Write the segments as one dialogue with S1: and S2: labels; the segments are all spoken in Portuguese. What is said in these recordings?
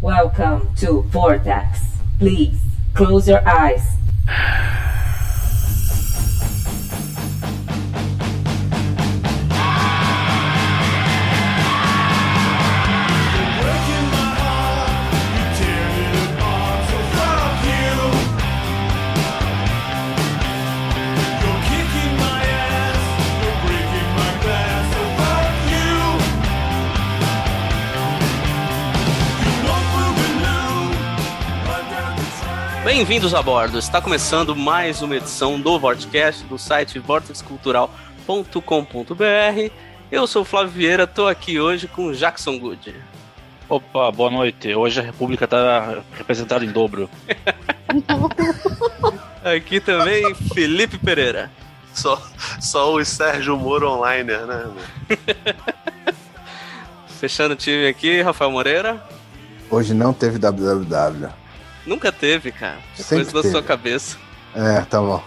S1: Welcome to Vortex. Please close your eyes.
S2: Bem-vindos a bordo. Está começando mais uma edição do Vortcast do site vortexcultural.com.br. Eu sou o Flávio Vieira, estou aqui hoje com Jackson Good.
S3: Opa, boa noite. Hoje a República está representada em dobro.
S2: aqui também Felipe Pereira.
S4: Só, só o Sérgio Moro online, né?
S2: Fechando o time aqui, Rafael Moreira.
S5: Hoje não teve WWW.
S2: Nunca teve, cara. Sempre Coisa da
S5: teve.
S2: sua cabeça.
S5: É, tá bom.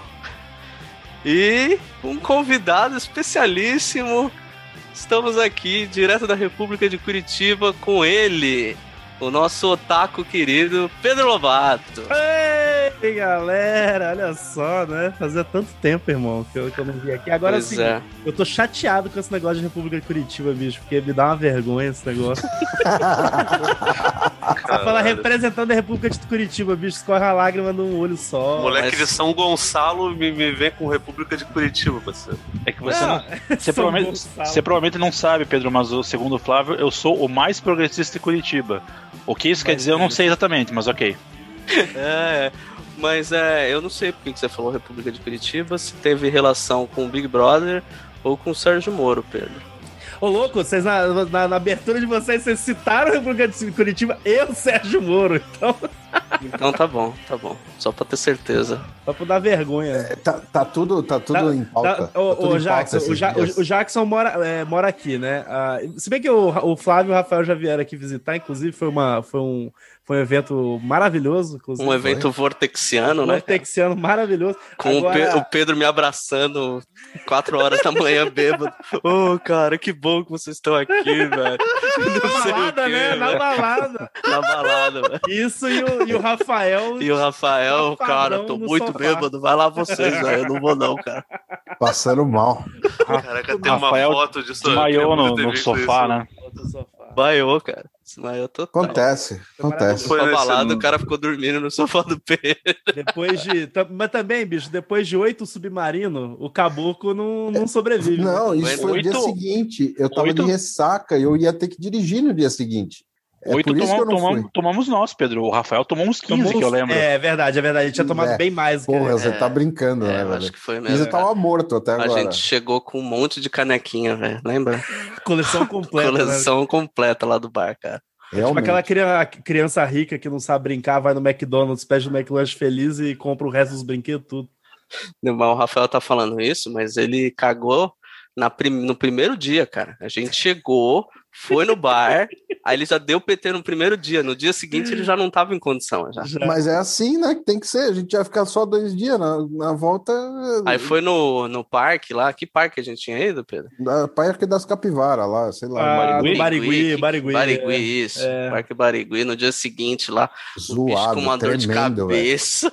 S2: E um convidado especialíssimo. Estamos aqui, direto da República de Curitiba, com ele, o nosso otaku querido Pedro Lobato.
S6: Ei, galera, olha só, né? Fazia tanto tempo, irmão, que eu, que eu não vim aqui. Agora
S2: Pois
S6: sim,
S2: é.
S6: eu tô chateado com esse negócio de República de Curitiba, bicho, porque me dá uma vergonha esse negócio. Só falar representando a República de Curitiba, bicho, escorre a lágrima num olho só.
S4: Moleque
S2: mas-
S4: de São Gonçalo me, me vem com República de Curitiba, parceiro.
S3: É que você não. Você,
S6: São
S3: provavelmente,
S6: Gonçalo.
S3: você provavelmente não sabe, Pedro, mas o- segundo o Flávio, eu sou o mais progressista de Curitiba. O que isso quer dizer, eu não sei exatamente, mas ok.
S2: É, mas é, eu não sei por que que você falou República de Curitiba, se teve relação com o Big Brother ou com o Sérgio Moro, Pedro.
S6: Ô, louco, vocês na, na- na abertura de vocês, vocês citaram a República de Curitiba e o Sérgio Moro, então,
S2: Então tá bom, tá bom. Só pra ter certeza.
S6: só pra dar vergonha.
S5: É, tá, tá tudo, tá tudo
S6: Tá-
S5: em pauta.
S6: Tá, o,
S5: Tá tudo em
S6: Jackson,
S5: pauta
S6: o,
S5: esses
S6: Ja-
S5: dias.
S6: o- o Jackson mora, é, mora aqui, né? Ah, se bem que o, o Flávio e o Rafael já vieram aqui visitar, inclusive foi, uma, foi, um, foi um evento maravilhoso. inclusive.
S2: Um evento vortexiano,
S6: Um
S2: né? cara?
S6: Vortexiano maravilhoso.
S2: Com o
S6: Agora-
S2: Pe- o Pedro me abraçando quatro horas da manhã bêbado. Ô, cara, que bom que vocês estão aqui, velho.
S6: Na
S2: Não sei o
S6: balada,
S2: quê,
S6: né? Na
S2: velho.
S6: balada.
S2: Na balada, velho.
S6: Isso e o, e o Rafael.
S2: E o Rafael,
S6: Safadão
S2: cara, tô
S6: no
S2: muito
S6: sofá.
S2: bêbado. Vai lá vocês, velho. Eu não vou, não, cara.
S5: Passando mal.
S4: Caraca, tem uma
S3: Rafael
S4: foto disso. eu
S3: Desmaiou
S4: lembro de
S3: no,
S4: ter
S3: no
S4: visto
S3: sofá,
S4: isso.
S3: né?
S6: do sofá.
S2: Baiou, cara. Desmaiou total.
S5: Acontece,
S6: Tá
S5: acontece.
S4: Foi
S2: Foi
S4: nesse
S2: balada,
S4: mundo.
S2: o cara ficou dormindo no sofá do Pedro.
S6: Depois de. tam- Mas também, bicho, depois de oito submarino, o caboclo não, não sobrevive.
S5: Não, isso foi no dia
S3: Oito-
S5: seguinte. Eu tava
S3: oito-
S5: de ressaca e eu ia ter que dirigir no dia seguinte. É
S3: Oito
S5: por isso que eu
S3: tomamos,
S5: não
S3: tomamos,
S5: fui.
S3: tomamos nós, Pedro. O Rafael tomou uns 15, que eu lembro.
S6: É verdade, é verdade. Ele tinha tomado
S5: É.
S6: bem mais. que-
S5: Porra,
S2: É.
S5: você tá brincando,
S2: É,
S5: né,
S2: eu acho
S5: velho?
S2: que foi
S5: E
S2: mesmo.
S5: você tava morto até
S2: A
S5: agora.
S2: gente
S6: Tipo
S2: chegou com um monte de canequinha, velho. Lembra?
S6: Coleção completa. né?
S2: Coleção completa lá do bar, cara.
S6: Tipo
S5: Realmente.
S6: aquela cria- criança rica que não sabe brincar, vai no McDonald's, pede o McLanche feliz e compra o resto dos brinquedos, tudo.
S2: Mas O Rafael tá falando isso, mas ele cagou na prim- no primeiro dia, cara. A gente chegou, foi no bar, aí ele já deu PT no primeiro dia. No dia seguinte ele já não tava em condição. Já.
S6: Já.
S5: Mas é assim, né? Que tem que ser. A gente ia ficar só dois dias na, na volta
S2: Aí foi no, no parque lá. Que parque a gente tinha ido, Pedro?
S5: da Parque das Capivaras lá, um sei lá.
S6: Ah,
S3: Barigui?
S6: do Barigui, Barigui.
S2: Barigui,
S6: é.
S2: isso. Parque Barigui. No dia seguinte lá, o bicho
S5: Zoado,
S2: com uma dor de
S5: tremendo, velho.
S2: cabeça,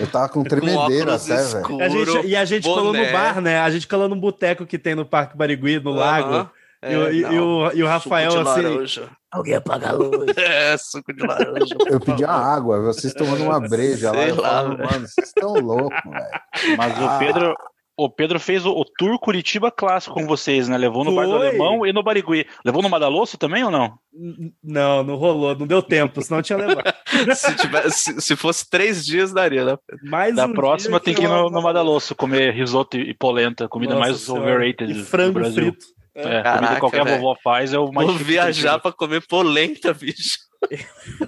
S5: Eu tava com
S2: com
S5: tremedeira
S2: óculos
S5: até, velho.
S6: A
S2: escuros.
S6: gente, e a gente colou
S2: boné.
S6: no bar, né? A gente colou num boteco que tem no Parque Barigui, no
S2: Aham.
S6: lago.
S2: É,
S6: e, o- e-
S2: não.
S6: e o, e o Rafael,
S2: suco de
S6: assim.
S2: laranja. Alguém apaga a luz. é, suco de laranja.
S5: Eu pedi a água, vocês tomando uma breja lá.
S2: Sei
S5: Eu
S2: lá,
S5: falo,
S2: velho.
S5: mano, vocês estão loucos, velho.
S3: Mas o
S5: Ah.
S3: Pedro. O Pedro fez o, o tour Curitiba clássico com vocês, né? Levou no Bar do
S6: Foi.
S3: Alemão e no Barigui. Levou no Madalosso também ou não?
S6: n- Não, não rolou, não deu tempo, senão eu tinha levado.
S2: se, tivesse, se, se fosse três dias, daria, né?
S6: Mais
S3: Da
S6: um
S3: próxima
S6: dia
S3: tem que ir
S6: eu-
S3: no, no Madalosso comer risoto e polenta, comida
S6: Nossa
S3: mais
S6: Senhora.
S3: overrated
S6: E
S3: do
S6: frango
S3: Brasil.
S6: frito.
S3: É, comida
S2: Caraca,
S3: que qualquer
S2: velho.
S3: vovó faz é o mais
S2: Vou
S6: tipo,
S3: chique
S2: viajar
S3: do
S2: pra comer polenta, bicho.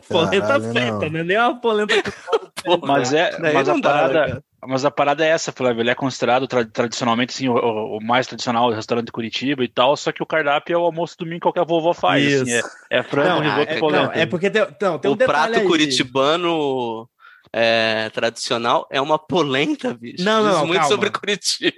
S6: Polenta
S5: Caralho,
S6: feita,
S5: não.
S6: né? Nem uma polenta
S2: Pô,
S3: Curitiba. Mas é,
S2: daí
S3: mas a
S2: não dá, né,
S3: parada,
S2: cara?
S3: Mas a parada é essa, Flávio. Ele é considerado tra- tradicionalmente assim, o- o, o mais tradicional restaurante de Curitiba e tal, só que o cardápio é o almoço domingo que qualquer vovó faz.
S6: Isso.
S3: assim, é, é frango,
S6: Não,
S3: risoto
S6: é,
S3: e
S2: é-
S3: polenta.
S6: não, é porque tem, não, tem um
S2: o prato
S6: detalhe aí.
S2: curitibano é, tradicional é uma polenta, bicho.
S6: Não,
S2: Diz
S6: não,
S2: muito
S6: calma.
S2: sobre Curitiba.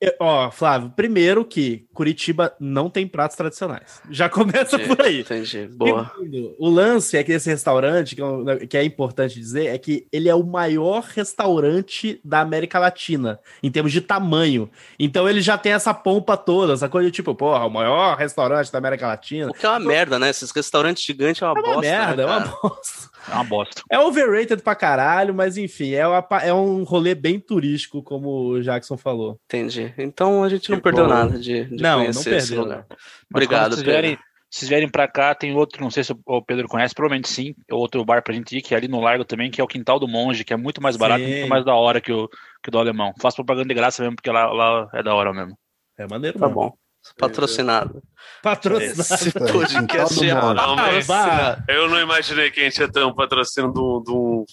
S6: Eu- Ó, Flávio, primeiro que Curitiba não tem pratos tradicionais. Já começa por aí.
S2: Entendi. Boa.
S6: Segundo, o lance é que esse restaurante, que é um- que é importante dizer, é que ele é o maior restaurante da América Latina, em termos de tamanho. Então ele já tem essa pompa toda, essa coisa de tipo, porra, o maior restaurante da América Latina.
S2: O que é uma merda, né? Esses restaurantes gigantes é uma
S6: É uma
S2: bosta. né,
S6: merda, é uma
S2: cara?
S6: bosta.
S3: É uma bosta.
S6: É overrated pra caralho, mas enfim, é, uma pa- é um rolê bem turístico, como o Jackson falou.
S2: Entendi. Então a gente não perdeu nada de, de
S6: Não, não
S2: conhecer esse
S6: perdeu,
S2: lugar.
S3: Mas
S2: Obrigado,
S3: quando vocês vierem,
S2: Pedro.
S3: vocês vierem pra cá, tem outro, não sei se o Pedro conhece, provavelmente sim, é outro bar pra gente ir, que é ali no Largo também, que é o Quintal do Monge, que é muito mais barato,
S6: Sim.
S3: muito mais da hora que o, que o do alemão. Faço propaganda de graça mesmo, porque lá, lá é da hora mesmo.
S6: É maneiro,
S2: Tá
S6: mano.
S2: bom. Patrocinado.
S6: Patrocinado.
S2: Esse podcast é
S5: Todo mundo.
S2: ah,
S6: Ah,
S4: Talvez
S6: vá.
S4: Eu não imaginei que a gente ia ter um patrocínio de um, de um-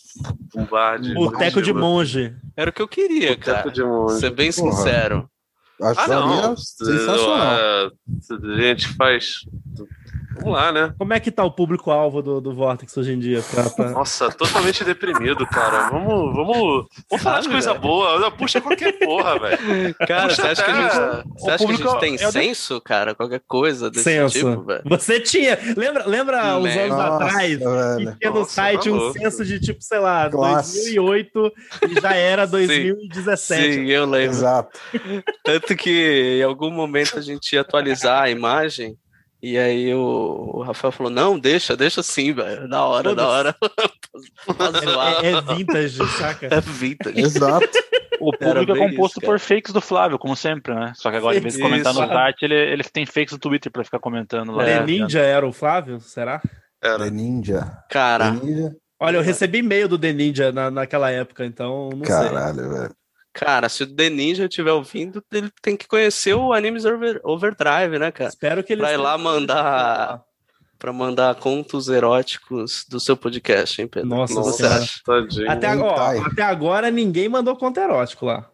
S4: de um bar de.
S6: Boteco de monge.
S2: Era o que eu queria,
S4: Boteco
S2: cara.
S4: de monge.
S2: Ser bem
S5: Porra.
S2: sincero.
S5: Acho
S4: Ah, não.
S5: sensacional.
S4: Ah, A gente faz. Vamos lá, né?
S6: Como é que tá o público-alvo do, do Vortex hoje em dia? pra- pra-
S4: Nossa, totalmente deprimido, cara. Vamos, vamos, vamos falar de coisa boa. Puxa qualquer porra, velho.
S2: Cara, você acha que a
S4: tá-
S2: gente, você
S3: o
S2: acha que a
S3: público
S2: gente tem
S3: é o de-
S2: senso, cara? Qualquer coisa desse
S6: Senso.
S2: tipo, velho?
S6: Você tinha. Lembra, lembra uns
S2: Né.
S6: anos
S5: Nossa,
S6: atrás?
S5: velho.
S6: Que tinha no
S4: Nossa,
S6: site
S4: tá
S6: um
S4: louco.
S6: censo de tipo, sei lá,
S5: Clássico.
S6: 2008 e já era 2017.
S2: Sim, eu lembro.
S5: Exato.
S2: Tanto que em algum momento a gente ia atualizar a imagem. E aí o, o Rafael falou: não, deixa, deixa sim, velho. Na hora, na hora. Tá zoado.
S6: É, é vintage, saca?
S2: É vintage.
S5: Exato.
S3: O público é
S2: bem
S3: composto
S2: isso, cara.
S3: por fakes do Flávio, como sempre, né? Só que agora, em vez de
S2: Isso. É.
S3: comentar no site, ele, ele tem fakes do Twitter pra ficar comentando lá. É.
S6: The Ninja era o Flávio? Será?
S5: The É Ninja. The
S2: Cara,
S5: Ninja.
S6: Olha, eu recebi e-mail do The Ninja na, naquela época, então não sei.
S5: Caralho, velho.
S2: cara, se o The Ninja estiver ouvindo, ele tem que conhecer o Animes Over- Overdrive, né, cara?
S6: Espero que ele.
S2: Pra ir lá mandar- Pra mandar contos eróticos do seu podcast, hein, Pedro?
S6: Nossa
S2: Como você
S6: Senhora.
S2: acha?
S4: Tadinho.
S6: Até agora,
S5: Hentai.
S6: ó, até agora ninguém mandou conto erótico lá.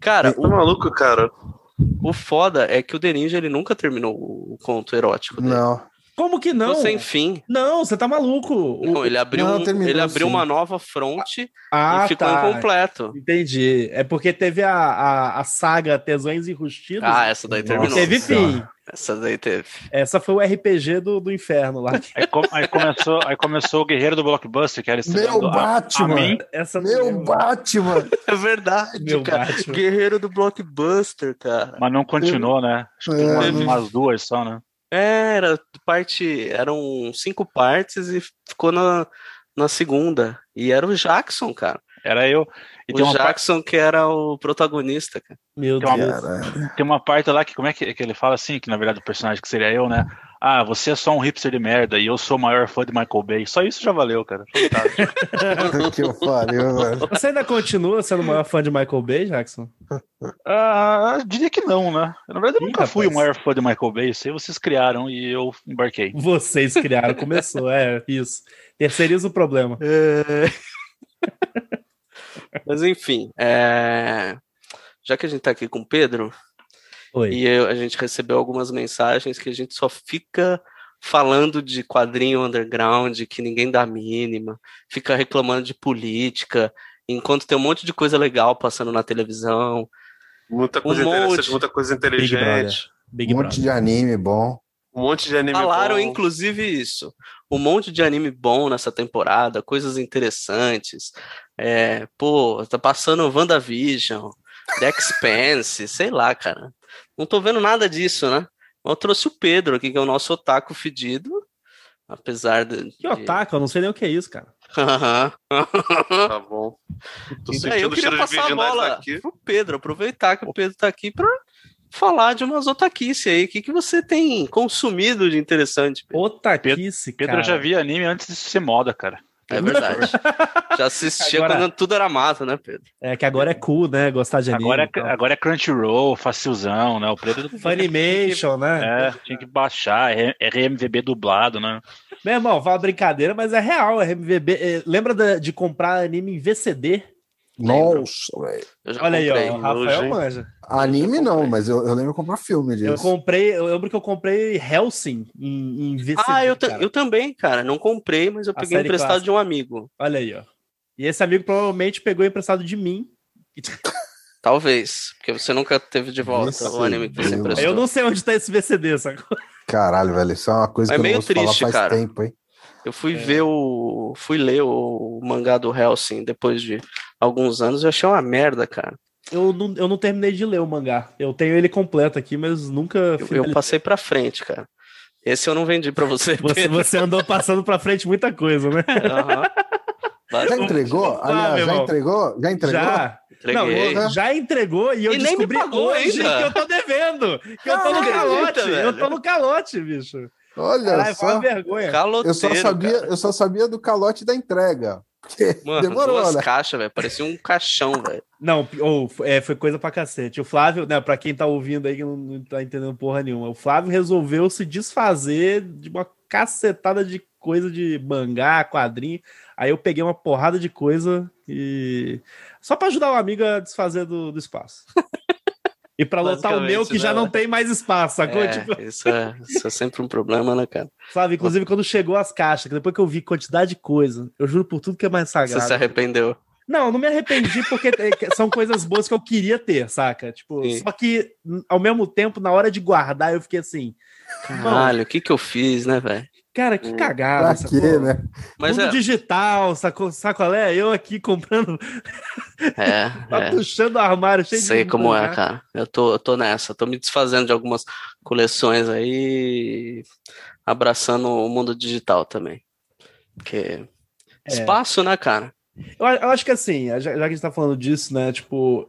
S2: Cara,
S4: Tá maluco, cara?
S2: o, o foda é que o The Ninja ele nunca terminou o o conto erótico dele.
S5: Não.
S6: Como que não?
S2: Ficou sem fim.
S6: Não, você tá maluco. O-
S2: Não, ele abriu,
S5: Não,
S2: um-
S5: terminou,
S2: ele abriu
S5: sim.
S2: uma nova fronte
S6: Ah,
S2: e ficou incompleto.
S6: Entendi. É porque teve a, a, a saga Tesões e Rustidos.
S2: Ah, essa daí
S3: é
S5: Nossa.
S6: que
S2: terminou.
S6: teve fim.
S5: Senhora.
S2: Essa daí teve.
S6: Essa foi o RPG do, do inferno lá.
S3: Aí, com- aí começou, aí começou o Guerreiro do Blockbuster, que era
S5: Meu
S3: estreando a, a
S5: Batman.
S3: mim.
S6: Essa não
S5: Meu
S6: lembro.
S5: Batman.
S2: É verdade,
S6: Meu
S2: cara.
S6: Batman.
S2: Guerreiro do Blockbuster, cara.
S3: Mas não continuou, né? Acho que
S5: É,
S3: umas,
S5: não-
S3: umas duas só, né?
S2: É, Era parte. Eram cinco partes e ficou na, na segunda. E era o Jackson, cara.
S3: Era eu. E tem
S2: o
S3: uma, par-
S2: Jackson que era o protagonista, cara.
S6: Meu
S3: Tem uma-
S6: Deus.
S5: Caralho.
S3: tem uma parte lá que como é que, que ele fala assim, que na verdade o personagem que seria eu, né? Ah, você é só um hipster de merda e eu sou o maior fã de Michael Bay. Só isso já valeu, cara. Fantástico.
S5: Puta que eu pariu, velho.
S6: Você ainda continua sendo o maior fã de Michael Bay, Jackson?
S3: ah, eu diria que não, né? Na verdade, eu
S6: Ih,
S3: nunca fui o
S6: rapaz.
S3: maior fã de Michael Bay. Isso aí vocês criaram e eu embarquei.
S6: Vocês criaram, começou, é isso. Terceiriza o problema.
S3: É.
S2: Mas enfim, é, já que a gente tá aqui com o Pedro,
S6: Oi.
S2: e eu- a gente recebeu algumas mensagens que a gente só fica falando de quadrinho underground, que ninguém dá mínima, fica reclamando de política, enquanto tem um monte de coisa legal passando na televisão.
S4: Muita coisa
S2: Um monte.
S4: interessante, muita coisa inteligente.
S6: Big
S5: Um
S6: Brother.
S5: monte de anime bom.
S4: Um monte de anime.
S2: Falaram,
S4: bom.
S2: inclusive, isso. Um monte de anime bom nessa temporada, coisas interessantes. É, pô, tá passando WandaVision, The Expanse, sei lá, cara. Não tô vendo nada disso, né? Mas Eu trouxe o Pedro aqui, que é o nosso otaku fedido. Apesar de.
S6: Que otaku, eu não sei nem o que é isso, cara.
S2: Aham.
S4: Tá bom. Tô
S2: E aí, Então, eu
S4: sentindo o
S2: queria
S4: cheiro
S2: passar
S4: de
S2: a
S4: virgindade
S2: bola
S4: daqui.
S2: pro Pedro, aproveitar que o Pedro tá aqui pra falar de umas otaquice aí. O que, que você tem consumido de interessante, Pedro?
S6: Otaquice,
S3: Pedro
S6: cara.
S3: eu já via anime antes de ser moda, cara.
S2: É verdade. Já assistia
S6: Agora-
S2: quando tudo era mato, né, Pedro?
S6: É que agora é cool, né? Gostar de anime.
S3: Agora
S6: e tal.
S3: é, agora é Crunchyroll, facilzão, né? O preto
S6: Funimation, né?
S3: É, tinha que baixar, é RMVB dublado, né?
S6: Meu irmão, fala brincadeira, mas é real. É MVB. É, lembra da- de, comprar anime em VCD?
S5: Nossa, velho.
S2: Eu já
S6: Olha aí,
S2: comprei.
S6: ó. O
S4: nojo,
S6: Rafael
S4: hein?
S6: manja.
S5: Anime não, mas eu, eu lembro de comprar filme
S6: Eu
S5: disso.
S6: comprei, eu lembro que eu comprei Helsing em, em VCD.
S2: Ah, eu, ta-
S6: é cara.
S2: eu também, cara. Não comprei, mas eu
S6: A
S2: peguei
S6: série
S2: emprestado
S6: clássica.
S2: de um amigo.
S6: Olha aí, ó. E esse amigo provavelmente pegou emprestado de mim.
S2: Talvez, porque você nunca teve de volta
S5: Esse
S2: o anime que você
S5: meu.
S2: emprestou.
S6: Eu não sei onde tá esse VCD, sacou?
S5: Caralho, velho, isso é uma coisa
S2: É
S5: que eu não
S2: meio
S5: ouço falar
S2: triste,
S5: faz
S2: cara.
S5: tempo, hein?
S2: Eu
S6: É.
S2: fui ver o. Fui ler o mangá do Helsing depois de alguns anos eu achei uma merda, cara.
S6: Eu não, eu não terminei de ler o mangá. Eu tenho ele completo aqui, mas nunca.
S2: Eu, eu
S6: finalizei.
S2: passei pra frente, cara. Esse eu não vendi pra você.
S6: Você,
S2: Pedro.
S6: você andou passando pra frente muita coisa, né?
S2: Aham. Mas
S5: Já
S2: eu
S5: entregou?
S6: Ah,
S5: Aliás,
S6: meu
S5: já
S6: irmão.
S5: entregou? Já entregou?
S6: Já. Não,
S2: entreguei.
S5: eu-
S6: já entregou e eu
S2: E nem me
S6: descobri
S2: pagou
S6: hoje
S2: ainda.
S6: que eu tô devendo. Que eu tô no
S2: Caraca,
S6: calote.
S2: velho.
S6: Eu tô no calote, bicho.
S5: Olha
S6: Caralho, foi
S5: só.
S6: uma vergonha.
S2: Caloteiro,
S5: Eu só, sabia,
S2: cara.
S5: eu só sabia do calote da entrega. Porque
S2: Mano,
S5: demorou,
S2: duas
S5: né?
S2: caixas, velho. Parecia um caixão, velho.
S6: Não, pi- ou, é, foi coisa pra cacete. O Flávio, né, pra quem tá ouvindo aí que não, não tá entendendo porra nenhuma, o Flávio resolveu se desfazer de uma cacetada de coisa de mangá, quadrinho. Aí eu peguei uma porrada de coisa e. Só pra ajudar o amigo a desfazer do, do espaço. E pra lotar o meu
S2: Basicamente,
S6: que já
S2: né?
S6: não tem mais espaço, sacou?
S2: É,
S6: Tipo,
S2: isso, é, isso é sempre um problema, né, cara?
S6: Flávio, inclusive quando chegou as caixas, que depois que eu vi quantidade de coisa, eu juro por tudo que é mais
S2: Você
S6: sagrado.
S2: se arrependeu.
S6: Não, não me arrependi porque eh, que- são coisas boas que eu queria ter, saca? Tipo,
S2: Sim.
S6: só que n- ao mesmo tempo, na hora de guardar, eu fiquei assim,
S2: Caralho, o que que eu fiz, né, velho?
S6: cara, que cagada.
S5: Pra
S6: essa
S5: quê,
S6: porra.
S5: né?
S2: Mas
S6: Mundo
S2: é,
S6: digital, sacou? Sacolé, eu aqui comprando,
S2: é, é.
S6: puxando o armário cheio de. né?
S2: Sei como é,
S6: mangá.
S2: cara. Eu tô, eu tô nessa. Tô me desfazendo de algumas coleções aí, abraçando o mundo digital também. Porque.
S6: É.
S2: Espaço, né, cara?
S6: Eu, a- eu acho que assim, já, já que a gente tá falando disso, né? Tipo,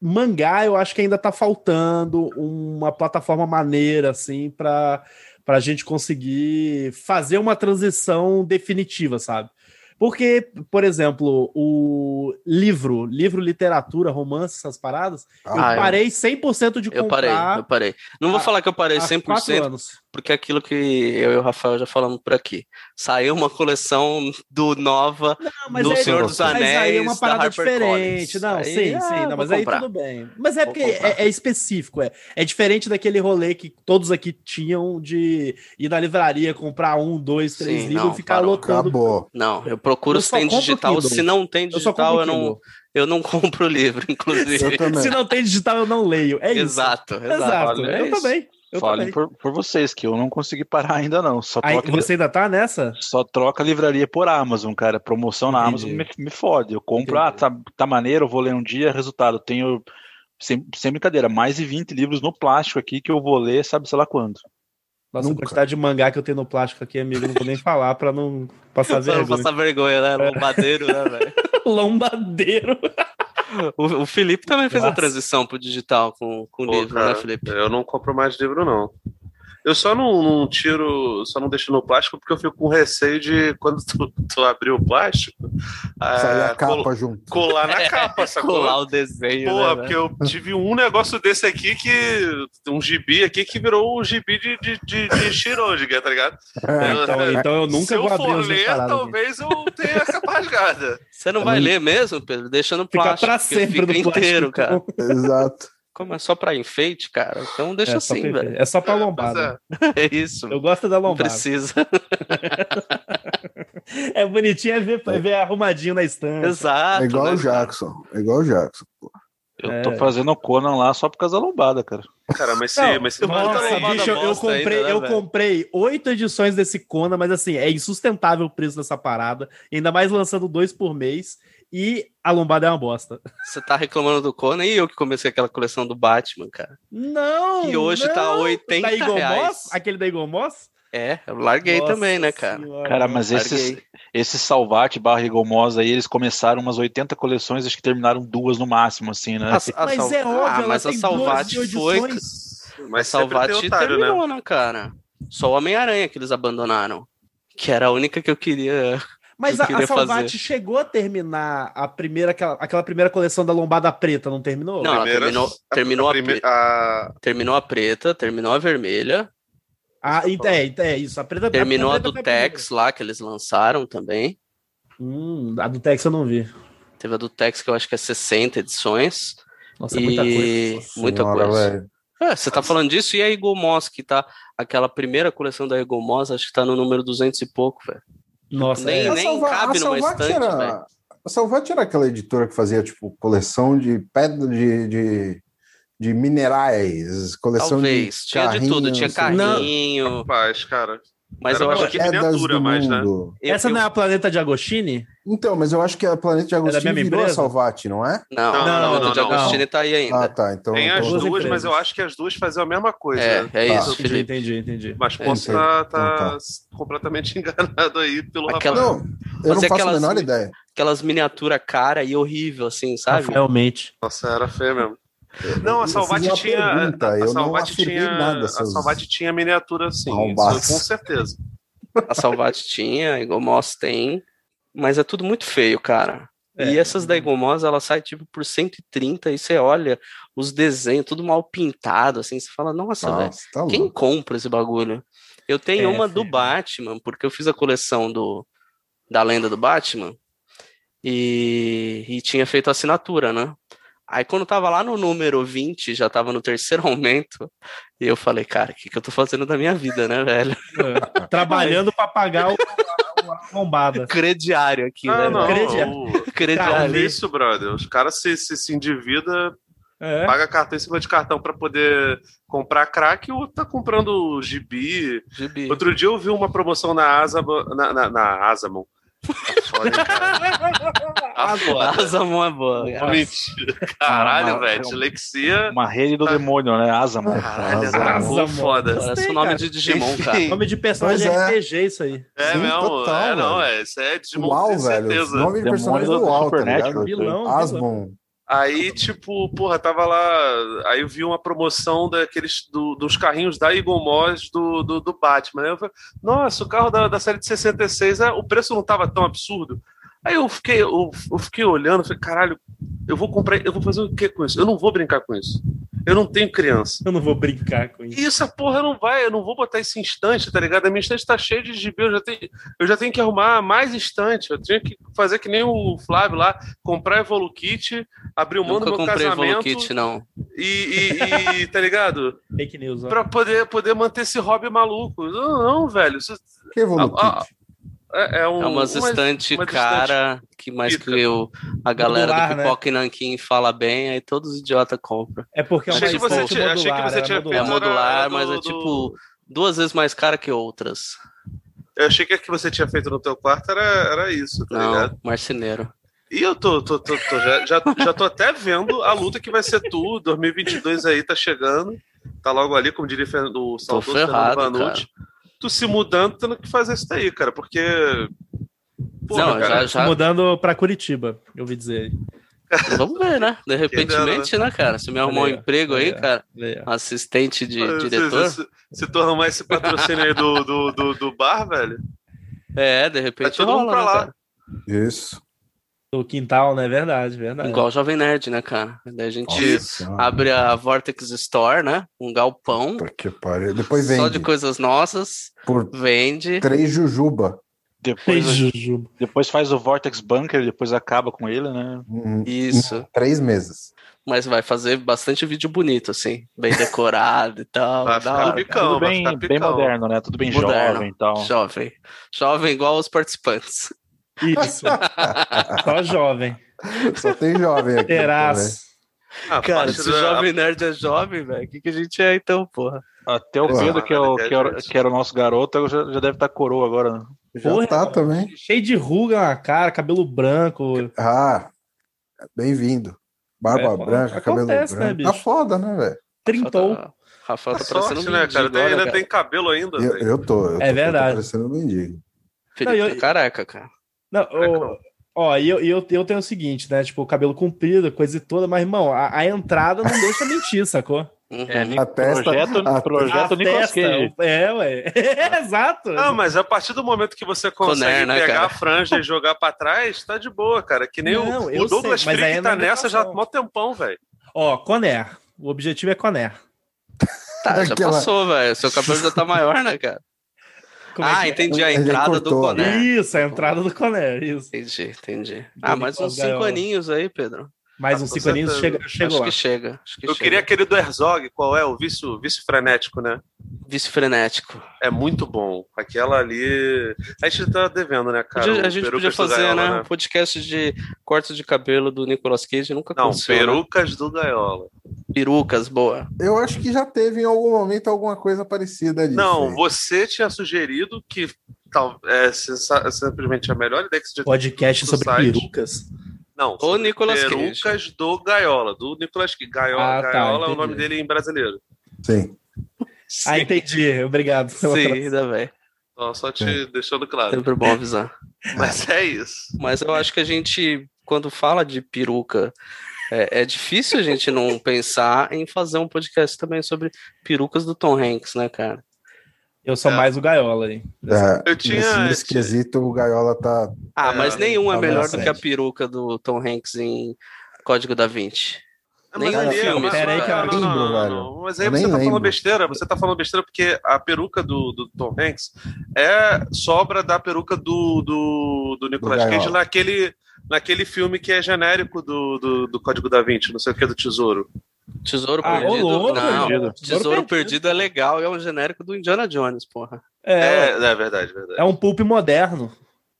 S6: mangá, eu acho que ainda tá faltando uma plataforma maneira, assim, pra, pra gente conseguir fazer uma transição definitiva, sabe? Porque, por exemplo, o livro, livro, literatura, romance, essas paradas, eu
S2: Ah, eu-
S6: parei 100% de comprar
S2: Eu parei, eu parei. Não vou
S6: há-
S2: falar que eu parei
S6: há quatro
S2: 100%,
S6: anos.
S2: porque é aquilo que eu e o Rafael já falamos por aqui. Saiu uma coleção do Nova
S6: Não, mas
S2: do
S6: aí-
S2: Senhor dos
S6: mas aí é
S2: Anéis,
S6: uma
S2: da
S6: parada
S2: HarperCollins.
S6: diferente. Não,
S2: Aí,
S6: sim,
S2: ah,
S6: sim.
S2: vou
S6: Não, mas aí
S2: comprar.
S6: tudo bem. Mas é
S2: Vou
S6: porque é,
S2: comprar.
S6: é específico, é. É diferente daquele rolê que todos aqui tinham de ir na livraria, comprar um, dois, três
S2: Sim,
S6: livros
S2: não,
S6: e ficar
S2: parou.
S6: lotando.
S5: Acabou.
S2: Não, eu procuro
S6: Eu
S2: se
S6: só
S2: tem
S6: compro o
S2: digital.
S6: Kindle.
S2: Se não tem
S6: Eu só compro
S2: digital, eu não,
S6: Kindle.
S2: eu não compro o livro,
S5: Eu
S2: inclusive.
S5: também.
S6: Se não tem digital, eu não leio. É isso.
S2: Exato, exato.
S6: Exato.
S2: Olha, é
S6: Eu
S2: isso.
S6: também. Eu
S3: Falem
S6: também.
S3: por, por vocês, que eu não consegui parar ainda, não. Só
S6: Aí,
S3: troca,
S6: você ainda tá nessa?
S3: só troca livraria por Amazon, cara. Promoção na
S6: Entendi.
S3: Amazon me, me fode. Eu compro, ah, tá, tá maneiro, eu vou ler um dia, resultado. eu Tenho, sem, sem brincadeira, mais de 20 livros no plástico aqui que eu vou ler, sabe, sei lá quando.
S6: Nossa, a
S5: Nunca.
S6: quantidade de mangá que eu tenho no plástico aqui, amigo, não vou nem falar pra não passar
S2: Pra não
S6: vergonha. É.
S2: passar vergonha, né? Lombadeiro, né, velho?
S6: Lombadeiro.
S2: O, o Felipe também fez a
S6: Nossa.
S2: transição pro digital com, com o
S4: Pô,
S2: livro,
S4: cara, é.
S2: né, Felipe?
S4: Eu não compro mais livro, não. Eu só não, não tiro, só não deixo no plástico porque eu fico com receio de quando tu, tu abrir o plástico, ah,
S2: É,
S5: Saiu a capa
S4: col-
S5: junto.
S4: colar na capa, sacou?
S2: Colar o desenho,
S4: Pô,
S2: né,
S4: porque eu tive um negócio desse aqui que. Um gibi aqui que virou um gibi de, de, de, de Shirojiga, tá ligado?
S5: É,
S6: Então,
S2: né?
S6: então eu
S4: Se
S6: nunca
S4: eu
S6: vou abrir
S4: for
S6: os meus
S4: ler,
S6: paradas aqui.
S4: talvez eu tenha essa rasgada.
S2: velho? Você não vai ler mesmo, Pedro? Deixa no
S6: É Fica
S2: plástico,
S6: pra
S2: porque
S6: sempre
S2: fica
S6: no plástico.
S2: inteiro, cara.
S6: então.
S5: Exato.
S2: Como é só pra enfeite, cara? Então deixa
S6: É, só
S2: assim,
S6: pra-
S2: velho.
S6: É só pra
S4: É,
S6: lombada.
S4: mas
S2: É isso.
S6: Eu gosto da
S2: Não
S6: lombada.
S2: precisa.
S6: É bonitinho é ver, é ver arrumadinho na estante.
S2: Exato.
S5: É igual
S2: né,
S5: o
S2: cara?
S5: Jackson. É igual o Jackson.
S3: Eu
S6: É.
S3: tô fazendo o Conan lá só por causa da lombada, cara.
S4: é. Cara, mas se.
S6: Não,
S4: mas se tá
S2: manda
S6: Nossa,
S2: lombada
S6: bicho, eu, eu
S2: bosta
S6: comprei,
S2: ainda, né,
S6: eu
S2: velho?
S6: comprei oito edições desse Kona, mas assim, é insustentável o preço dessa parada, ainda mais lançando dois por mês, e a lombada é uma bosta.
S2: Você tá reclamando do Conan e eu que comecei aquela coleção do Batman, cara.
S6: Não!
S2: Que hoje tá
S6: não!
S2: 80
S6: Da Eagle
S2: reais.
S6: Moss? Aquele da Eagle Moss?
S2: É, eu larguei
S6: Nossa
S2: também, né, cara?
S6: senhora.
S3: Cara, mas esses,
S2: Larguei.
S3: esses Salvati barra Rigomosa aí, eles começaram umas 80 coleções, acho que terminaram duas no máximo, assim, né?
S2: A- a
S6: Mas
S2: Sal-
S6: é óbvio,
S2: Ah,
S6: ela
S2: mas a
S6: tem
S2: Salvati
S6: 12
S2: foi.
S6: edições.
S4: Mas
S2: a Salvati
S4: sempre tem otário, né?
S2: terminou, né, cara? Só o Homem-Aranha que eles abandonaram. Que era a única que eu queria.
S6: Mas
S2: Eu
S6: a,
S2: queria
S6: a Salvati
S2: fazer.
S6: chegou a terminar a primeira, aquela, aquela primeira coleção da Lombada Preta, não terminou?
S2: Não, ela
S4: Primeira-
S2: terminou, terminou, a
S4: prime-
S2: pre-
S4: a-
S2: terminou a preta, terminou a vermelha,
S6: Ah, ent- é, ent- é isso. A preta a
S2: terminou a
S6: preta tá
S2: do
S6: foi
S2: Tex lá, que eles lançaram também.
S6: primeira. Hum, a do Tex eu não vi.
S2: Teve a do Tex, que eu acho que é 60 edições.
S6: Nossa, é
S2: e
S6: muita coisa.
S2: muita
S5: Senhora,
S2: coisa.
S5: velho.
S2: É, você tá falando disso e a Eagle Moss, que tá. Aquela primeira coleção da Eagle Moss, acho que tá no número 200 e pouco, velho.
S6: Nossa,
S2: nem-
S6: é.
S5: A
S2: nem
S5: Salva-
S2: cabe numa
S5: a Salvati
S2: estante,
S5: era-
S2: velho.
S5: A Salvati era aquela editora que fazia, tipo, coleção de pedra de, de, de minerais, coleção
S2: Talvez.
S5: de. né?
S2: Tinha de tudo, tinha
S5: carrinho.
S2: carrinho.
S4: Rapaz, cara.
S2: Mas
S4: Era
S2: eu acho
S4: uma
S2: que.
S4: de
S5: pedras
S4: miniatura,
S5: do
S4: mas, né?
S5: mundo.
S2: eu-
S6: Essa
S2: eu-
S6: não é a Planeta de Agostini?
S5: Então, mas eu acho que a Planeta de
S6: da
S5: Agostinho
S6: mesma
S5: virou a
S6: empresa?
S5: Salvati, não é?
S2: Não, não,
S4: Não, não,
S2: o
S4: não,
S2: de
S4: não.
S2: Agostini tá aí
S5: Ah,
S2: ainda.
S5: tá. Então.
S4: Tem as
S5: então-
S4: duas,
S6: Duas
S4: mas
S6: empresas.
S4: eu acho que as duas faziam a mesma coisa.
S2: É,
S4: né?
S2: é
S5: Tá.
S2: isso,
S6: Entendi,
S2: Felipe.
S6: entendi, entendi.
S4: Mas posso
S5: Entendi.
S4: estar tá,
S5: É Então
S4: completamente enganado aí pelo
S2: Aquela-
S4: rapaz.
S5: Não, eu não
S2: Fazia
S5: faço a
S2: é aquelas-
S5: menor ideia.
S2: Aquelas miniatura cara e horrível, assim, sabe?
S6: Realmente.
S4: Nossa, era feia mesmo. Não, a
S5: Eu fiz
S4: Salvati
S5: uma
S4: tinha. a-
S5: pergunta,
S4: a
S5: eu não
S4: Salvati
S5: afirmei
S4: tinha.
S5: nada,
S4: a
S5: seus
S4: Salvati tinha miniatura, sim. isso
S5: arrombados.
S4: com certeza.
S2: A Salvati tinha, a Egomos tem, mas é tudo muito feio, cara.
S5: É.
S2: E essas da Egomos, ela sai tipo por 130 e você olha os desenhos, tudo mal pintado, assim, você fala, nossa, velho,
S5: Nossa, tá
S2: quem
S5: louco.
S2: compra esse bagulho? Eu tenho
S6: É,
S2: uma do
S6: filho.
S2: Batman, porque eu fiz a coleção do da lenda do Batman e, e tinha feito a assinatura, né? Aí quando tava lá no número 20, já tava no terceiro aumento, e eu falei, cara, o que, que eu tô fazendo da minha vida, né, velho?
S6: É. Trabalhando pra pagar o, a bombada.
S2: Crediário aqui, né?
S4: Ah,
S2: velho?
S4: não.
S6: Acredito.
S4: o-
S6: Cara,
S4: É
S2: Crediário.
S4: isso, brother. Os caras se, se, se endivida,
S6: É.
S4: paga cartão em cima de cartão pra poder comprar crack e o outro tá comprando gibi.
S2: Gibi.
S4: Outro dia eu vi uma promoção na Asa na, na, na Asamon. Tá foda, hein, cara? Tá foda.
S2: Asa mão é boa. cara.
S4: Mentira. Caralho,
S3: Uma-
S4: velho. Dislexia.
S3: Uma rede do demônio, né? Asa, mano.
S6: Ah.
S4: Caralho,
S5: Asa-
S4: travou
S6: Asa-
S4: foda.
S2: Parece
S6: Gostei,
S2: é o nome
S6: cara.
S2: de Digimon, cara.
S6: Nome de personagem
S5: Pois é.
S6: RPG, isso aí.
S4: É
S5: Sim,
S4: mesmo,
S5: total,
S4: é não,
S5: velho.
S4: é, isso é Digimon,
S5: Uau,
S4: com
S5: velho. O
S4: certeza.
S5: nome de
S3: Demônio
S5: personagem
S3: do
S5: do Uau, tá
S3: Supernatural,
S5: ligado?
S6: vilão, né,
S5: Asmon.
S4: Aí, tipo, porra, tava lá. Aí eu vi uma promoção daqueles do- dos carrinhos da Eagle Moss do, do, do Batman. Aí eu falei, nossa, o carro da, da série de 66, é, o preço não tava tão absurdo. Aí eu fiquei, eu, eu fiquei olhando, falei, caralho, eu vou comprar, eu vou fazer o que com isso? Eu não vou brincar com isso. Eu não tenho criança.
S6: Eu não vou brincar com isso.
S4: E essa porra não vai, eu não vou botar esse instante, tá ligado? A minha estante tá cheia de gibi, eu já tenho, eu já tenho que arrumar mais instante. Eu tenho que fazer que nem o Flávio lá, comprar Evolukit, abrir o mão do
S2: Nunca
S4: meu
S2: comprei
S4: casamento
S2: Evolukit, não.
S4: e, e- e, tá ligado?
S6: Fake news, ó.
S4: Pra poder, poder manter esse hobby maluco. Não, não velho. Isso
S5: Que evoluiu.
S4: Ah, ah, é, é um.
S2: É umas
S4: uma-
S2: estante
S4: umas
S2: cara, que mais
S4: pica.
S2: que eu, a galera
S6: Modular, né?
S2: do Pipoca e Nanquim fala bem, aí todos os idiotas compram.
S6: É porque é uma
S4: Achei que você
S6: estante
S4: tinha- achei que
S6: modular,
S4: você
S6: era
S4: tinha
S2: É
S6: modular.
S4: Mas era- era
S2: modular,
S4: do-
S2: mas é
S4: do-
S2: tipo duas vezes mais cara que outras.
S4: Eu achei que o que você tinha feito no teu quarto era, era isso, tá ligado?
S2: Não, marceneiro.
S4: E eu tô, tô, tô, tô- já, já, já tô até vendo a luta que vai ser tu. 2022 aí tá chegando. Tá logo ali, como diria o Fernando- o saudoso
S2: ferrado,
S4: Fernando Vanucci. Tu se mudando, tendo que fazer isso daí, cara, porque. Porra,
S2: não, já,
S4: cara,
S2: já.
S6: Mudando pra Curitiba, eu ouvi dizer.
S2: Vamos ver, né? De repente,
S4: dera,
S2: né, cara? Se me arrumar um
S6: Olha aí,
S2: emprego aí,
S6: olha aí.
S2: cara,
S6: Leia.
S2: assistente de
S4: se-
S2: diretor.
S4: Se, se tu arrumar esse patrocínio aí do, do, do, do bar, velho.
S2: É, de repente
S4: assim, tá todo
S2: rola,
S4: mundo pra
S2: né,
S4: lá.
S2: cara?
S5: Isso.
S6: Do quintal, né? Verdade, verdade.
S2: Igual o Jovem Nerd, né, cara? Daí a gente
S5: Nossa Senhora,
S2: abre a Vortex Store, né? Um galpão
S5: puta que pariu. Depois
S2: só
S5: vende
S2: de coisas nossas,
S5: por
S2: vende.
S5: três Jujuba.
S6: Fez
S3: Depois,
S6: jujuba.
S3: depois faz o Vortex Bunker, depois acaba com ele, né?
S5: Hum,
S2: Isso.
S5: Três meses.
S2: Mas vai fazer bastante vídeo bonito, assim, bem decorado e tal.
S4: Vai
S2: da
S4: ficar
S2: hora, cara.
S3: Tudo
S4: bicão, Não, vai
S3: bem,
S4: ficar
S3: bem
S4: picão.
S3: moderno, né? Tudo bem
S2: Moderno.
S3: jovem e tal.
S2: Jovem. Jovem igual os participantes.
S6: Isso. Só jovem.
S5: Só tem jovem aqui. tá
S6: Terás.
S4: Ah,
S2: Cara,
S4: parte
S2: se o
S4: da-
S2: Jovem Nerd é jovem, velho, o que, que a gente é então, porra?
S3: Até o
S5: Porra,
S3: Pedro, que, é o, que, era,
S4: gente.
S3: que era o nosso garoto, já, já deve estar coroa agora. né?
S5: Já
S6: Porra.
S5: tá também.
S6: Cheio de ruga na cara, cabelo branco.
S5: Ah, bem-vindo. Barba
S6: É, pô,
S5: branca, cabelo
S6: acontece, né,
S5: branco.
S6: bicho?
S5: tá foda, né, velho?
S6: Trintou.
S2: Rafael tá- Rafael tá
S4: a sorte,
S2: parecendo um
S4: né,
S2: mendigo,
S4: cara? Tem,
S2: olha,
S4: ainda
S2: cara.
S4: tem cabelo ainda,
S5: Eu,
S4: velho.
S5: eu tô. Eu tô- eu tô
S6: É verdade.
S5: parecendo um mendigo.
S2: Felipe
S6: Não,
S2: tá
S6: eu-
S2: careca, cara.
S6: Não, ô, ó, e eu, e eu, eu tenho o seguinte, né? Tipo, cabelo comprido, coisa e toda, mas, irmão, a, a entrada não deixa mentir, sacou?
S2: Uhum.
S3: É,
S5: A testa-
S3: projeto,
S5: a-
S3: projeto
S6: A
S3: Nicolas
S6: testa,
S3: Cage.
S6: o- É, ué. Exato.
S4: Ah, mas a partir do momento que você consegue
S2: Conner, né,
S4: pegar
S2: cara?
S4: a franja e jogar pra trás, tá de boa, cara. Que nem o-
S6: Não,
S4: o,
S6: eu
S4: Douglas
S6: sei, mas aí
S4: Freak
S6: é
S4: tá
S6: na
S4: nessa já há
S6: educação.
S4: mó tempão, velho.
S6: Ó, Conair. O objetivo é Conair.
S2: Tá, já
S5: Aquela-
S2: passou, velho. Seu cabelo já tá maior, né, cara?
S6: Como é
S2: ah,
S6: que é?
S2: entendi. A
S5: Ele
S2: entrada do
S5: cortou,
S2: Coné.
S6: Isso, a entrada do Conair, isso.
S2: Entendi, entendi. Ah, mais
S6: Nicolas
S2: uns cinco
S6: Gaiola.
S2: aninhos aí, Pedro.
S6: Mais
S4: Ah,
S6: uns
S4: com
S6: cinco aninhos
S4: certeza.
S6: chega, chegou
S2: acho
S6: lá.
S2: que chega. Acho que
S4: Eu
S2: chega.
S4: queria aquele do Herzog, qual é? O vício, vício frenético, né?
S2: Vice frenético.
S4: É muito bom. Aquela ali. A gente tá devendo, né, cara?
S2: Podia- a
S4: O
S2: gente podia
S4: Perucas do
S2: fazer,
S4: Gaiola,
S2: né? Um podcast de cortes de cabelo do Nicolas Cage. Nunca
S4: Não,
S2: aconteceu. né?
S4: perucas do Gaiola.
S2: Perucas, boa.
S5: Eu acho que já teve em algum momento alguma coisa parecida disso.
S4: Não,
S5: aí.
S4: você tinha sugerido que tal, é sensa- simplesmente a melhor ideia que você já
S6: Podcast
S4: do
S6: sobre
S4: site.
S6: perucas.
S4: Não,
S2: Ou Nicolas Cage.
S4: perucas do Gaiola. Do Nicolas Cage. Gaiola,
S6: Ah, tá,
S4: Gaiola é o
S6: entendi.
S4: nome dele em brasileiro.
S5: Sim.
S6: Ah, entendi. Obrigado.
S2: Sim, ainda bem.
S4: Então, só te
S5: É.
S4: deixando claro.
S2: Sempre bom avisar.
S4: Mas é isso.
S2: Mas eu acho que a gente, quando fala de peruca, é, é difícil a gente não pensar em fazer um podcast também sobre perucas do Tom Hanks, né, cara?
S6: Eu sou
S4: É.
S6: mais o Gaiola, hein?
S5: É,
S4: Eu tinha-
S5: nesse, nesse quesito, o Gaiola tá.
S2: Ah,
S4: É,
S2: mas nenhum é
S5: tá
S2: melhor
S5: na
S2: do que a
S5: sede.
S2: peruca do Tom Hanks em Código da Vinci. Nem
S4: Mas ali
S5: eu
S4: é
S5: lembro,
S4: uma-
S6: pera aí que eu
S4: não, não,
S5: lembro,
S4: não, não,
S5: velho.
S4: não. Mas aí
S5: Eu
S4: você tá
S5: nem
S4: falando
S5: lembro.
S4: besteira. Você tá falando besteira porque a peruca do, do Tom Hanks é sobra da peruca do, do, do Nicolas
S5: Gaiola.
S4: Cage naquele, naquele filme que é genérico do, do, do Código da Vinci, não sei o que, do Tesouro.
S2: Tesouro
S6: Ah, ô,
S2: Perdido.
S6: louco,
S2: não,
S6: perdido.
S2: Tesouro
S6: Tesouro
S2: perdido é legal, é um genérico do Indiana Jones, porra.
S6: É,
S4: É, é verdade, verdade.
S6: é um pulp moderno.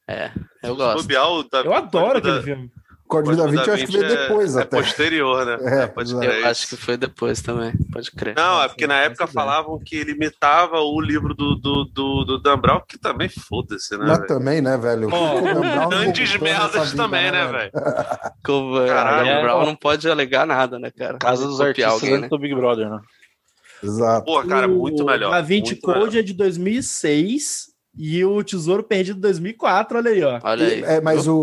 S2: É, Eu
S4: Se
S2: gosto.
S4: bobear, o da-
S6: Eu adoro
S4: o da-
S6: aquele filme.
S5: O Código da Vinci eu acho que veio
S4: é-
S5: depois
S4: é
S5: até.
S4: posterior, né?
S5: É,
S4: pode
S5: exato.
S4: crer.
S2: Eu acho que foi depois também, pode crer.
S4: Não, é porque na
S6: Nossa,
S4: época
S6: nossa ideia.
S4: falavam que ele imitava o livro do, do, do, do Dan Brown, que também foda-se, né?
S5: Mas
S4: velho?
S5: também, né, velho?
S6: Ó,
S5: O Dan Brown
S4: Dantes
S5: voltou nessa
S4: merdas
S5: vida,
S4: também, né, velho?
S2: Como, é,
S4: Caralho,
S2: Dan
S3: é,
S2: Brown
S3: ó.
S2: não pode alegar nada, né, cara?
S3: Casa dos
S2: Copiar
S3: artistas
S2: alguém, né?
S3: do Big Brother, né?
S5: Exato.
S4: Pô, cara, muito
S6: O
S4: melhor.
S6: Da Vinci
S4: muito melhor.
S6: Code é de 2006 e o Tesouro Perdido é 2004, olha aí, ó.
S2: Olha aí.
S5: É, mas o,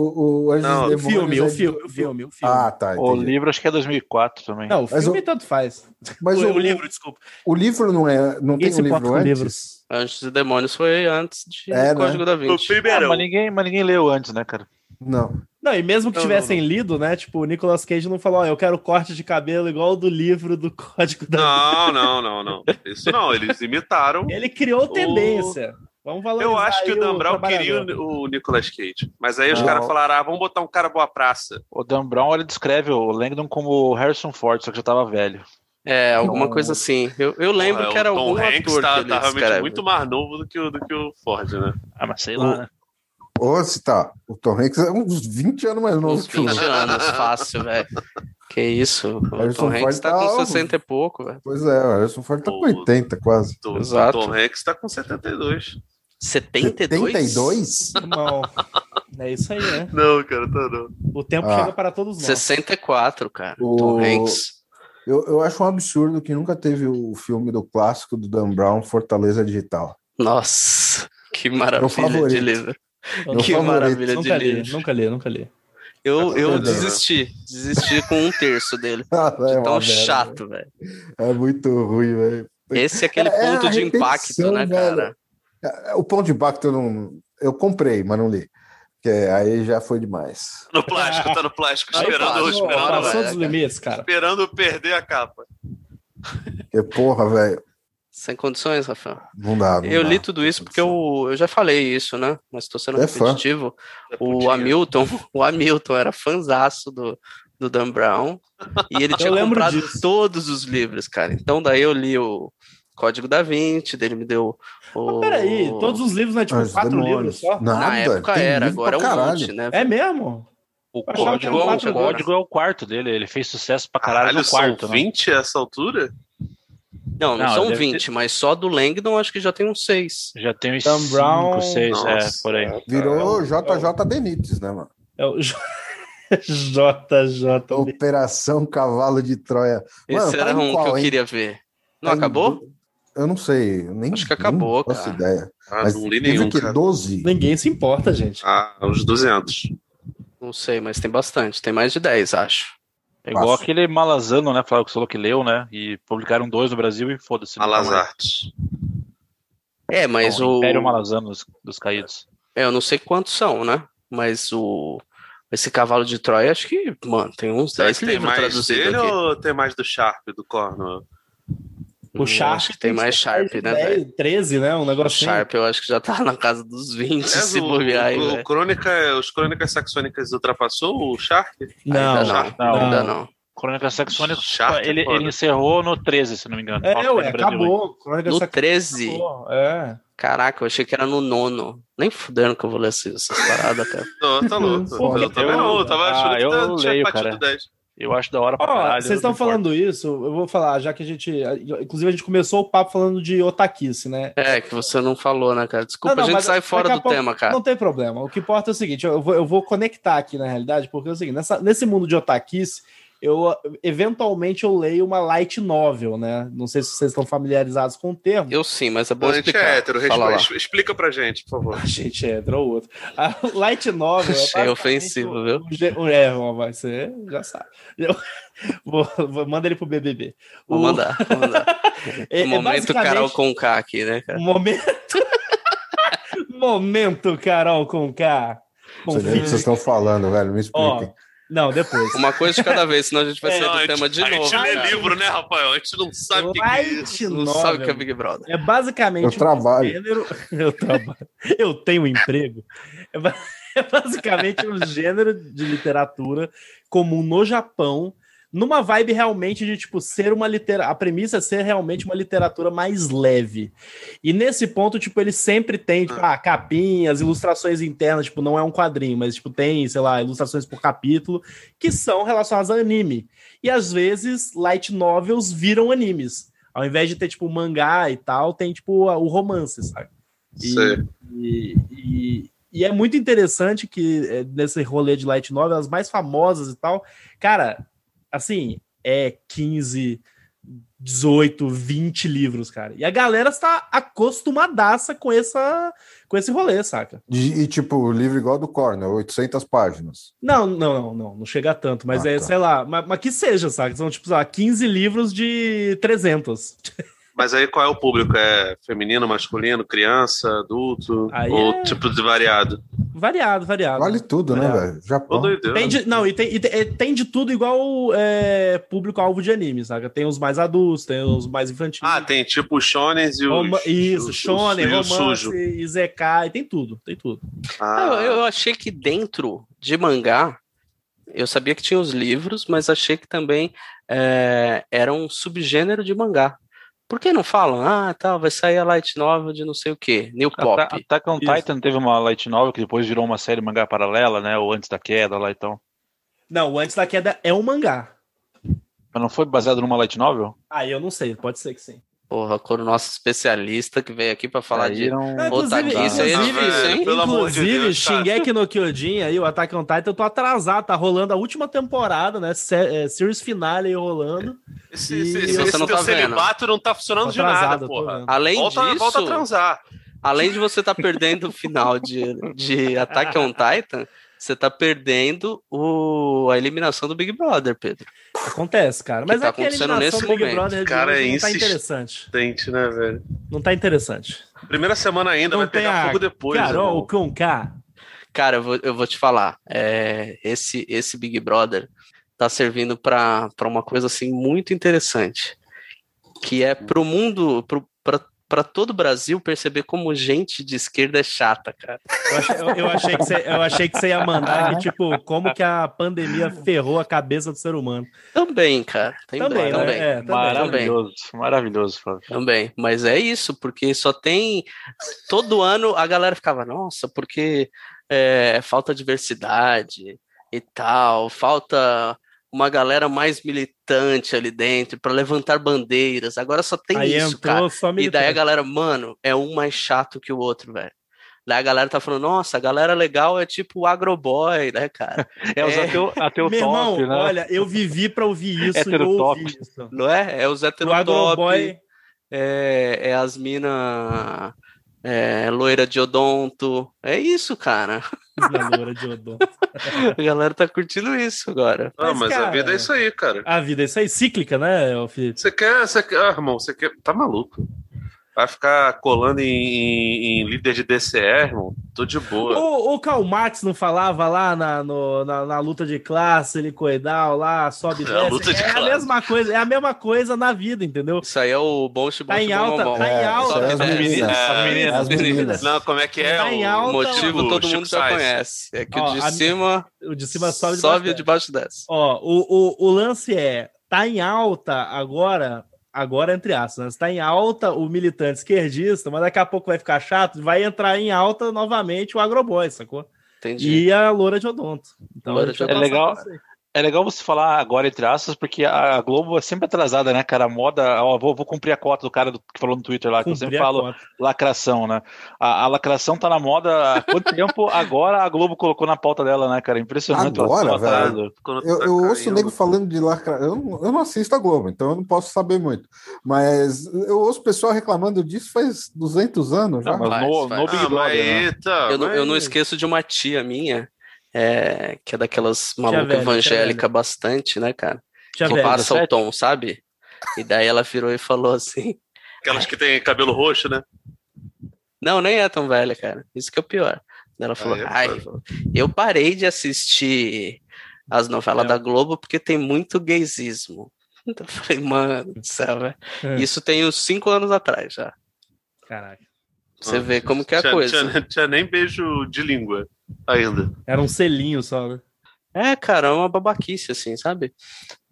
S5: o Anjos
S4: Não,
S5: e
S6: O
S4: o
S5: Demônios
S6: filme,
S5: é
S6: o
S5: de-
S6: filme, o filme, o filme.
S5: Ah, tá.
S3: O
S5: entendi.
S3: livro acho que é 2004 também. Ah,
S6: Não, o
S5: Mas
S6: filme
S5: o-
S6: tanto faz.
S5: Mas
S6: o,
S5: o,
S6: o livro, desculpa.
S5: o livro não é. Não tem
S6: Esse
S5: um livro
S6: com
S5: antes?
S6: livros.
S2: Anjos e Demônios foi antes de
S5: É, né?
S2: Código da
S4: O
S2: Vinci.
S3: Ah,
S4: primeiro.
S3: mas, ninguém, mas ninguém leu antes, né, cara?
S5: Não.
S6: Não, e mesmo que
S4: Não,
S6: tivessem lido, né? Tipo, o Nicolas Cage não falou, ó, eu quero corte de cabelo igual o do livro do Código da
S4: Não, não, não, não. Isso não, eles imitaram.
S6: Ele criou tendência. Vamos valorizar.
S4: Eu acho que o
S6: aí
S4: Dan Brown
S6: trabalhador.
S4: queria o, o Nicolas Cage. Mas aí os
S5: Não.
S4: caras falaram: ah, vamos botar um cara boa praça.
S3: O Dan Brown, ele descreve o Langdon como o Harrison Ford, só que já tava velho.
S2: É, alguma
S5: Não.
S2: coisa assim. Eu, eu lembro
S4: Porra, é
S2: que era
S4: o Tom
S2: algum
S4: Hanks
S2: ator que
S4: tá, tá
S2: ele
S4: realmente
S2: escreve.
S4: muito mais novo do que, o, do que o Ford, né?
S3: Ah, mas sei
S5: O-
S3: lá, né?
S5: Ou se tá. O Tom Hanks é uns 20 anos mais novo
S2: Uns
S5: que o
S2: 20 anos, fácil, velho. Que isso? O
S5: Harrison
S2: Tom Hanks
S5: Ford
S2: tá
S5: tá
S2: com
S5: alvo.
S2: 60 e pouco, velho.
S5: Pois é, o Harrison Ford tá com
S4: O-
S5: 80 quase.
S4: Do,
S2: Exato.
S4: O Tom Hanks tá com 72.
S2: 72?
S5: 72?
S6: Irmão, é isso aí, né?
S4: Não, cara, tá não.
S6: O tempo
S5: Ah.
S6: chega para todos nós.
S2: 64, cara.
S5: O-
S2: Tom Hanks.
S5: Eu, eu acho um absurdo que nunca teve o filme do clássico do Dan Brown, Fortaleza Digital.
S2: Nossa, que maravilha de
S5: favorito.
S2: livro.
S6: Meu
S2: que
S5: favorito.
S2: maravilha de
S6: Nunca li,
S2: livro.
S6: nunca li, nunca li.
S5: Tá
S2: Eu, eu
S5: Não.
S2: desisti. Desisti com um terço dele.
S5: Ah,
S2: De
S5: é uma
S2: tão
S5: merda.
S2: chato, velho.
S5: É muito ruim, velho.
S2: Esse é aquele
S5: É, é a
S2: ponto de impacto,
S5: repetição,
S2: né, cara?
S5: velho. É, O ponto de impacto eu não. Eu comprei, mas não li. Porque aí já foi demais.
S4: No plástico, tá no plástico,
S2: Aí
S4: esperando,
S2: passou,
S4: esperando,
S2: passou
S4: velho.
S6: Passou dos limites, cara.
S4: esperando perder a capa.
S5: Porque, porra, velho,
S2: Sem condições, Rafael.
S5: não
S6: Tá
S5: dá. não
S2: Eu
S5: dá.
S6: né?
S2: li tudo isso porque eu, eu já falei isso, né? Mas tô sendo
S5: É fã.
S2: repetitivo. O Hamilton, o Hamilton era fanzaço do, do Dan Brown. E ele tinha
S6: lembro
S2: comprado
S6: disso.
S2: todos os livros, cara. Então daí eu li o Código da Vinci, dele me deu o.
S6: Mas peraí, todos os livros não é tipo
S5: Anjos e
S6: quatro
S5: Demônios.
S6: livros só?
S5: Nada,
S2: Na época
S5: tem
S2: era,
S5: livro
S2: agora é
S5: pra
S2: um
S5: caralho.
S2: monte, né?
S6: É mesmo?
S3: O
S6: Eu achava que era
S3: código, é o-
S6: quatro
S3: o
S6: agora.
S3: código é o quarto dele, ele fez sucesso pra caralho
S4: Caralho,
S3: no quarto,
S4: são
S3: né?
S4: 20 a essa altura?
S2: Não, não,
S3: Não,
S2: são
S3: deve ter-
S2: 20, mas só do Langdon acho que já tem uns seis.
S3: Já tem uns
S6: Dan Brown-
S3: 5, 6, é,
S4: Nossa.
S3: por aí.
S2: um-
S5: Virou JJ Benítez, né, mano?
S6: É o J- JJ.
S5: Operação Cavalo de Troia. Mano,
S2: Esse
S5: tá
S2: era
S5: em
S2: um que
S5: qual,
S2: eu
S5: hein?
S2: queria ver. Não
S5: Tá em-
S2: acabou?
S5: Eu não sei. eu nem,
S2: Acho que acabou,
S5: nem faço
S2: cara.
S5: ideia.
S4: Ah,
S5: Mas
S4: não li
S5: teve
S4: nenhum,
S5: que
S4: cara.
S5: 12?
S6: Ninguém se importa, gente.
S4: Ah, uns 200.
S2: Não sei, mas tem bastante. Tem mais de 10, acho.
S3: É igual
S5: Fácil.
S3: aquele Malazano, né? Falou que falou que leu, né? E publicaram dois no Brasil e foda-se. né? nunca mais.
S4: Malazarte.
S2: É, mas
S3: Não,
S2: o.
S3: Então, Império Malazano dos, dos Caídos.
S2: É, eu não sei quantos são, né? Mas o. Esse cavalo de Troia, acho que, mano, tem uns
S4: Será
S2: 10
S4: que tem
S2: livros
S4: mais
S2: traduzidos
S4: dele
S2: aqui.
S4: ou tem mais do Sharp, do Corno?
S6: O Sharp.
S2: acho que tem mais Sharp, né,
S6: 10,
S2: velho?
S6: 13, né? Um
S2: O
S6: negócio
S2: Sharp eu acho que já tá na casa dos 20,
S4: Aliás,
S2: se
S4: o-
S2: bobear aí,
S4: o,
S2: velho.
S4: o Crônica, os Crônicas Saxônicas ultrapassou o Shark?
S6: Não,
S2: ainda não,
S3: não.
S2: ainda não.
S3: Crônica Saxônica,
S4: Chato,
S3: ele,
S4: foda.
S3: ele encerrou no 13, se não me engano.
S6: É,
S3: Falta
S6: ué,
S3: no Brasil, hein?
S6: acabou. Crônica
S2: No
S6: Sax-
S2: 13,
S6: acabou, É.
S2: caraca, eu achei que era no nono. Nem fudendo que eu vou ler essas essas paradas, cara.
S4: Não, tá louco.
S5: Porra,
S4: eu também
S3: eu-
S4: não, eu tava achando
S3: Ah,
S4: que
S3: eu
S4: tá- tinha
S3: leio,
S4: batido
S3: cara.
S4: 10.
S3: Eu acho da hora pra
S6: Ó,
S3: caralho.
S6: vocês estão falando isso, eu vou falar, já que a gente. Inclusive, a gente começou o papo falando de otaquice, né?
S2: É, que você não falou, né, cara? Desculpa,
S6: Não, não,
S2: a gente
S6: mas
S2: sai
S6: daqui
S2: fora
S6: a
S2: do
S6: pouco-
S2: tema, cara.
S6: Não tem problema. O que importa é o seguinte: eu vou, eu vou conectar aqui na realidade, porque é o seguinte: nessa- nesse mundo de otaquice, eu eventualmente eu leio uma light novel, né? Não sei se vocês estão familiarizados com o termo.
S2: Eu sim, mas é bom
S4: A gente
S2: explicar.
S4: é hétero,
S2: Fala
S4: responde-
S2: lá.
S4: es- explica pra gente, por favor.
S6: A gente é entrou outro. A light novel. é
S2: Achei
S6: basicamente
S2: ofensivo,
S6: um-
S2: viu?
S6: um gê- um- É, vai ser, já sabe. Eu- vou- vou- manda ele pro BBB.
S2: Vou
S6: O-
S2: mandar, vou mandar.
S6: é- é
S2: Momento
S6: basicamente-
S2: Carol com K aqui, né, cara?
S6: Momento. Momento, Carol com K.
S5: Não sei nem o que vocês estão falando, velho. Me
S6: Ó,
S5: expliquem.
S6: não, depois.
S2: Uma coisa de cada vez, senão a gente vai
S6: É,
S2: sair
S4: Não,
S2: do
S4: a gente-
S2: tema de
S4: a
S2: novo.
S4: gente lê
S2: cara.
S4: livro, né, Rafael? A gente não sabe o que, que é isso.
S6: Light
S2: Não sabe o que é
S6: novel.
S2: Big Brother.
S6: É basicamente.
S5: Eu
S6: um
S5: trabalho.
S6: gênero- Eu trabalho. Eu tenho um emprego. É ba- É basicamente um gênero de literatura comum no Japão, numa vibe realmente de tipo ser uma literatura. A premissa é ser realmente uma literatura mais leve. E nesse ponto, tipo, ele sempre tem tipo, ah, capinhas, ilustrações internas, tipo, não é um quadrinho, mas tipo, tem, sei lá, ilustrações por capítulo, que são relacionadas a anime. E às vezes, light novels viram animes. Ao invés de ter, tipo, mangá e tal, tem, tipo, a- o romance, sabe? E,
S4: Sei.
S6: e, e- e é muito interessante que é, nesse rolê de light novel, as mais famosas e tal, cara, assim, é 15, 18, 20 livros, cara. E a galera está acostumadaça com, essa, com esse rolê, saca?
S5: E, e, tipo, livro igual do Corner, 800 páginas.
S6: Não, não, não, não, não chega a tanto, mas
S5: Ah,
S6: é,
S5: tá.
S6: sei lá, mas, mas que seja, saca? São, tipo, sei lá, 15 livros de Tipo, 300.
S4: Mas aí qual é o público? É feminino, masculino, criança, adulto?
S6: Aí
S4: ou
S6: é-
S4: tipo de variado?
S6: Variado, variado.
S5: Vale tudo, né,
S6: Legal.
S5: velho?
S4: Ô,
S5: Japão.
S4: doideira.
S6: Tem de, não, e tem, e tem- é, tem de tudo igual é, público-alvo de anime, saca? Tem os mais adultos, tem os mais infantis.
S4: Ah, tem tipo os shonens e os...
S6: Roma- isso,
S4: os-
S6: shonen,
S4: e o
S6: romance,
S4: sujo.
S6: isekai, tem tudo, tem tudo.
S2: Ah,
S4: Ah,
S2: eu, eu achei que dentro de mangá, eu sabia que tinha os livros, mas achei que também eh, era um subgênero de mangá. Por que não falam? Ah, tá, vai sair a light novel de não sei o quê, New Pop.
S3: Ata- Attack on
S6: Isso.
S3: Titan teve uma light novel que depois virou uma série mangá paralela, né? Ou Antes da Queda lá então.
S6: Não, o Antes da Queda é um mangá.
S3: Mas não foi baseado numa light novel?
S6: Aí eu não sei, pode ser que sim.
S2: Porra, com o nosso especialista que veio aqui pra falar de.
S3: Saíram-
S6: Ah,
S2: Otaku, isso aí é difícil, hein?
S4: Pelo amor de
S6: inclusive,
S4: Deus, cara.
S6: Shingeki no Kyojin aí, o Attack on Titan, eu tô atrasado, tá rolando a última temporada, né? Se- é, series finale aí rolando.
S4: Esse,
S6: E- e
S4: esse, esse,
S6: você
S4: esse
S2: não
S4: teu
S2: tá vendo?
S4: celibato não tá funcionando
S6: Tô
S4: de nada,
S6: atrasado, tô
S4: porra.
S6: vendo.
S2: Além
S4: Volta,
S2: disso,
S4: volta a transar.
S2: além de você estar perdendo o final de, de Attack on Titan, você tá perdendo o, a eliminação do Big Brother, Pedro.
S6: Acontece, cara.
S2: Que
S6: Mas
S2: tá
S6: é que a
S2: acontecendo
S6: eliminação
S2: nesse
S6: do Big
S2: momento.
S6: Brother de
S4: Cara,
S6: hoje
S4: é
S6: não tá
S4: insist-
S6: interessante.
S4: Tente, né, velho?
S6: Não tá interessante.
S4: Primeira semana ainda,
S6: Não
S4: vai pegar
S6: tem a
S4: fogo depois.
S2: é.
S6: Carol
S4: irmão. Ah,
S6: com K.
S2: Cara, eu vou, eu vou te falar, é, esse, esse Big Brother tá servindo pra pra uma coisa assim muito interessante, que é pro mundo, pro, pra, pra todo o Brasil perceber como gente de esquerda é chata, cara.
S6: Eu achei, eu- eu achei que você, eu achei que você ia mandar que, tipo, como que a pandemia ferrou a cabeça do ser humano.
S2: Também, cara. Tem-
S6: Também, né?
S2: também.
S6: É, também.
S3: Maravilhoso, maravilhoso, Flávio.
S2: Também, mas é isso, porque só tem. Todo ano a galera ficava, nossa, porque é, falta diversidade e tal, falta uma galera mais militante ali dentro para levantar bandeiras. Agora só tem
S6: Aí
S2: isso,
S6: entrou
S2: cara.
S6: só
S2: E daí a
S6: militante.
S2: galera, mano, é um mais chato que o outro, velho. Daí a galera tá falando, nossa, a galera legal é tipo o agroboy, né, cara?
S3: É, os
S2: É.
S3: ateu, ateu
S6: Meu
S3: top,
S6: irmão,
S3: né?
S6: olha, eu vivi pra ouvir isso e eu
S3: Hétero
S6: ouvi
S3: top.
S6: isso.
S2: Não é? É o Zé
S6: O
S2: Top,
S6: Agroboy,
S2: é, é as mina é, loira de odonto. É isso, cara.
S6: na loura de Odon.
S2: A galera tá curtindo isso agora.
S4: Ah,
S6: Mas,
S4: mas a
S6: cara-
S4: vida é isso aí, cara.
S6: A vida, isso aí, cíclica, né, ô Felipe?
S4: Você quer, você quer, ah, irmão, você quer. Tá maluco. Vai ficar colando em, em- em líder de DCE, irmão? Tô de boa.
S6: O, o Karl Marx não falava lá na, no- na, na luta de classe, helicoidal, lá, sobe e
S4: É a
S6: desce?
S4: luta de
S6: é a
S4: classe.
S6: mesma coisa, é a mesma coisa na vida, entendeu?
S2: Isso aí é o bom chibom
S6: Tá em
S2: chibom
S6: alta,
S2: bom, bom.
S6: tá em
S5: É,
S6: alta.
S5: isso aí é
S2: É,
S5: as meninas.
S2: é,
S5: As
S2: meninas,
S5: meninas.
S4: Não, como é que é?
S6: Tá em
S4: o
S2: O
S6: alta,
S2: motivo
S4: ó.
S2: todo
S4: Chico
S2: mundo já
S4: Sainz.
S2: conhece. É que
S6: Ó,
S2: o de
S6: a-
S2: cima
S6: O de cima sobe, de
S2: sobe
S6: baixo
S2: e o de baixo desce.
S6: Ó, o, o, o lance é, tá em alta agora, agora entre aspas, né? tá em alta o militante esquerdista, mas daqui a pouco vai ficar chato, vai entrar em alta novamente o agroboy, sacou?
S2: Entendi.
S6: E a loura de odonto. Então
S2: Loura
S6: a gente
S2: de
S6: vai
S3: Odonto. É
S6: passar
S3: legal.
S6: por isso aí.
S3: É legal você falar agora entre aspas, porque a Globo é sempre atrasada, né, cara? A moda, ó, vou, vou cumprir a cota do cara do- que falou no Twitter lá, que eu sempre
S6: Cumprir a
S3: falo
S6: cota.
S3: lacração, né? A, a lacração tá na moda há quanto tempo? Agora a Globo colocou na pauta dela, né, cara? Impressionante.
S5: Agora,
S3: ela tá
S5: velho?
S3: atrasada.
S4: Quando
S5: Eu,
S4: tá
S5: eu ouço o
S4: caindo.
S5: nego falando de lacra. Eu não, eu não assisto a Globo, então eu não posso saber muito. Mas eu ouço o pessoal reclamando disso faz 200 anos já.
S3: Não, mas
S2: Faz,
S3: no,
S2: faz.
S3: no
S4: Ah,
S3: Big
S4: mas
S3: Brother, né?
S4: eita,
S2: Eu não, eu não
S4: mas-
S2: esqueço de uma tia minha, é, que é daquelas
S6: velha,
S2: malucas
S6: tia
S2: evangélica bastante, né, cara?
S6: Tia
S2: que
S6: velha.
S2: passa o
S3: sete?
S2: tom, sabe? E daí ela virou e falou assim:
S4: Aquelas que tem cabelo roxo, né?
S2: Não, nem é tão velha, cara. Isso que é o pior. Daí Ela falou:
S4: Aí é
S2: Ai, eu parei de assistir as novelas
S6: É.
S2: da Globo porque tem muito gaysismo. Então eu falei, mano do céu, velho.
S6: É.
S2: Isso tem uns cinco anos atrás já.
S6: Caraca.
S2: Você
S4: Ah,
S2: vê como que é a
S4: Tinha-
S2: coisa.
S4: Tinha, tinha nem beijo de língua ainda.
S6: Era um selinho só, né?
S2: É, cara, é uma babaquice, assim, sabe?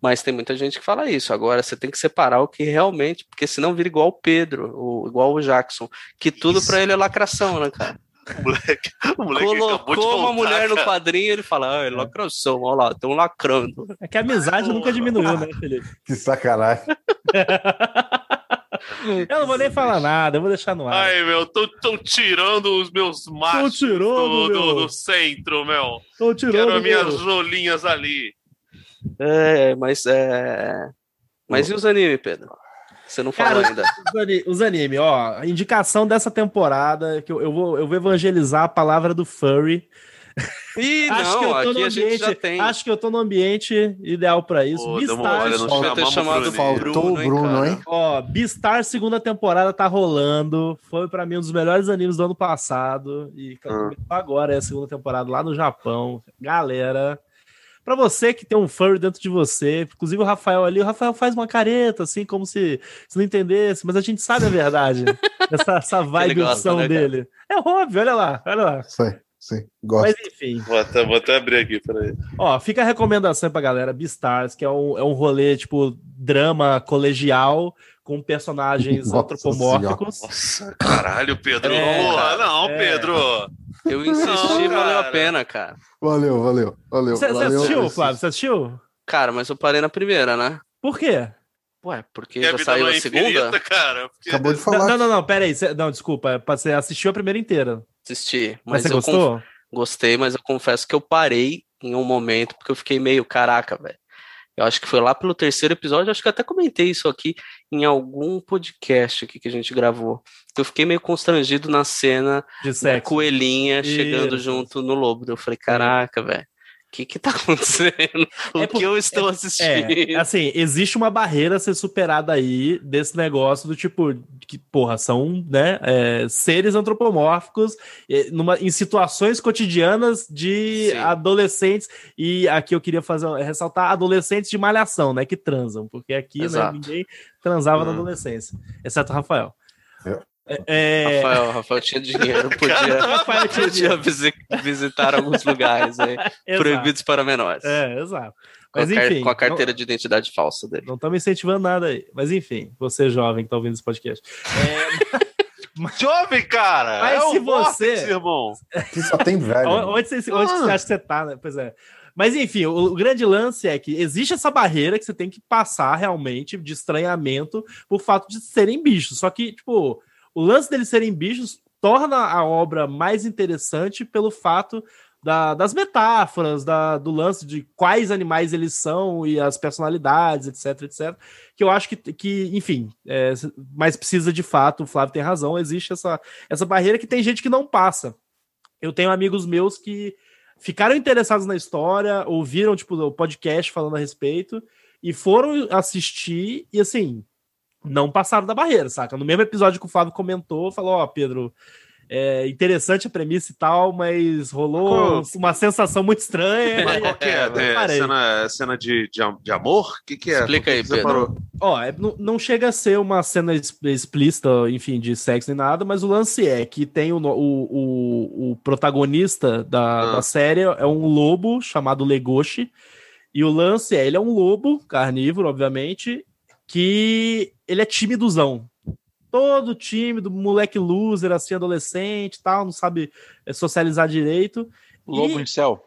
S2: Mas tem muita gente que fala isso. Agora, você tem que separar o que realmente, porque senão vira igual o Pedro, ou igual o Jackson, que tudo
S4: Isso.
S2: pra ele é lacração, né, cara?
S4: O moleque, o moleque acabou de
S2: Colocou
S4: voltar,
S2: uma mulher no
S4: cara.
S2: quadrinho e ele fala, ah, é lacração, olha lá, estão lacrando.
S6: É que a amizade
S4: Porra.
S6: nunca diminuiu, né, Felipe?
S5: Que sacanagem.
S6: Eu não vou nem falar nada, eu vou deixar no ar.
S4: Ai, meu, tô, tô tirando os meus
S6: Tô
S4: machos do,
S6: tirando,
S4: do-
S6: meu.
S4: do centro, meu.
S6: Tô tirando,
S4: Quero
S6: meu.
S4: as minhas rolinhas ali.
S2: É, mas é. Mas e os anime, Pedro? Você não falou
S6: Cara,
S2: ainda.
S6: Os ani- Os anime, ó, a indicação dessa temporada, é que eu, eu vou, eu vou evangelizar a palavra do furry.
S2: Ih,
S6: acho que
S2: não,
S6: eu tô
S2: aqui
S6: no
S2: a gente
S6: ambiente,
S2: já tem.
S6: acho que eu tô no ambiente ideal pra isso.
S4: Pô, deu uma olhada
S6: Beastars,
S4: no
S5: Devia
S2: ter
S4: chamamos
S2: chamado
S4: o Bruno.
S5: Faltou o Bruno,
S2: cara?
S5: hein?
S6: ó, Beastars segunda temporada tá rolando, foi pra mim um dos melhores animes do ano passado e
S2: Ah.
S6: começou agora é a segunda temporada lá no Japão. Galera, Pra você que tem um furry dentro de você, inclusive o Rafael ali, o Rafael faz uma careta, assim, como se, se não entendesse, mas a gente sabe a verdade. essa, essa vibe
S2: gosta,
S6: opção
S2: né, cara?
S6: dele. É óbvio, olha lá, olha lá.
S5: Sim, sim. Gosto.
S6: Mas enfim,
S4: Vou até, vou até abrir aqui, peraí.
S6: ó, fica a recomendação aí pra galera, Beastars, que é um, é um rolê, tipo, drama colegial com personagens
S5: Nossa
S6: antropomórficos.
S4: Nossa, caralho, Pedro.
S6: É,
S4: Porra,
S2: cara,
S4: não,
S6: é.
S4: Pedro.
S2: Eu insisti,
S4: Não,
S2: valeu a
S4: cara.
S2: pena, cara.
S5: Valeu, valeu, valeu.
S6: Você você
S5: valeu
S6: assistiu,
S5: esse-
S6: Flávio? Você assistiu?
S2: Cara, mas eu parei na primeira, né?
S6: Por quê?
S2: Ué, porque
S4: Minha
S2: já
S4: vida
S2: saiu
S4: não
S2: a
S4: é infinita,
S2: segunda?
S4: cara. porque-
S5: Acabou de
S6: Não,
S5: falar.
S6: não, não, não, pera aí. Você, não, desculpa, é você assistiu a primeira inteira.
S2: Assisti.
S6: Mas,
S2: Mas,
S6: você
S2: eu conf-
S6: gostou?
S2: gostei, mas eu confesso que eu parei em um momento, porque eu fiquei meio, caraca, velho. Eu acho que foi lá pelo terceiro episódio, acho que eu até comentei isso aqui em algum podcast aqui que a gente gravou. Eu fiquei meio constrangido na cena
S6: De
S2: da
S6: sexo.
S2: coelhinha
S6: Isso.
S2: chegando junto no lobo. Eu falei, caraca, velho, o que que tá acontecendo? O
S6: É por-
S2: que eu estou assistindo?
S6: É, assim, existe uma barreira a ser superada aí desse negócio do tipo, que, porra, são, né, é, seres antropomórficos é, numa- em situações cotidianas de
S2: Sim.
S6: adolescentes, e aqui eu queria fazer, ressaltar adolescentes de malhação, né, que transam, porque aqui, né,
S2: Exato.
S6: ninguém transava na
S2: Hum.
S6: adolescência, exceto o Rafael.
S5: Eu?
S6: É, é,
S2: Rafael, Rafael tinha dinheiro, podia,
S6: Rafael tinha
S2: podia visi- visitar alguns lugares aí,
S6: exato.
S2: proibidos para menores.
S6: É, exato.
S2: Com,
S6: Mas
S2: a car-
S6: enfim,
S2: com a carteira
S6: não-
S2: de identidade falsa dele.
S6: Não estamos incentivando nada aí. Mas enfim, você jovem que está ouvindo esse podcast.
S4: Jovem, cara.
S6: Mas
S4: é
S6: se
S4: o Vortex,
S6: você-
S4: irmão.
S5: Que só tem velho.
S6: Onde, onde você, onde que você acha que você tá, né? Pois é. Mas enfim, o, o grande lance é que existe essa barreira que você tem que passar realmente de estranhamento por fato de serem bichos. Só que, tipo, o lance deles serem bichos torna a obra mais interessante pelo fato da- das metáforas, da- do lance de quais animais eles são e as personalidades, etc, etc. Que eu acho que, que enfim, é, mas precisa de fato, o Flávio tem razão, existe essa, essa barreira que tem gente que não passa. Eu tenho amigos meus que ficaram interessados na história, ouviram tipo o podcast falando a respeito e foram assistir e assim, não passaram da barreira, saca? No mesmo episódio que o Flávio comentou, falou: "Ó, Pedro, É interessante a premissa e tal, mas rolou
S4: Qual-
S6: uma sensação muito estranha.
S4: Mas qual que é?
S6: Eu
S4: É,
S6: parei.
S4: cena cena de, de, am- de amor? O que, que é?
S2: Explica aí,
S4: Você
S2: Pedro.
S4: parou.
S6: Ó, é- não, não chega a ser uma cena es- explícita, enfim, de sexo nem nada, mas o lance é que tem o, no- o, o- o protagonista da,
S4: Ah.
S6: da série é um lobo chamado Legoshi. E o lance é, ele é um lobo, carnívoro, obviamente, que ele é timidozão. Todo tímido, moleque loser, assim, adolescente e tal, não sabe eh, socializar direito.
S3: Lobo
S6: E-
S3: em céu.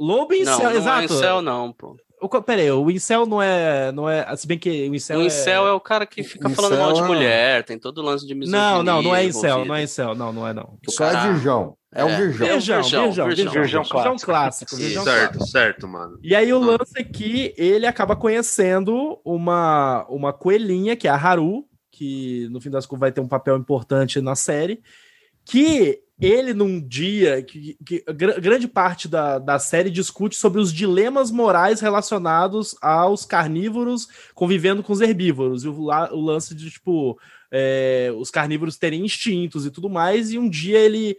S6: Lobo em
S2: não,
S6: céu,
S2: não é
S6: exato.
S2: incel, não, pô.
S6: O co- Pera aí, o incel não é, não é. Se bem que o incel
S2: o
S6: é-
S2: incel é... o cara que fica
S5: Incel
S2: falando mal de
S5: é-
S2: mulher, tem todo o lance de misoginia.
S6: Não, não, não é incel,
S2: envolvido.
S6: não é incel, não, não é não.
S2: Do
S5: Só é
S2: caralho.
S5: virgão. É, um
S2: É. um
S5: virgão.
S6: Virgão,
S2: virgão,
S6: virgão, virgão,
S2: virgão
S6: virgão clássico.
S2: Isso.
S6: virgão clássico.
S4: Certo, certo, mano.
S6: E aí o lance é que ele acaba conhecendo uma, uma coelhinha, que é a Haru, que no fim das contas vai ter um papel importante na série, que ele num dia, que, que gr- grande parte da, da série discute sobre os dilemas morais relacionados aos carnívoros convivendo com os herbívoros, e o, la- o lance de, tipo, é, os carnívoros terem instintos e tudo mais, e um dia ele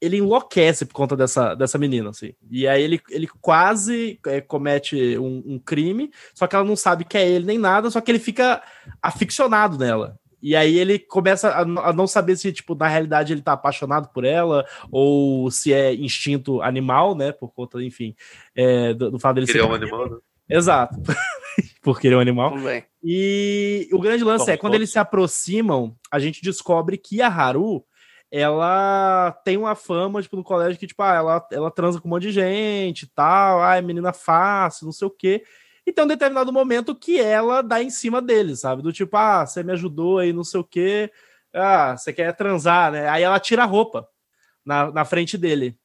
S6: ele enlouquece por conta dessa, dessa menina, assim. E aí ele, ele quase é, comete um, um crime, só que ela não sabe que é ele nem nada, só que ele fica aficionado nela. E aí ele começa a, n- a não saber se, tipo, na realidade ele tá apaixonado por ela, ou se é instinto animal, né? Por conta, enfim, é, do, do fato dele
S4: Queria
S6: ser.
S4: um animal. né?
S6: Exato. Porque ele é um animal.
S2: então Tudo bem.
S6: E o grande lance
S3: Somos
S6: é, quando
S3: todos.
S6: eles se aproximam, a gente descobre que a Haru, ela tem uma fama, tipo, no colégio que, tipo, ah, ela, ela transa com um monte de gente e tal, ah, é menina fácil, não sei o quê. E tem um determinado momento que ela dá em cima dele, sabe? Do tipo, ah, você me ajudou aí, não sei o quê, ah, você quer transar, né? Aí ela tira a roupa na, na frente dele.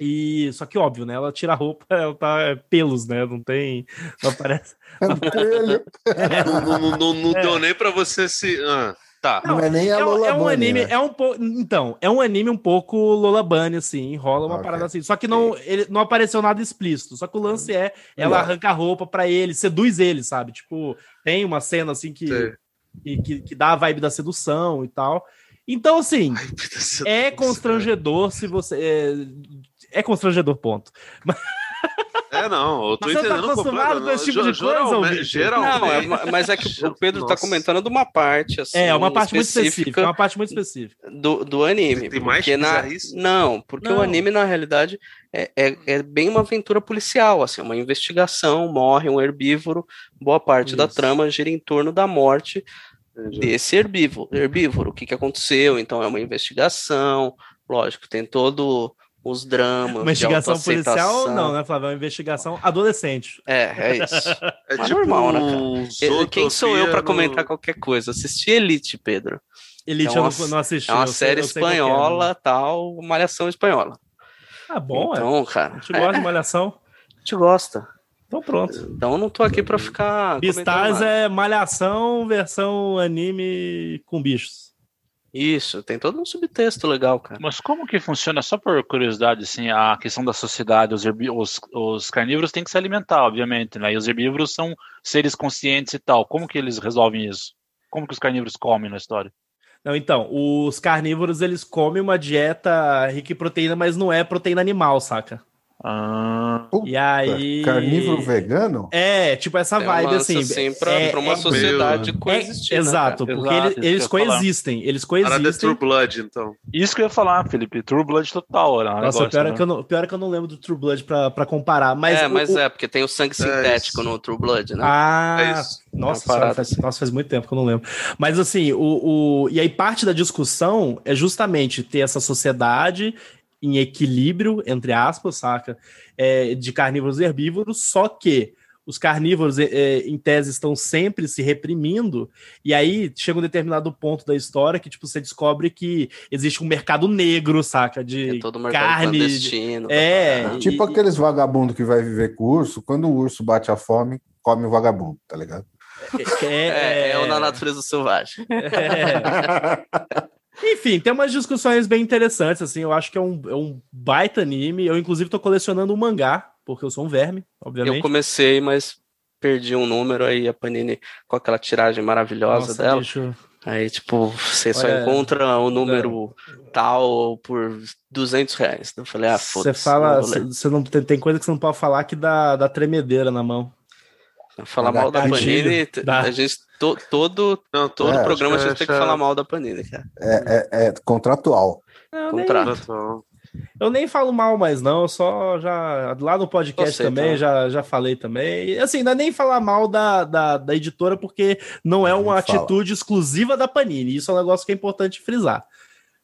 S6: E só que óbvio, né? Ela tira a roupa, ela tá é, pelos, né? Não tem, não aparece.
S5: Ele-
S6: É.
S4: Não, não, não, não- não deu nem pra você se. Ah, tá.
S5: Não, é nem a
S6: É, um-
S5: Lola
S6: é um
S5: Bunny,
S6: anime,
S5: né?
S6: é um pouco. Então, é um anime um pouco Lola Bunny, assim, enrola uma
S5: Ok.
S6: parada assim. Só que não, ele, não apareceu nada explícito. Só que o lance é, ela
S5: Legal.
S6: arranca a roupa pra ele, seduz ele, sabe? Tipo, tem uma cena assim que,
S4: Sei.
S6: que, que- que dá a vibe da sedução e tal. Então, assim, é constrangedor se você. É, é constrangedor, ponto.
S4: É, não, eu tô
S6: Mas você tá
S4: entendendo
S6: acostumado
S4: completamente.
S6: com esse tipo de
S4: Ge- geralmente-
S6: coisa, ouvinte?
S4: Geralmente. né,
S2: Não, é- ma- mas é que o Pedro tá
S4: Nossa.
S2: comentando de uma parte, assim,
S6: É, é uma parte muito específica. É uma parte muito específica.
S2: do, do anime.
S4: Tem mais
S2: porque na...
S4: bizarrice?
S2: Não, porque o
S6: Não.
S2: anime, na realidade, é, é, é bem uma aventura policial, assim, uma investigação, morre um herbívoro, boa parte da
S6: Isso.
S2: trama gira em torno da morte desse herbívoro. herbívoro. O que, que aconteceu? Então é uma investigação, lógico, tem todo os dramas.
S6: Uma investigação
S2: de
S6: policial,
S2: autoaceitação.
S6: não, né, Flávio? É uma investigação adolescente.
S2: É, é isso.
S4: É
S2: Mas normal, né, cara?
S4: um
S2: Eu- Quem sou eu pra
S4: Zootopia
S2: comentar
S4: no-
S2: qualquer coisa? Assisti Elite, Pedro.
S6: Elite
S2: É
S6: eu
S2: uma-
S6: não, não assisti.
S2: É uma
S6: eu sei-
S2: série
S6: eu sei qual que é, né?
S2: espanhola, tal, malhação espanhola.
S6: Ah, bom, é.
S2: então,
S6: A
S2: cara,
S6: gente gosta de malhação.
S2: a gente gosta.
S6: Então pronto.
S2: Então eu não tô aqui pra ficar.
S6: Beastars
S2: comentando nada.
S6: é malhação versão anime com bichos.
S2: Isso, tem todo um subtexto legal, cara.
S3: Mas como que funciona, só por curiosidade, assim, a questão da sociedade? Os, herbi- os- os carnívoros têm que se alimentar, obviamente, né? E os herbívoros são seres conscientes e tal. Como que eles resolvem isso? Como que os carnívoros comem na história?
S6: Não, então, os carnívoros eles comem uma dieta rica em proteína, mas não é proteína animal, saca?
S3: Ah,
S6: E aí.
S5: Carnívoro vegano?
S6: É, tipo essa
S2: Tem um
S6: vibe
S2: lance,
S6: assim.
S2: pra,
S6: é,
S2: pra uma
S6: é-
S2: sociedade
S6: é-
S2: coexistir. né,
S6: exato,
S3: cara?
S6: porque
S3: Exato,
S6: eles,
S3: isso que
S6: eles
S3: eu ia falar.
S6: coexistem. Eles
S4: Parada é True
S6: coexistem.
S4: Blood, então.
S3: isso que eu ia falar, Felipe. True Blood total. Era um
S6: Nossa,
S3: negócio,
S6: pior,
S3: né?
S6: é que eu não, pior é que eu não lembro do True Blood pra, pra comparar. Mas
S2: é,
S6: o-
S2: mas
S6: o-
S2: é, porque tem o sangue sintético
S4: isso.
S2: no True Blood, né?
S6: Ah,
S4: É isso.
S6: nossa,
S2: É uma parada.
S6: senhora, faz, nossa, faz muito tempo que eu não lembro. Mas assim, o, o- e aí parte da discussão é justamente ter essa sociedade em equilíbrio, entre aspas, saca? É, de carnívoros e herbívoros, só que os carnívoros, é, é, em tese, estão sempre se reprimindo, e aí chega um determinado ponto da história que, tipo, você descobre que existe um mercado negro, saca? De
S2: tem É todo o mercado
S6: carne.
S2: clandestino.
S6: É,
S2: tá, tá, tá.
S5: Tipo
S6: e-
S5: aqueles vagabundos que vai viver com o urso, quando o urso bate a fome, come o vagabundo, tá ligado?
S6: que
S2: É, é, o na natureza selvagem.
S6: É. Enfim, tem umas discussões bem interessantes, assim, eu acho que é um, é um baita anime, eu inclusive tô colecionando um mangá, porque eu sou um verme,
S2: Eu
S6: obviamente.
S2: comecei, mas perdi um número aí, a Panini com aquela tiragem maravilhosa
S6: Nossa,
S2: dela.
S6: bicho.
S2: Aí, tipo, você só
S6: Olha,
S2: encontra o número tal por 200 reais. Então eu falei, ah,
S6: Você
S2: foda-se.
S6: fala, assim,
S2: não vou ler.
S6: você você não tem, tem coisa que você não pode falar que dá, dá tremedeira na mão.
S2: Falar
S5: Dá
S2: mal da
S6: gatilho,
S2: Panini, t-
S6: dá.
S2: a gente, to- todo,
S4: Não,
S2: todo
S5: É,
S2: programa a
S4: acho que
S2: gente tem que
S4: essa-
S2: falar mal da Panini, cara.
S5: É, é- é contratual.
S6: Eu nem,
S2: Contrato.
S4: Total.
S6: eu nem falo mal mais, não. Eu só já. Lá no podcast
S2: Eu sei,
S6: também,
S2: tá.
S6: já, já falei também. E, assim, não é nem falar mal da, da, da editora, porque não é
S5: Não
S6: uma
S5: fala.
S6: atitude exclusiva da Panini. Isso é um negócio que é importante frisar.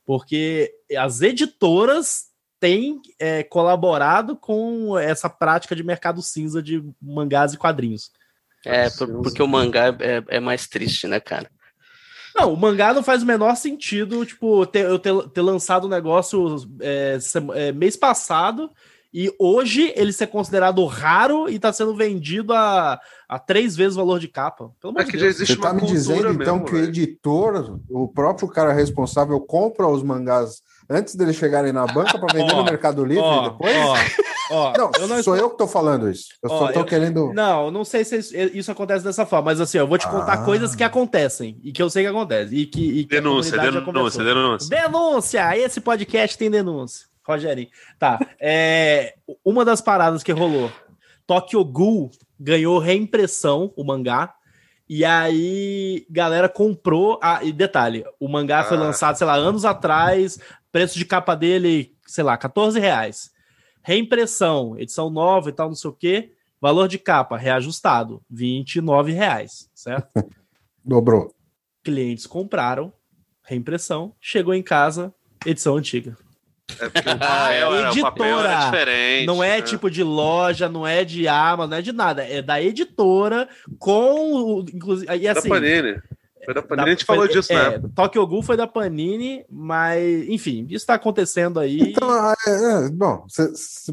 S6: Porque as editoras têm é, colaborado com essa prática de mercado cinza de mangás e quadrinhos.
S2: É, por- porque o mangá é- é, é mais triste, né, cara?
S6: Não, o mangá não faz o menor sentido, tipo, ter- eu ter, ter lançado o negócio é, sem- é, mês passado e hoje ele ser considerado raro e tá sendo vendido a, a três vezes o valor de capa. Pelo amor
S4: É
S6: de
S4: que
S6: Deus.
S4: já existe
S5: Você
S4: uma
S5: tá me
S4: cultura
S5: dizendo
S4: mesmo,
S5: então que o
S4: velho.
S5: editor, o próprio cara responsável, compra os mangás antes deles chegarem na banca para vender
S6: Ó,
S5: no Mercado Livre
S6: Ó,
S5: e depois?
S6: ó, ó,
S5: Não, é
S6: eu não
S5: sou eu que tô falando isso. Eu
S6: Ó,
S5: só tô
S6: eu-
S5: querendo.
S6: Não, não sei se isso- é, isso acontece dessa forma, mas assim, eu vou te contar
S5: Ah.
S6: coisas que acontecem e que eu sei que acontecem e que, e que a
S4: Denúncia,
S6: comunidade já
S4: denúncia,
S6: conversou.
S4: denúncia.
S6: Denúncia! Esse podcast tem denúncia. Rogerinho. Tá. É, uma das paradas que rolou. Tokyo Ghoul ganhou reimpressão, o mangá. E aí, galera comprou. Ah, e detalhe: o mangá foi
S4: Ah.
S6: lançado, sei lá, anos atrás. Preço de capa dele, sei lá, 14 reais. Reimpressão, edição nova e tal, não sei o quê. Valor de capa, reajustado, 29 reais, certo?
S5: Dobrou.
S6: clientes compraram, reimpressão, chegou em casa, edição antiga.
S4: É porque o papel era, o papel era
S6: Editora.
S4: diferente.
S6: não é
S4: né?
S6: tipo de loja, não é de Amazon, não é de nada, é da editora com o inclusive e
S4: Da
S6: assim,
S4: Panini. Foi da Panini,
S6: da-
S4: a gente falou
S6: foi-
S4: disso,
S6: é,
S4: né?
S6: Tokyo Ghoul foi da Panini, mas enfim, isso tá acontecendo aí.
S5: Então, ah, é, é, bom, você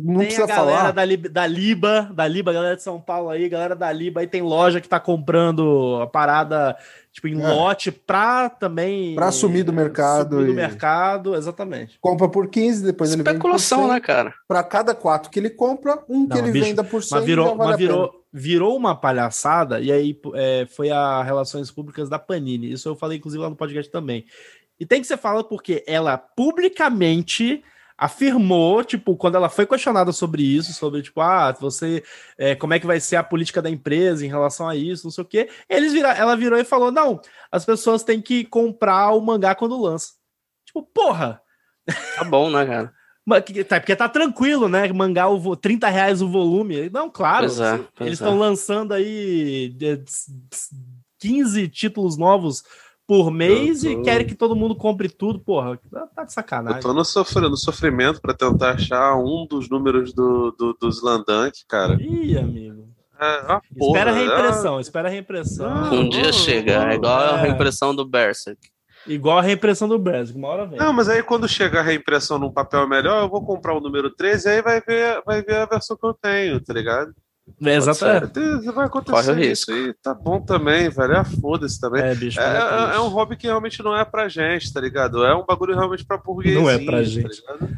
S5: não
S6: tem
S5: precisa
S6: a galera
S5: falar.
S6: da, Lib- da Liba, da Liba, galera de São Paulo aí, galera da Liba aí tem loja que tá comprando a parada tipo em
S5: É.
S6: lote pra também
S5: Pra sumir do mercado
S6: sumir do
S5: e-
S6: mercado, exatamente.
S5: Compra por 15, depois ele vende por
S2: Especulação,
S5: 100.
S2: né, cara?
S5: Para cada quatro que ele compra, um que
S6: Não,
S5: ele
S6: bicho,
S5: venda por 100
S6: Mas virou,
S5: já vale
S6: mas
S5: a pena.
S6: virou, virou uma palhaçada, e aí é, foi a Relações Públicas da Panini. Isso eu falei, inclusive, lá no podcast também. E tem que ser falado porque ela publicamente afirmou, tipo, quando ela foi questionada sobre isso, sobre, tipo, ah, você, é, como é que vai ser a política da empresa em relação a isso, não sei o quê, eles vira, ela virou e falou, não, as pessoas têm que comprar o mangá quando lança. Tipo, porra,
S2: Tá bom, né, cara?
S6: mas que- tá- Porque tá tranquilo, né? Mangá o vo- 30 reais o volume. Não, claro.
S2: Pois é, pois
S6: eles
S2: é.
S6: estão lançando aí é, de- de- 15 títulos novos por mês
S2: Uhum.
S4: Eu tô-
S6: e querem que todo mundo compre tudo, porra. tá- Tá de
S4: Eu
S6: sacanagem.
S4: tô no, sofr- no sofrimento pra tentar achar um dos números do, do, dos Landank, cara.
S6: Ih, amigo.
S4: É uma porra,
S6: espera a
S4: né?
S6: reimpressão, espera a reimpressão.
S2: Um dia
S4: não,
S2: chega,
S4: não,
S2: é igual a
S6: é.
S2: reimpressão do Berserk.
S6: Igual a reimpressão do Brasil, uma hora vem.
S4: Não, mas aí quando chegar a reimpressão num papel melhor, eu vou comprar o número 13 e aí vai ver, vai ver a versão que eu tenho, tá ligado?
S6: É, exatamente.
S4: Exatamente. Vai
S2: Corre o
S4: acontecer
S2: risco.
S4: isso aí. Tá bom também, velho. Ah, foda-se também.
S6: É, bicho.
S4: É,
S6: mas
S4: é- é um
S6: triste.
S4: hobby que realmente não é pra gente, tá ligado? É um bagulho realmente pra burguesinha.
S6: Não é pra
S4: tá
S6: gente.
S4: ligado?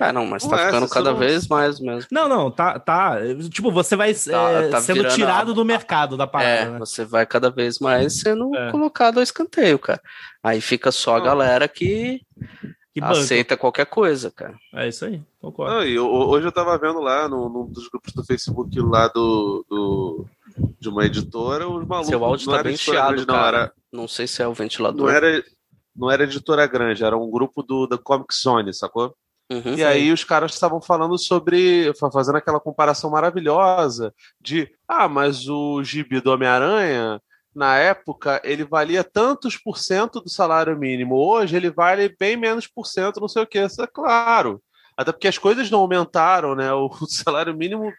S2: Ah, não, mas tá
S4: Ué,
S2: ficando
S4: essas
S2: cada
S4: são-
S2: vez mais mesmo.
S6: Não, não, tá, tá. Tipo, você vai
S2: Tá-
S6: é,
S2: tá
S6: sendo
S2: virando
S6: tirado
S2: a-
S6: do mercado da parada,
S2: É,
S6: né?
S2: você vai cada vez mais sendo
S6: É.
S2: colocado ao escanteio, cara. Aí fica só a
S4: Não.
S2: galera que,
S6: Que banco.
S2: aceita qualquer coisa, cara.
S6: É isso aí, concordo.
S4: Não, e ho- hoje eu tava vendo lá no- num dos grupos do Facebook lá do, do- de uma editora, os malucos.
S2: Seu áudio
S4: não
S2: tá
S4: era
S2: bem
S4: editora
S2: chiado,
S4: grande, não,
S2: cara.
S4: era,
S2: Não sei se é o
S4: não
S2: ventilador.
S4: era não era editora grande, era um grupo do da Comic Zone, sacou?
S2: Uhum.
S4: E aí os caras estavam falando sobre, fa- fazendo aquela comparação maravilhosa de, ah, mas o gibi do Homem-Aranha na época ele valia tantos por cento do salário mínimo, hoje ele vale bem menos por cento, não sei o que, isso é claro. Até porque as coisas não aumentaram, né? O salário mínimo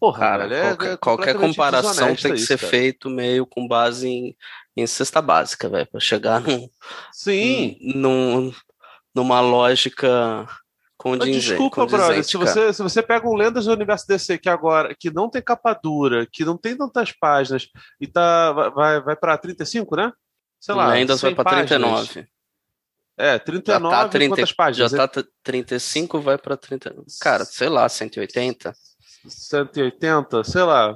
S4: Porra,
S2: Cara,
S4: velho, é- é
S2: qualquer, qualquer
S4: completamente
S2: comparação
S4: desonesta
S2: tem que
S4: isso,
S2: ser
S4: cara.
S2: feito meio com base em, em cesta básica, velho, pra chegar num,
S4: Sim.
S2: num- numa lógica
S4: Mas
S2: condizente.
S4: Desculpa,
S2: condizente,
S4: brother. Se
S2: cara.
S4: você, se você pega um Lendas do Universo DC que agora que não tem capa dura, que não tem tantas páginas e tá vai- vai vai para 35, né? Sei lá.
S2: Lendas vai
S4: 100
S2: pra
S4: páginas.
S2: 39.
S4: É, 39
S2: já tá 30,
S4: quantas páginas?
S2: Já tá t- 35, vai pra 30. Cara, sei lá, 180.
S4: 180, sei lá.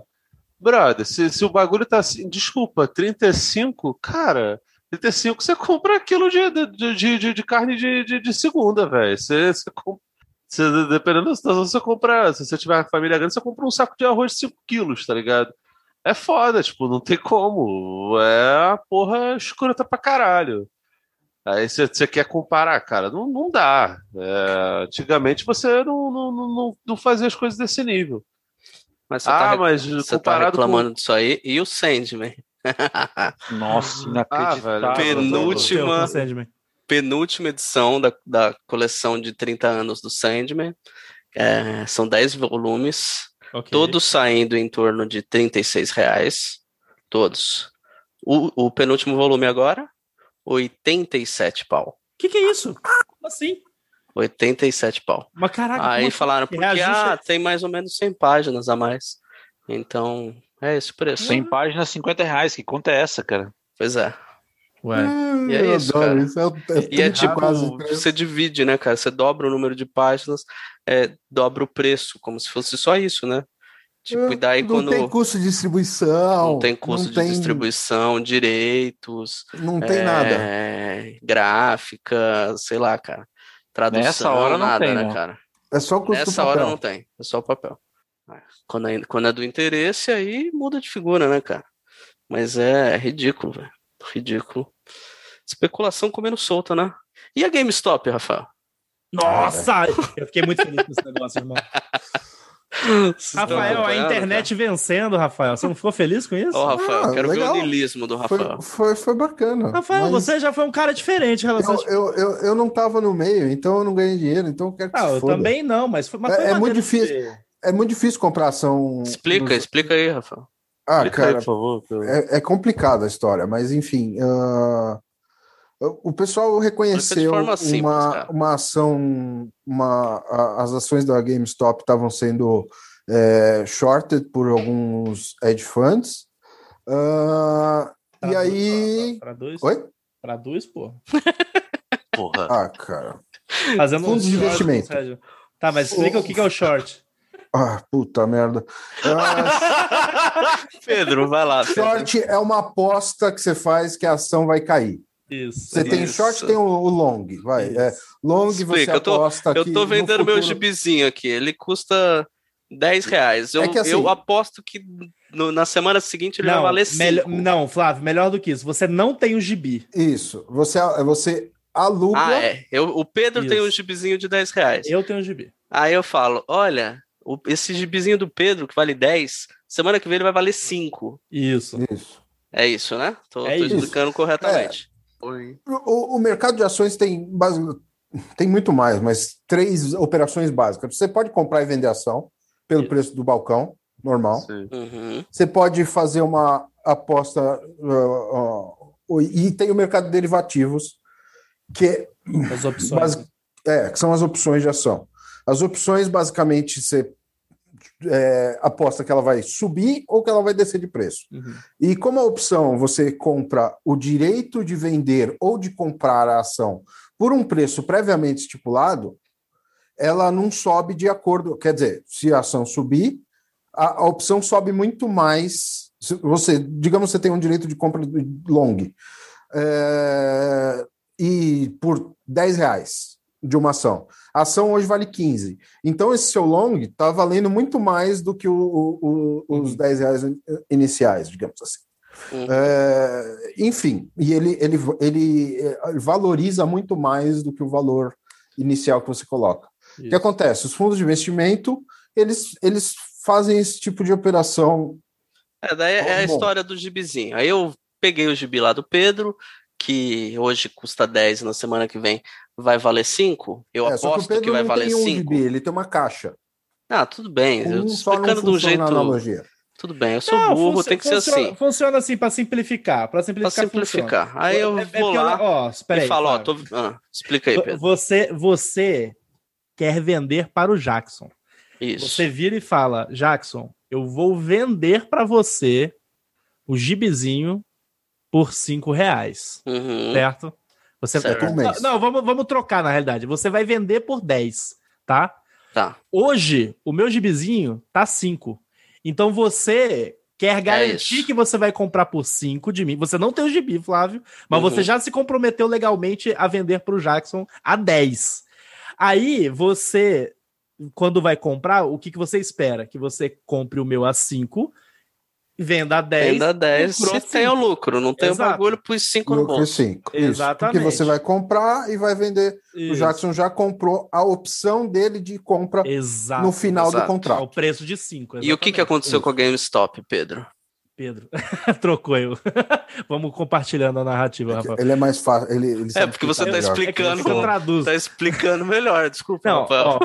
S4: Brother, se, se o bagulho tá assim, desculpa, 35, cara, 35 você compra aquilo de, de, de, de- de carne de, de- de segunda, velho. Você, você compra. você- dependendo da situação, você compra. Se você tiver uma família grande, você compra um saco de arroz de 5 quilos, tá ligado? É foda, tipo, não tem como. É uma porra escrota pra caralho. Aí você você quer comparar, cara, não, não dá. É, antigamente você não, não, não- não, não fazia as coisas desse nível.
S2: Mas você,
S4: Ah,
S2: tá, re-
S4: mas
S2: você tá
S4: comparado com
S2: reclamando disso aí. E o Sandman?
S3: tá- Nossa,
S4: Ah,
S3: inacreditável.
S4: velho,
S2: penúltimo.
S6: Seu,
S2: Última-
S6: seu Sandman.
S2: Penúltima edição da, da coleção de 30 anos do Sandman. É, são 10 volumes.
S6: Ok.
S2: Todos saindo em torno de 36 reais. Todos. O, o penúltimo volume agora, 87 pau.
S6: Que que é isso? Como assim?
S2: 87 pau.
S6: Mas caraca, como
S2: Aí
S6: assim?
S2: falaram, porque
S6: Reajuste-
S2: ah, tem mais ou menos 100 páginas a mais. Então, é esse o preço.
S3: 100 páginas, 50 reais. Que conta é essa, cara?
S2: Pois é.
S6: Ué.
S2: E é
S5: Hum, Eu
S2: isso,
S5: adoro
S2: cara.
S5: isso, é o- é
S2: E é
S5: tudo
S2: tipo,
S5: quase três.
S2: você divide, né, cara? Você dobra o número de páginas, é, dobra o preço, como se fosse só isso, né? Tipo, e daí
S5: É, não
S2: quando
S5: tem custo de distribuição.
S2: não tem custo
S5: não
S2: de
S5: tem-
S2: distribuição, direitos,
S5: Não tem
S2: é,
S5: nada.
S2: gráfica, sei lá, cara. Tradução,
S3: Nessa hora não
S2: nada,
S3: tem,
S2: né,
S3: né?
S2: cara?
S5: É só o custo do
S2: Nessa hora
S5: papel.
S2: não tem, é só papel. Quando é, quando é do interesse, aí muda de figura, né, cara? Mas é, é ridículo, velho. Ridículo. Especulação comendo solta, né? E a GameStop, Rafael?
S6: Nossa! Eu fiquei muito feliz com esse negócio, irmão.
S2: Vocês estão
S6: Rafael, a
S2: acompanhando,
S6: internet vencendo, Rafael. Você não ficou feliz com
S2: cara?
S6: isso?
S2: Ó, Rafael,
S5: Ah,
S2: quero
S5: legal.
S2: ver o nilismo do
S5: Foi,
S2: Rafael.
S5: foi, foi bacana.
S6: Rafael,
S5: mas
S6: você já foi um cara diferente em relação
S5: Eu, eu, eu, eu não tava no meio, então eu não ganhei dinheiro, então eu quero que
S6: Ah,
S5: se
S6: eu
S5: foda.
S6: também não, mas foi, mas
S5: É-
S6: foi
S5: é muito
S6: maneiro de
S5: difícil.
S6: ver.
S5: É muito difícil comprar ação.
S2: Explica,
S5: dos-
S2: explica aí, Rafael.
S5: Ah,
S4: Clica aí,
S5: cara,
S4: por favor. pelo-
S5: é, é complicada a história, mas enfim. ah, o pessoal reconheceu
S2: forma
S5: uma,
S2: simples, cara.
S5: uma ação. Uma, a- as ações da GameStop estavam sendo é, shorted por alguns hedge funds. Ah, e
S6: Traduz,
S5: aí.
S6: Rafa, Traduz,
S5: Oi?
S6: traduz, pô.
S4: Porra.
S5: Ah, cara.
S6: Fazendo um
S5: Fundos de
S6: short,
S5: investimento.
S6: Sérgio. Tá, mas explica o que que é o short.
S5: Ah, puta merda. Ah,
S2: Pedro, vai lá. Pedro.
S5: short é uma aposta que você faz que a ação vai cair.
S6: Isso.
S5: Você tem o
S2: Isso.
S5: short, tem o, o long. Vai.
S6: Isso.
S5: É, long você
S2: Explica, eu tô-
S5: aposta que
S2: Eu tô
S5: no
S2: vendendo meu
S5: futuro-
S2: gibizinho aqui, ele custa 10 reais. Eu,
S5: É que assim-
S2: eu aposto que no- na semana seguinte ele vai
S6: Não,
S2: valer 5.
S6: melhor- não, Flávio, melhor do que isso. Você não tem o gibi.
S5: Isso. Você, é, você aluga.
S2: Ah, é. Eu, o Pedro tem
S6: Isso.
S2: um gibizinho de 10 reais.
S6: Eu tenho o gibi.
S2: Aí eu falo, olha, o- esse gibizinho do Pedro, que vale 10, semana que vem ele vai valer 5.
S6: Isso.
S5: Isso.
S2: É isso, né? Tô,
S6: É
S2: tô
S6: isso.
S2: explicando corretamente.
S5: O, o mercado de ações tem basi- tem muito mais, mas três operações básicas. Você pode comprar e vender ação pelo
S6: Isso.
S5: preço do balcão, normal.
S4: Sim.
S2: Uhum.
S5: Você pode fazer uma aposta ah, ah, e tem o mercado de derivativos, que é
S6: As opções.
S5: Basi- É, que são as opções de ação. As opções, basicamente, você é, aposta que ela vai subir ou que ela vai descer de preço.
S6: Uhum.
S5: E como a opção você compra o direito de vender ou de comprar a ação por um preço previamente estipulado, ela não sobe de acordo. Quer dizer, se a ação subir, a, a opção sobe muito mais. Se você, digamos, você tem um direito de compra de long. É, e por 10 reais de uma ação. A ação hoje vale 15. Então, esse seu long está valendo muito mais do que o- o- o- os 10 reais in- iniciais, digamos assim.
S2: Uhum.
S5: É, enfim, e ele, ele, ele eh, valoriza muito mais do que o valor inicial que você coloca. O que
S6: Isso.
S5: acontece? Os fundos de investimento, eles, eles fazem esse tipo de operação.
S2: É, daí é a
S5: Bom.
S2: história do gibizinho. Aí eu peguei o gibi lá do Pedro, que hoje custa 10 e na semana que vem vai valer 5. Eu
S5: É, só que o
S2: aposto que,
S5: Pedro
S2: vai
S5: não
S2: valer
S5: tem um
S2: 5.
S5: gibi, ele tem uma caixa.
S2: ah, tudo bem. Eu
S5: Um
S2: tô
S5: só não
S2: explicando de um
S5: funciona
S2: jeito.
S5: na analogia.
S2: Tudo bem, eu sou
S6: Não,
S2: burro,
S6: funcio-
S2: tem que ser
S6: funciona-
S2: assim.
S6: Funciona assim, pra simplificar. Pra
S2: Pra
S6: simplificar, funciona.
S2: simplificar. Aí eu
S6: É- é
S2: vou
S6: porque eu-
S2: lá
S6: ó, espera
S2: e
S6: aí,
S2: falo, ó,
S6: Flávio.
S2: tô... ah, explica aí,
S6: Vo-
S2: Pedro.
S6: Você, você quer vender para o Jackson.
S2: Isso.
S6: Você vira e fala, Jackson, eu vou vender para você o gibizinho por cinco reais,
S2: Uhum.
S5: É.
S6: certo? Você
S2: Certo.
S5: Um mês.
S6: Não, vamos, vamos trocar na realidade. Você vai vender por 10, tá?
S2: Tá.
S6: Hoje, o meu gibizinho tá 5. Então você Quer garantir
S2: É isso.
S6: que você vai comprar por 5 de mim. Você não tem o gibi, Flávio, mas
S2: Uhum.
S6: você já se comprometeu legalmente a vender para o Jackson a 10. Aí você, quando vai comprar, o que, que você espera? Que você compre o meu a 5, venda a 10.
S2: Ainda 10,
S6: comprou
S2: você tem o
S6: cinco.
S2: lucro, não tem o
S6: Exato.
S2: bagulho pros 5 no
S5: Lucro
S2: bolso.
S5: 5.
S6: Exatamente.
S5: Porque você vai comprar e vai vender. O
S6: Isso.
S5: Jackson já comprou a opção dele de compra
S6: Exato.
S5: no final
S2: exato.
S5: do
S6: Ao
S5: contrato.
S6: preço de 5.
S2: E o que, que aconteceu
S5: isso.
S2: com a GameStop, Pedro?
S6: Pedro, trocou eu. Vamos compartilhando a narrativa, Rafael.
S5: Ele é mais fácil. Ele, ele
S2: É,
S5: sabe
S2: porque você tá
S6: É
S5: explicar melhor.
S6: que
S2: explicando,
S6: eu traduzo.
S2: tá explicando melhor, desculpa,
S6: Não,
S2: Rafael.
S6: ó,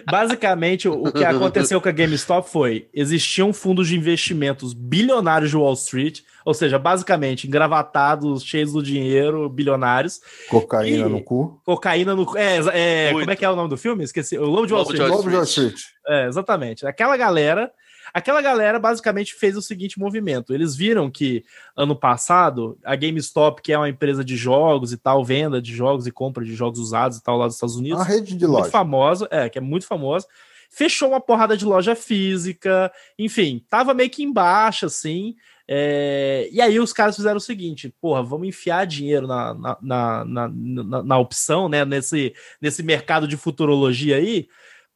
S6: basicamente, o que aconteceu com a GameStop foi: existiam fundos de investimentos bilionários de Wall Street, ou seja, basicamente engravatados, cheios do dinheiro, bilionários,
S5: Cocaína
S6: Ih,
S5: no cu.
S6: cocaína no. É, é,
S2: Muito.
S6: como é que é o nome do filme? Esqueci. O Lobo de Wall
S2: Lobo de
S6: Street.
S2: Wall
S5: Lobo de Wall
S2: Street.
S5: Street.
S6: É, exatamente. Aquela galera, aquela galera basicamente fez o seguinte movimento. Eles viram que ano passado a GameStop, que é uma empresa de jogos e tal, venda de jogos e compra de jogos usados e tal lá dos Estados Unidos,
S5: A rede de
S6: muito
S5: loja.
S6: famosa, é, que é muito famosa, fechou uma porrada de loja física, enfim, tava meio que embaixo, assim. é, e aí os caras fizeram o seguinte: porra, vamos enfiar dinheiro na, na, na, na, na- na opção, né? Nesse, nesse mercado de futurologia aí,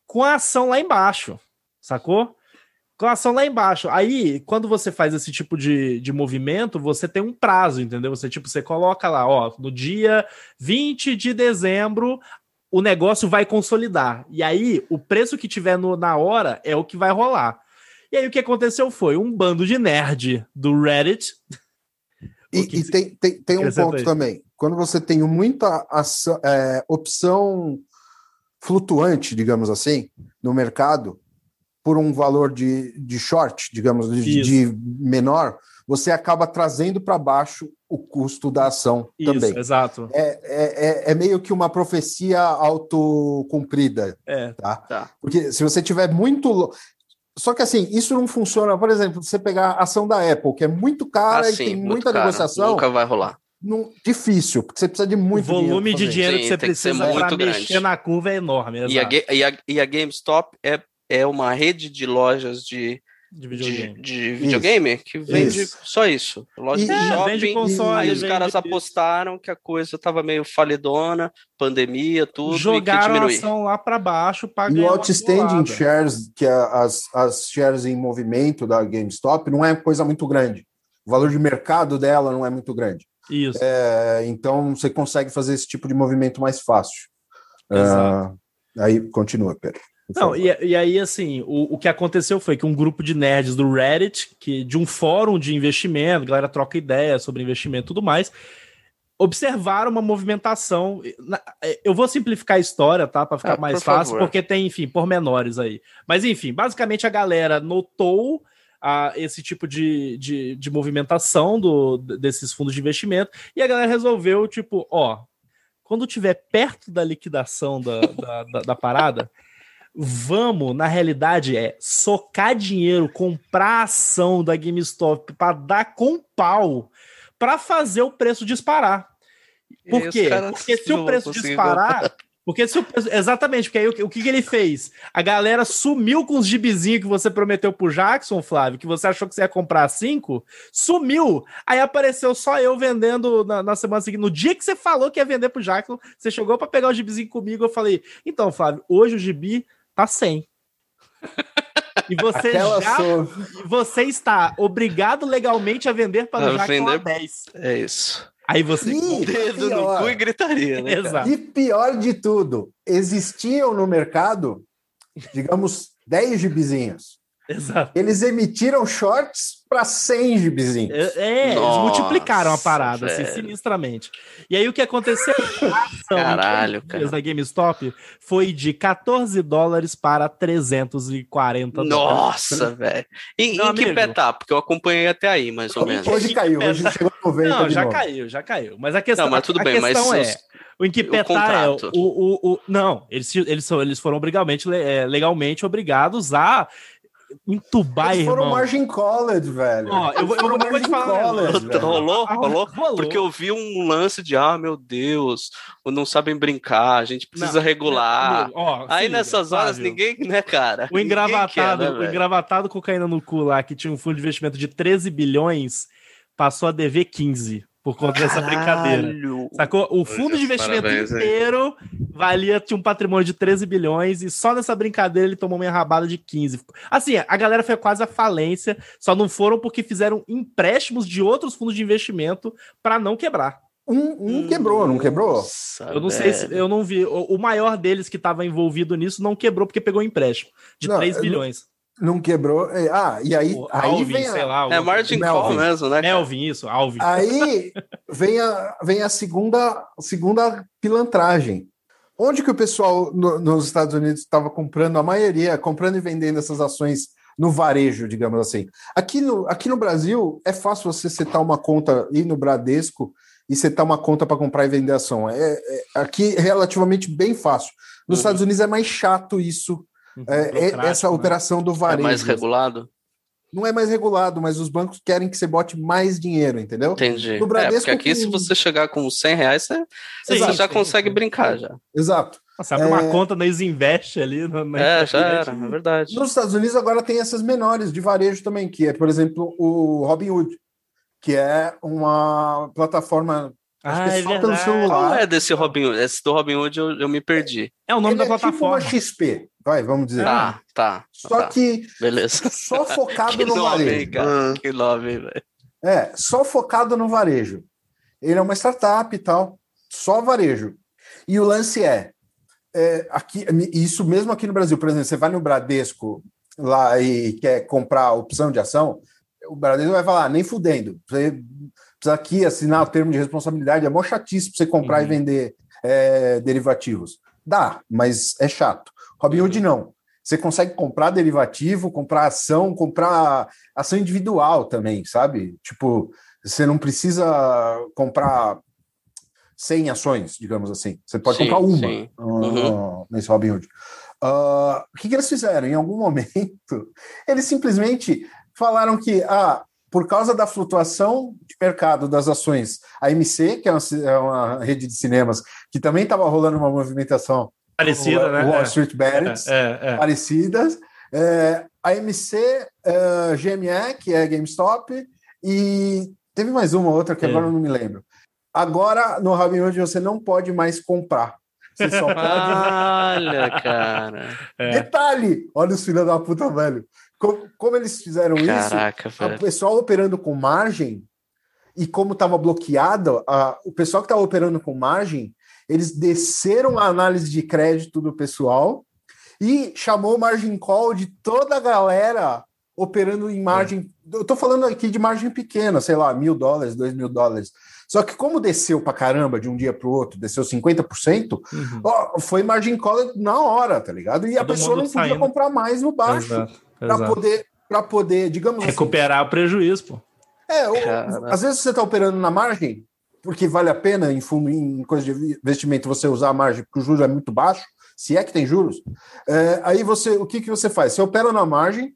S6: com a ação lá embaixo, sacou? Com a ação lá embaixo. Aí, quando você faz esse tipo de, de movimento, você tem um prazo, entendeu? Você, tipo, você coloca lá, ó, no dia 20 de dezembro, o negócio vai consolidar. E aí, o preço que tiver no- na hora é o que vai rolar. E aí, o que aconteceu foi um bando de nerd do Reddit.
S5: E,
S6: O que
S5: e
S6: se-
S5: tem, tem, tem um
S6: Acrescenta
S5: ponto
S6: aí.
S5: também. Quando você tem muita ação- é, opção flutuante, digamos assim, no mercado, por um valor de, de short, digamos, de,
S6: Isso.
S5: de menor, você acaba trazendo para baixo o custo da ação também.
S6: Isso, exato.
S5: É, é- é meio que uma profecia autocumprida,
S6: É,
S5: tá?
S2: Tá.
S5: Porque se você tiver muito. lo- Só que assim, isso não funciona. Por exemplo, você pegar a ação da Apple, que é muito cara e
S2: Assim,
S5: tem
S2: muito
S5: muita
S2: caro,
S5: negociação,
S2: Nunca vai rolar.
S5: não- difícil, porque você precisa de
S6: o
S5: muito
S6: volume de
S5: pra fazer.
S6: dinheiro que
S2: Sim,
S6: você
S2: tem que ser
S6: precisa para
S2: muito grande.
S6: mexer na curva é enorme.
S2: E a,
S6: exato,
S2: Ga- e, a, e a GameStop é, é uma rede de lojas de,
S6: de
S2: de,
S6: videogame.
S2: de videogame que vende
S5: Isso.
S2: só isso. Loja
S5: E-
S2: de
S5: É,
S6: vende
S2: shopping.
S6: console,
S2: Aí os
S6: vende
S2: caras
S6: isso.
S2: apostaram que a coisa tava meio falidona, pandemia, tudo,
S6: Jogaram a
S2: e que diminuir.
S6: ação lá para baixo para
S5: E
S6: ganhar
S5: o
S6: uma
S5: outstanding
S6: bolada.
S5: shares, que é as, as shares em movimento da GameStop, não é coisa muito grande. O valor de mercado dela não é muito grande.
S6: Isso.
S5: É, então você consegue fazer esse tipo de movimento mais fácil.
S6: Exato.
S5: Ah, aí continua, Pedro. Por
S6: Não,
S5: favor.
S6: e, e aí, assim, o, o que aconteceu foi que um grupo de nerds do Reddit, que de um fórum de investimento, a galera troca ideia sobre investimento e tudo mais, observaram uma movimentação. na- é, Eu vou simplificar a história, tá? Pra ficar
S2: Ah,
S6: mais
S2: por
S6: fácil,
S2: favor.
S6: porque tem, enfim, pormenores aí. Mas, enfim, basicamente a galera notou. ah, esse tipo de, de, de movimentação do, desses fundos de investimento, e a galera resolveu, tipo, ó, quando tiver perto da liquidação da, da, da- da parada, vamos, na realidade, é socar dinheiro, comprar ação da GameStop para dar com pau, para fazer o preço disparar.
S2: E
S6: Por
S2: os
S6: quê?
S2: caras
S6: Porque se
S2: não
S6: o preço
S2: conseguiram
S6: disparar. Porque se o preço- Exatamente, porque aí o, que- o que, que ele fez? A galera sumiu com os gibizinhos que você prometeu pro Jackson, Flávio, que você achou que você ia comprar cinco, sumiu. Aí apareceu só eu vendendo na, na semana seguinte. No dia que você falou que ia vender pro Jackson, você chegou pra pegar o gibizinho comigo. Eu falei, então, Flávio, hoje o gibi tá 100. E você,
S5: Aquela
S6: já,
S5: sua-
S6: e você está obrigado legalmente a vender para
S2: A
S6: o Jackson a
S2: vender.
S6: 10.
S2: É isso.
S6: Aí você.
S5: Ih,
S6: é
S2: Dedo no
S5: pior.
S2: cu e gritaria, né? cara?
S6: Exato.
S5: E pior de tudo, existiam no mercado, digamos, 10 gibizinhos.
S6: Exato.
S5: Eles emitiram shorts para 100 gibizinhos.
S6: É, é, eles
S2: Nossa,
S6: multiplicaram a parada, assim,
S2: velho.
S6: sinistramente. E aí o que aconteceu? A ação em
S2: Caralho,
S6: três dias
S2: cara.
S6: da GameStop foi de 14 dólares para 340 dólares.
S2: Nossa, velho. Em,
S6: Tá Meu
S2: em que
S6: amigo.
S2: pé tá? Porque eu acompanhei até aí, mais ou menos.
S5: Hoje caiu, hoje chegou a 90
S6: Não,
S5: de
S6: já
S5: novo.
S6: caiu, já caiu. Mas a questão,
S2: Não, mas tudo
S6: a
S2: bem, mas
S6: questão é,
S2: os-
S6: o Inquipetar é o,
S2: contrato.
S6: o, o- Não, eles, se- eles, são, eles foram obrigalmente, le- é, legalmente obrigados a Entubar,
S5: Eles foram
S6: irmão.
S5: Margin College, velho.
S6: Ó, eu vou- eu vou- eu vou te falar um
S5: College, velho.
S2: Rolou?
S6: Ah,
S2: Rolou?
S6: Rolou.
S2: Porque eu vi um lance de, ah, meu Deus, não sabem brincar, a gente precisa
S6: Não,
S2: regular.
S6: não, ó, se
S2: Aí
S6: liga,
S2: nessas horas
S6: Flávio.
S2: ninguém, né, cara?
S6: O engravatado,
S2: Ninguém quer, né,
S6: o
S2: velho?
S6: engravatado cocaína no cu lá, que tinha um fundo de investimento de 13 bilhões, passou a dever 15 por conta dessa brincadeira.
S2: Caralho.
S6: Sacou? O fundo
S2: é,
S4: Olha,
S6: de investimento
S4: parabéns, hein?
S6: inteiro valia, tinha um patrimônio de 13 bilhões e só nessa brincadeira ele tomou uma enrabada de 15. Assim, a galera foi quase à falência, só não foram porque fizeram empréstimos de outros fundos de investimento pra não quebrar.
S5: Um, um quebrou, não quebrou?
S2: Nossa,
S6: Eu não sei se
S2: Tá velho.
S6: eu não vi. O, o maior deles que estava envolvido nisso não quebrou porque pegou um empréstimo de
S5: Não,
S6: 3
S5: eu-
S6: bilhões.
S5: Não quebrou. É, Ah, e aí,
S6: O
S5: aí
S6: Alvin,
S5: vem a-
S6: sei lá.
S2: É
S6: alguma assim.
S2: margin call
S5: Melvin.
S2: mesmo, né? cara?
S6: Melvin, isso, Alvin.
S5: Aí vem a, vem a segunda, segunda pilantragem. Onde que o pessoal no- nos Estados Unidos estava comprando a maioria, comprando e vendendo essas ações no varejo, digamos assim? Aqui no, aqui no Brasil é fácil você setar uma conta ir no Bradesco e setar uma conta para comprar e vender ação. É, é- aqui é relativamente bem fácil. Nos
S2: Uhum.
S5: Estados Unidos é mais chato isso,
S6: Uhum,
S5: é- é-
S6: burocrático,
S5: essa
S6: né?
S5: operação do
S2: É
S5: varejo.
S2: mais regulado?
S5: Não é mais regulado, mas os bancos querem que você bote mais dinheiro, entendeu?
S2: Entendi.
S5: No Bradesco
S2: é, porque aqui
S5: com-
S2: se você chegar com 100 reais, você,
S6: Sim,
S2: você já
S6: sim,
S2: consegue
S6: sim.
S2: brincar já.
S5: Exato.
S6: Nossa, abre
S5: é.
S6: uma conta na Isinvest ali. Na, na
S2: É, já
S6: internet.
S2: era,
S5: né?
S2: é verdade.
S5: Nos Estados Unidos agora tem essas menores de varejo também, que é, por exemplo, o Robinhood, que é uma plataforma acho
S6: Ah,
S5: que
S6: é
S5: é só pelo
S6: verdade.
S2: Qual
S5: celular.
S2: é desse Robin Hood? Esse do Robin Hood eu, eu me perdi.
S6: É o nome
S5: Ele
S6: da
S5: é tipo
S6: plataforma. Ah,
S5: uma XP, vai, vamos dizer.
S2: Tá, tá.
S5: Só
S2: tá,
S5: que
S2: Beleza.
S5: só focado
S2: Que
S5: no
S2: nome,
S5: varejo.
S2: hein,
S5: Ah.
S2: cara? Que nome, hein, velho.
S5: É, só focado no varejo. Ele é uma startup e tal, só varejo. E o lance é, é, aqui, isso mesmo aqui no Brasil, por exemplo, você vai no Bradesco lá e quer comprar opção de ação, o Bradesco vai falar, "Ah, nem fudendo, você precisa aqui assinar o termo de responsabilidade, é mó chatice para você comprar
S6: Uhum.
S5: e vender é, derivativos. Dá, mas é chato. Robinhood
S2: Uhum.
S5: não. Você consegue comprar derivativo, comprar ação, comprar ação individual também, sabe? Tipo, você não precisa comprar 100 ações, digamos assim. Você pode
S2: Sim,
S5: comprar uma
S2: sim.
S5: ah, nesse Robinhood. Ah, o que, que eles fizeram? Em algum momento, eles simplesmente falaram que, ah, por causa da flutuação de mercado das ações, a MC, que é uma, ci- é uma rede de cinemas, que também estava rolando uma movimentação
S6: Parecida, né?
S5: Wall Street Barrett,
S6: É, é, é.
S5: parecidas. É, a MC, é, GME, que é GameStop, e teve mais uma outra que
S6: É.
S5: agora eu não me lembro. Agora, no Robinhood, você não pode mais comprar. Você só pode...
S2: Olha, cara.
S6: É.
S5: Detalhe! Olha os filhos da puta, velho. Como, como eles fizeram
S2: Caraca,
S5: isso, o
S6: É.
S2: velho.
S5: pessoal operando com margem, e como estava bloqueado, a- o pessoal que estava operando com margem, eles desceram a análise de crédito do pessoal e chamou o margin call de toda a galera operando em margem.
S6: É.
S5: Eu tô falando aqui de margem pequena, sei lá, mil dólares, dois mil dólares. Só que como desceu pra caramba de um dia pro outro, desceu 50%,
S6: Uhum.
S5: Ó, foi margin call na hora, tá ligado? E a
S6: Todo
S5: pessoa
S6: mundo
S5: não podia
S6: saindo.
S5: comprar mais no baixo
S6: Exato,
S5: para
S6: exato.
S5: poder para poder, digamos
S6: Recuperar o prejuízo, pô.
S5: assim. É, ou-
S2: Cara.
S5: às vezes você tá operando na margem porque vale a pena em fundo em coisa de investimento você usar a margem porque o juro é muito baixo, se é que tem juros. É, aí você, o que que você faz? Você opera na margem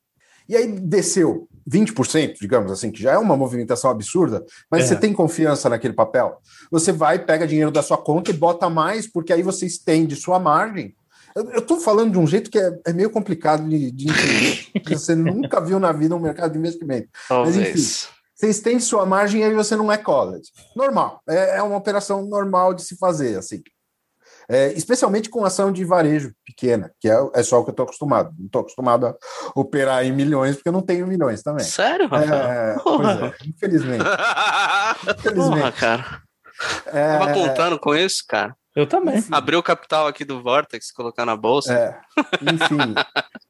S5: e aí desceu 20%, digamos assim, que já é uma movimentação absurda, mas
S6: É.
S5: você tem confiança naquele papel. Você vai, pega dinheiro da sua conta e bota mais, porque aí você estende sua margem. Eu, eu tô falando de um jeito que é, é meio complicado de, de entender. porque você nunca viu na vida um mercado de investimento.
S2: Talvez.
S5: Você estende sua margem e aí você não é college. Normal. É, é uma operação normal de se fazer, assim. É, especialmente com ação de varejo pequena, que é, é só o que eu tô acostumado. Não tô acostumado a operar em milhões, porque eu não tenho milhões também.
S2: Sério, Rafael?
S5: É, pois é, infelizmente.
S2: Porra,
S5: Infelizmente.
S2: cara.
S5: É,
S2: Tava contando com isso, cara.
S6: Eu também.
S2: Abrir o capital aqui do Vortex, colocar na bolsa.
S5: é, enfim.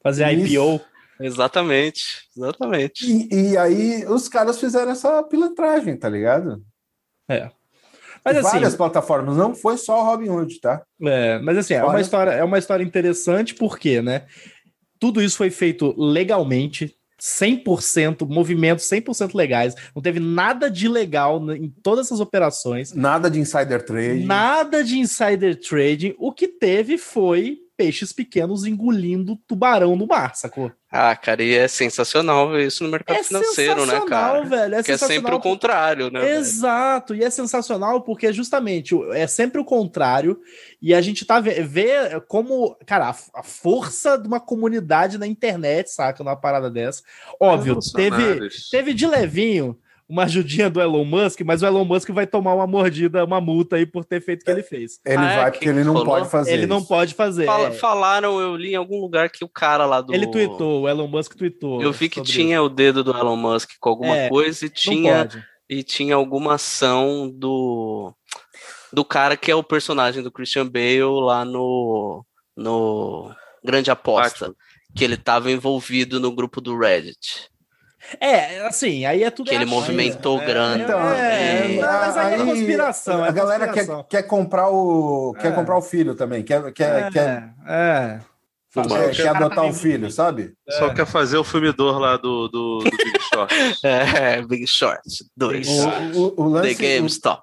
S6: Fazer IPO.
S2: Exatamente, exatamente.
S5: E, e aí os caras fizeram essa pilantragem, tá ligado?
S6: Mas assim,
S5: Várias plataformas, não foi só o Robinhood, tá?
S6: É, mas assim, é uma,
S5: Olha-
S6: história, é uma história interessante porque, né? Tudo isso foi feito legalmente, 100%, movimentos 100% legais. Não teve nada de legal n- em todas essas operações.
S5: Nada de insider trade.
S6: Nada de insider trading. O que teve foi peixes pequenos engolindo tubarão no mar, sacou? É
S2: Ah, cara, e é sensacional ver isso no
S5: É
S2: mercado financeiro, né, cara?
S6: velho. É
S2: que é sempre o
S6: sensacional.
S2: contrário, né? velho?
S6: Exato, e é sensacional porque justamente o- é sempre o contrário e a gente tá vê, vê como, cara, a, f- a força de uma comunidade na internet, saca, numa parada dessa. Óbvio, teve
S4: Revolucionários.
S6: teve de levinho uma ajudinha do Elon Musk, mas o Elon Musk vai tomar uma mordida, uma multa aí por ter feito o que ele fez.
S5: Ele
S2: Ah, é?
S5: vai
S2: Quem
S5: porque ele não
S2: falou?
S5: pode fazer.
S6: ele não
S5: isso.
S6: pode fazer.
S2: Fala-
S6: é.
S2: Falaram, eu li em algum lugar que o cara lá do.
S6: Ele tweetou, o Elon Musk tweetou.
S2: Eu vi que
S6: sobre
S2: tinha o dedo do Elon Musk com alguma
S6: É,
S2: coisa e
S6: isso. Não
S2: tinha,
S6: pode.
S2: e tinha alguma ação do. Do cara que é o personagem do Christian Bale lá no. No. Grande Aposta.
S4: Batman.
S2: Que ele tava envolvido no grupo do Reddit.
S6: É, assim, aí é tudo
S2: Que
S6: é
S2: ele
S6: achismo,
S2: movimentou
S6: né?
S2: grana
S5: Então,
S6: É,
S2: também.
S6: não, mas aí, é conspiração.
S5: A
S6: é
S5: galera quer,
S6: conspiração.
S5: quer comprar o quer
S6: É.
S5: comprar o filho também, quer quer, quer,
S6: É, é.
S5: quer-
S2: Fala.
S5: quer adotar um filho, sabe?
S4: Só quer fazer o filmidor lá do, do, do Big Short.
S2: É, Big Short 2.
S5: O, o, o
S2: The
S5: lance,
S2: GameStop.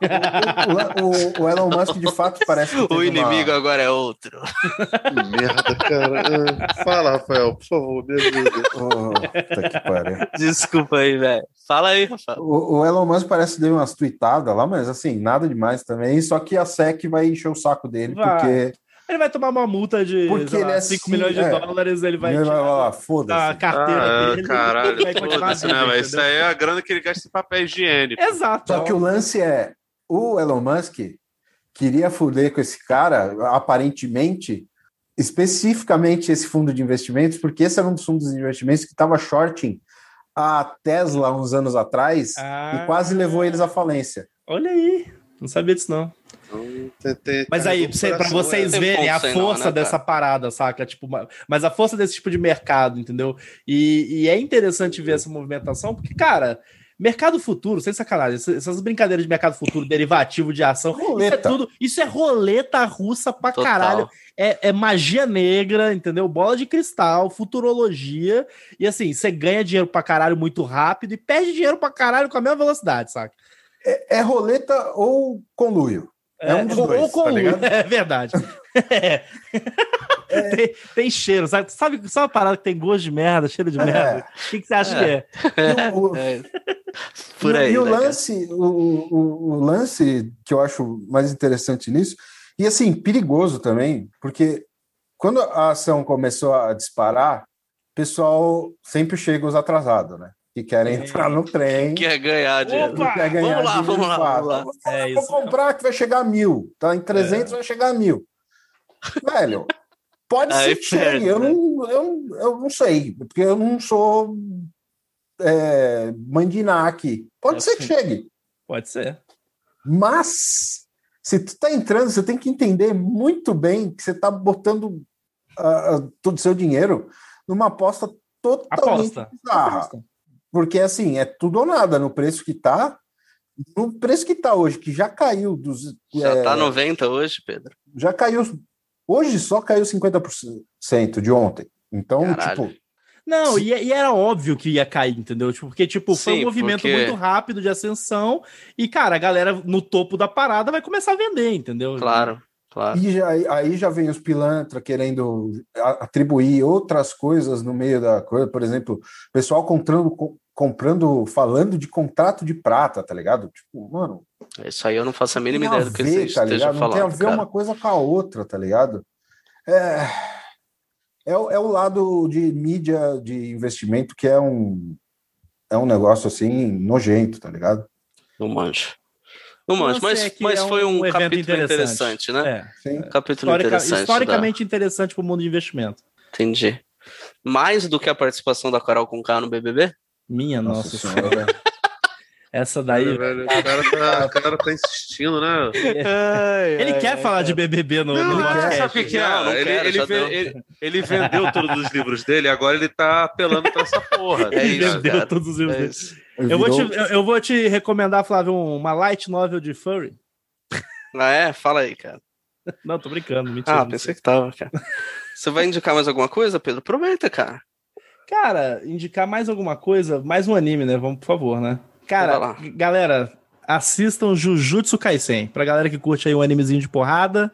S5: o- o- o- o Elon Musk de fato parece que
S2: O
S5: teve uma-
S2: inimigo agora é outro.
S7: Que merda, cara. Ah, Fala, Rafael, por favor, me ajuda.
S5: Oh, puta que pariu.
S2: Desculpa aí, velho. Fala aí, Rafael.
S5: O, o Elon Musk parece que deu umas tweetadas lá, mas assim, nada demais também. Só que a SEC vai encher o saco dele,
S6: Vai.
S5: porque
S6: Ele vai tomar uma multa de
S5: Porque
S6: sei
S5: ele é
S6: 5
S5: assim,
S6: milhões de
S5: é.
S6: dólares, ele vai
S5: ele vai
S6: tirar
S5: falar,
S6: da
S5: foda-se.
S6: carteira
S4: Ah,
S6: dele.
S4: caralho,
S6: vai continuar
S4: foda-se, né?
S6: rico,
S4: Mas isso
S6: entendeu?
S4: aí é a grana que ele gasta em papel higiênico.
S6: Exato.
S5: Só que o lance é, o Elon Musk queria foder com esse cara, aparentemente, especificamente esse fundo de investimentos, porque esse era um dos fundos de investimentos que estava shorting a Tesla uns anos atrás
S6: Ah.
S5: e quase levou eles à falência.
S6: Olha aí. Não sabia disso, não.
S7: Tem- tem-
S6: Mas
S7: cara,
S6: aí,
S7: meu
S6: pra, cê- pra
S7: coração
S6: vocês
S2: é-
S6: verem a
S2: Tem ponto sem
S6: força
S2: nó, né,
S6: dessa parada, saca? Tipo, ma- mas a força desse tipo de mercado, entendeu? E, e é interessante ver essa movimentação, porque, cara, mercado futuro, sem sacanagem, essa- essas brincadeiras de mercado futuro, derivativo de ação, isso é
S5: Roleta.
S6: tudo. Isso é roleta russa pra
S2: Total.
S6: caralho. É, é magia negra, entendeu? Bola de cristal, futurologia. E assim, você ganha dinheiro pra caralho muito rápido e perde dinheiro pra caralho com a mesma velocidade, saca?
S5: É, é roleta ou conluio? É um dos
S6: ou-
S5: dois,
S6: ou com
S5: tá
S6: o-
S5: ligado? É.
S6: É verdade. É. Tem, tem cheiro, sabe? Sabe só uma parada que tem gosto de merda, cheiro de
S5: É.
S6: merda? O que, que você acha que é?
S5: E o- o-
S2: É. Por
S5: E o-
S2: aí.
S5: E o
S2: né, cara?
S5: lance, o, o- o lance que eu acho mais interessante nisso, e assim, perigoso também, porque quando a ação começou a disparar, o pessoal sempre chega os atrasados, né? Que querem
S6: É.
S5: entrar no trem.
S2: Quer ganhar dinheiro.
S5: que quer ganhar
S2: vamos lá,
S5: dinheiro
S2: vamos lá,
S5: fácil.
S2: vamos lá.
S6: É
S5: Vou comprar que vai chegar a mil. Tá em 300, vai chegar a mil. Velho, pode
S2: Aí
S5: ser que chegue.
S2: perde,
S5: Eu,
S2: né?
S5: não, eu, não- eu não sei, porque eu não sou é, mandiná aqui. Pode
S6: É
S5: ser que
S6: assim.
S5: chegue.
S6: Pode ser.
S5: Mas se tu tá entrando, você tem que entender muito bem que você tá botando ah, ah, todo o seu dinheiro numa aposta totalmente
S6: Aposta.
S5: bizarra. Porque assim, é tudo ou nada no preço que tá. No preço que tá hoje, que já caiu dos.
S2: Já
S5: é,
S2: tá 90 hoje, Pedro?
S5: já caiu. Hoje só caiu 50% de ontem. Então,
S2: Caralho.
S5: tipo,
S6: Não, e, e era óbvio que ia cair, entendeu? Tipo, porque tipo, foi
S2: Sim,
S6: um movimento
S2: porque-
S6: muito rápido de ascensão e, cara, a galera no topo da parada vai começar a vender, entendeu?
S2: Claro, claro.
S5: e já- aí já vem os pilantra querendo a- atribuir outras coisas no meio da coisa. Por exemplo, o pessoal comprando, co- comprando, falando de contrato de prata, tá ligado? Tipo, mano,
S2: Isso aí eu não faço a mínima
S5: tem a
S2: ideia do que
S5: ver,
S2: você
S5: tá
S2: esteja
S5: ligado? Não
S2: falando.
S5: tem a ver
S2: cara.
S5: uma coisa com a outra, tá ligado? É, é, o- é o lado de mídia de investimento que é um, é um negócio assim nojento, tá ligado?
S2: Não manjo. Não
S6: O
S2: manjo,
S6: lance
S2: mas,
S6: é que
S2: mas
S6: é
S2: foi um,
S6: evento
S2: capítulo interessante, né?
S6: É.
S5: Sim.
S2: Capítulo
S6: Historica-
S2: interessante.
S6: historicamente interessante pro mundo de investimento.
S2: da- Entendi. Mais do que a participação da Carol com K no BBB?
S6: Minha nossa,
S5: Nossa
S6: senhora.
S5: senhora.
S6: Essa daí.
S4: Velho, velho, o, cara tá, o cara tá insistindo, né?
S6: Ele quer falar de BBB no,
S4: Não,
S6: no
S4: não,
S6: podcast.
S4: sabe o que, que é?
S2: Não, não
S4: ele,
S2: quero,
S4: ele
S2: já
S4: ve-
S2: deu.
S4: ele- ele vendeu todos os livros dele, agora ele tá apelando pra essa porra.
S2: É
S6: Ele
S2: isso,
S6: vendeu
S2: cara.
S6: todos os livros
S2: É
S6: dele.
S2: isso.
S6: eu, vou
S5: Virou-
S6: te, eu- eu vou te recomendar, Flávio, um, uma light novel de furry.
S2: Ah, é? Fala aí, cara.
S6: Não, tô brincando, mentira.
S2: Ah, pensei que tava, cara. Você vai indicar mais alguma coisa, Pedro? Aproveita, cara.
S6: Cara, indicar mais alguma coisa, mais um anime, né? Vamos, por favor, né?
S2: Vai
S6: Cara,
S2: lá.
S6: g- galera, assistam Jujutsu Kaisen. Pra galera que curte aí um animezinho de porrada,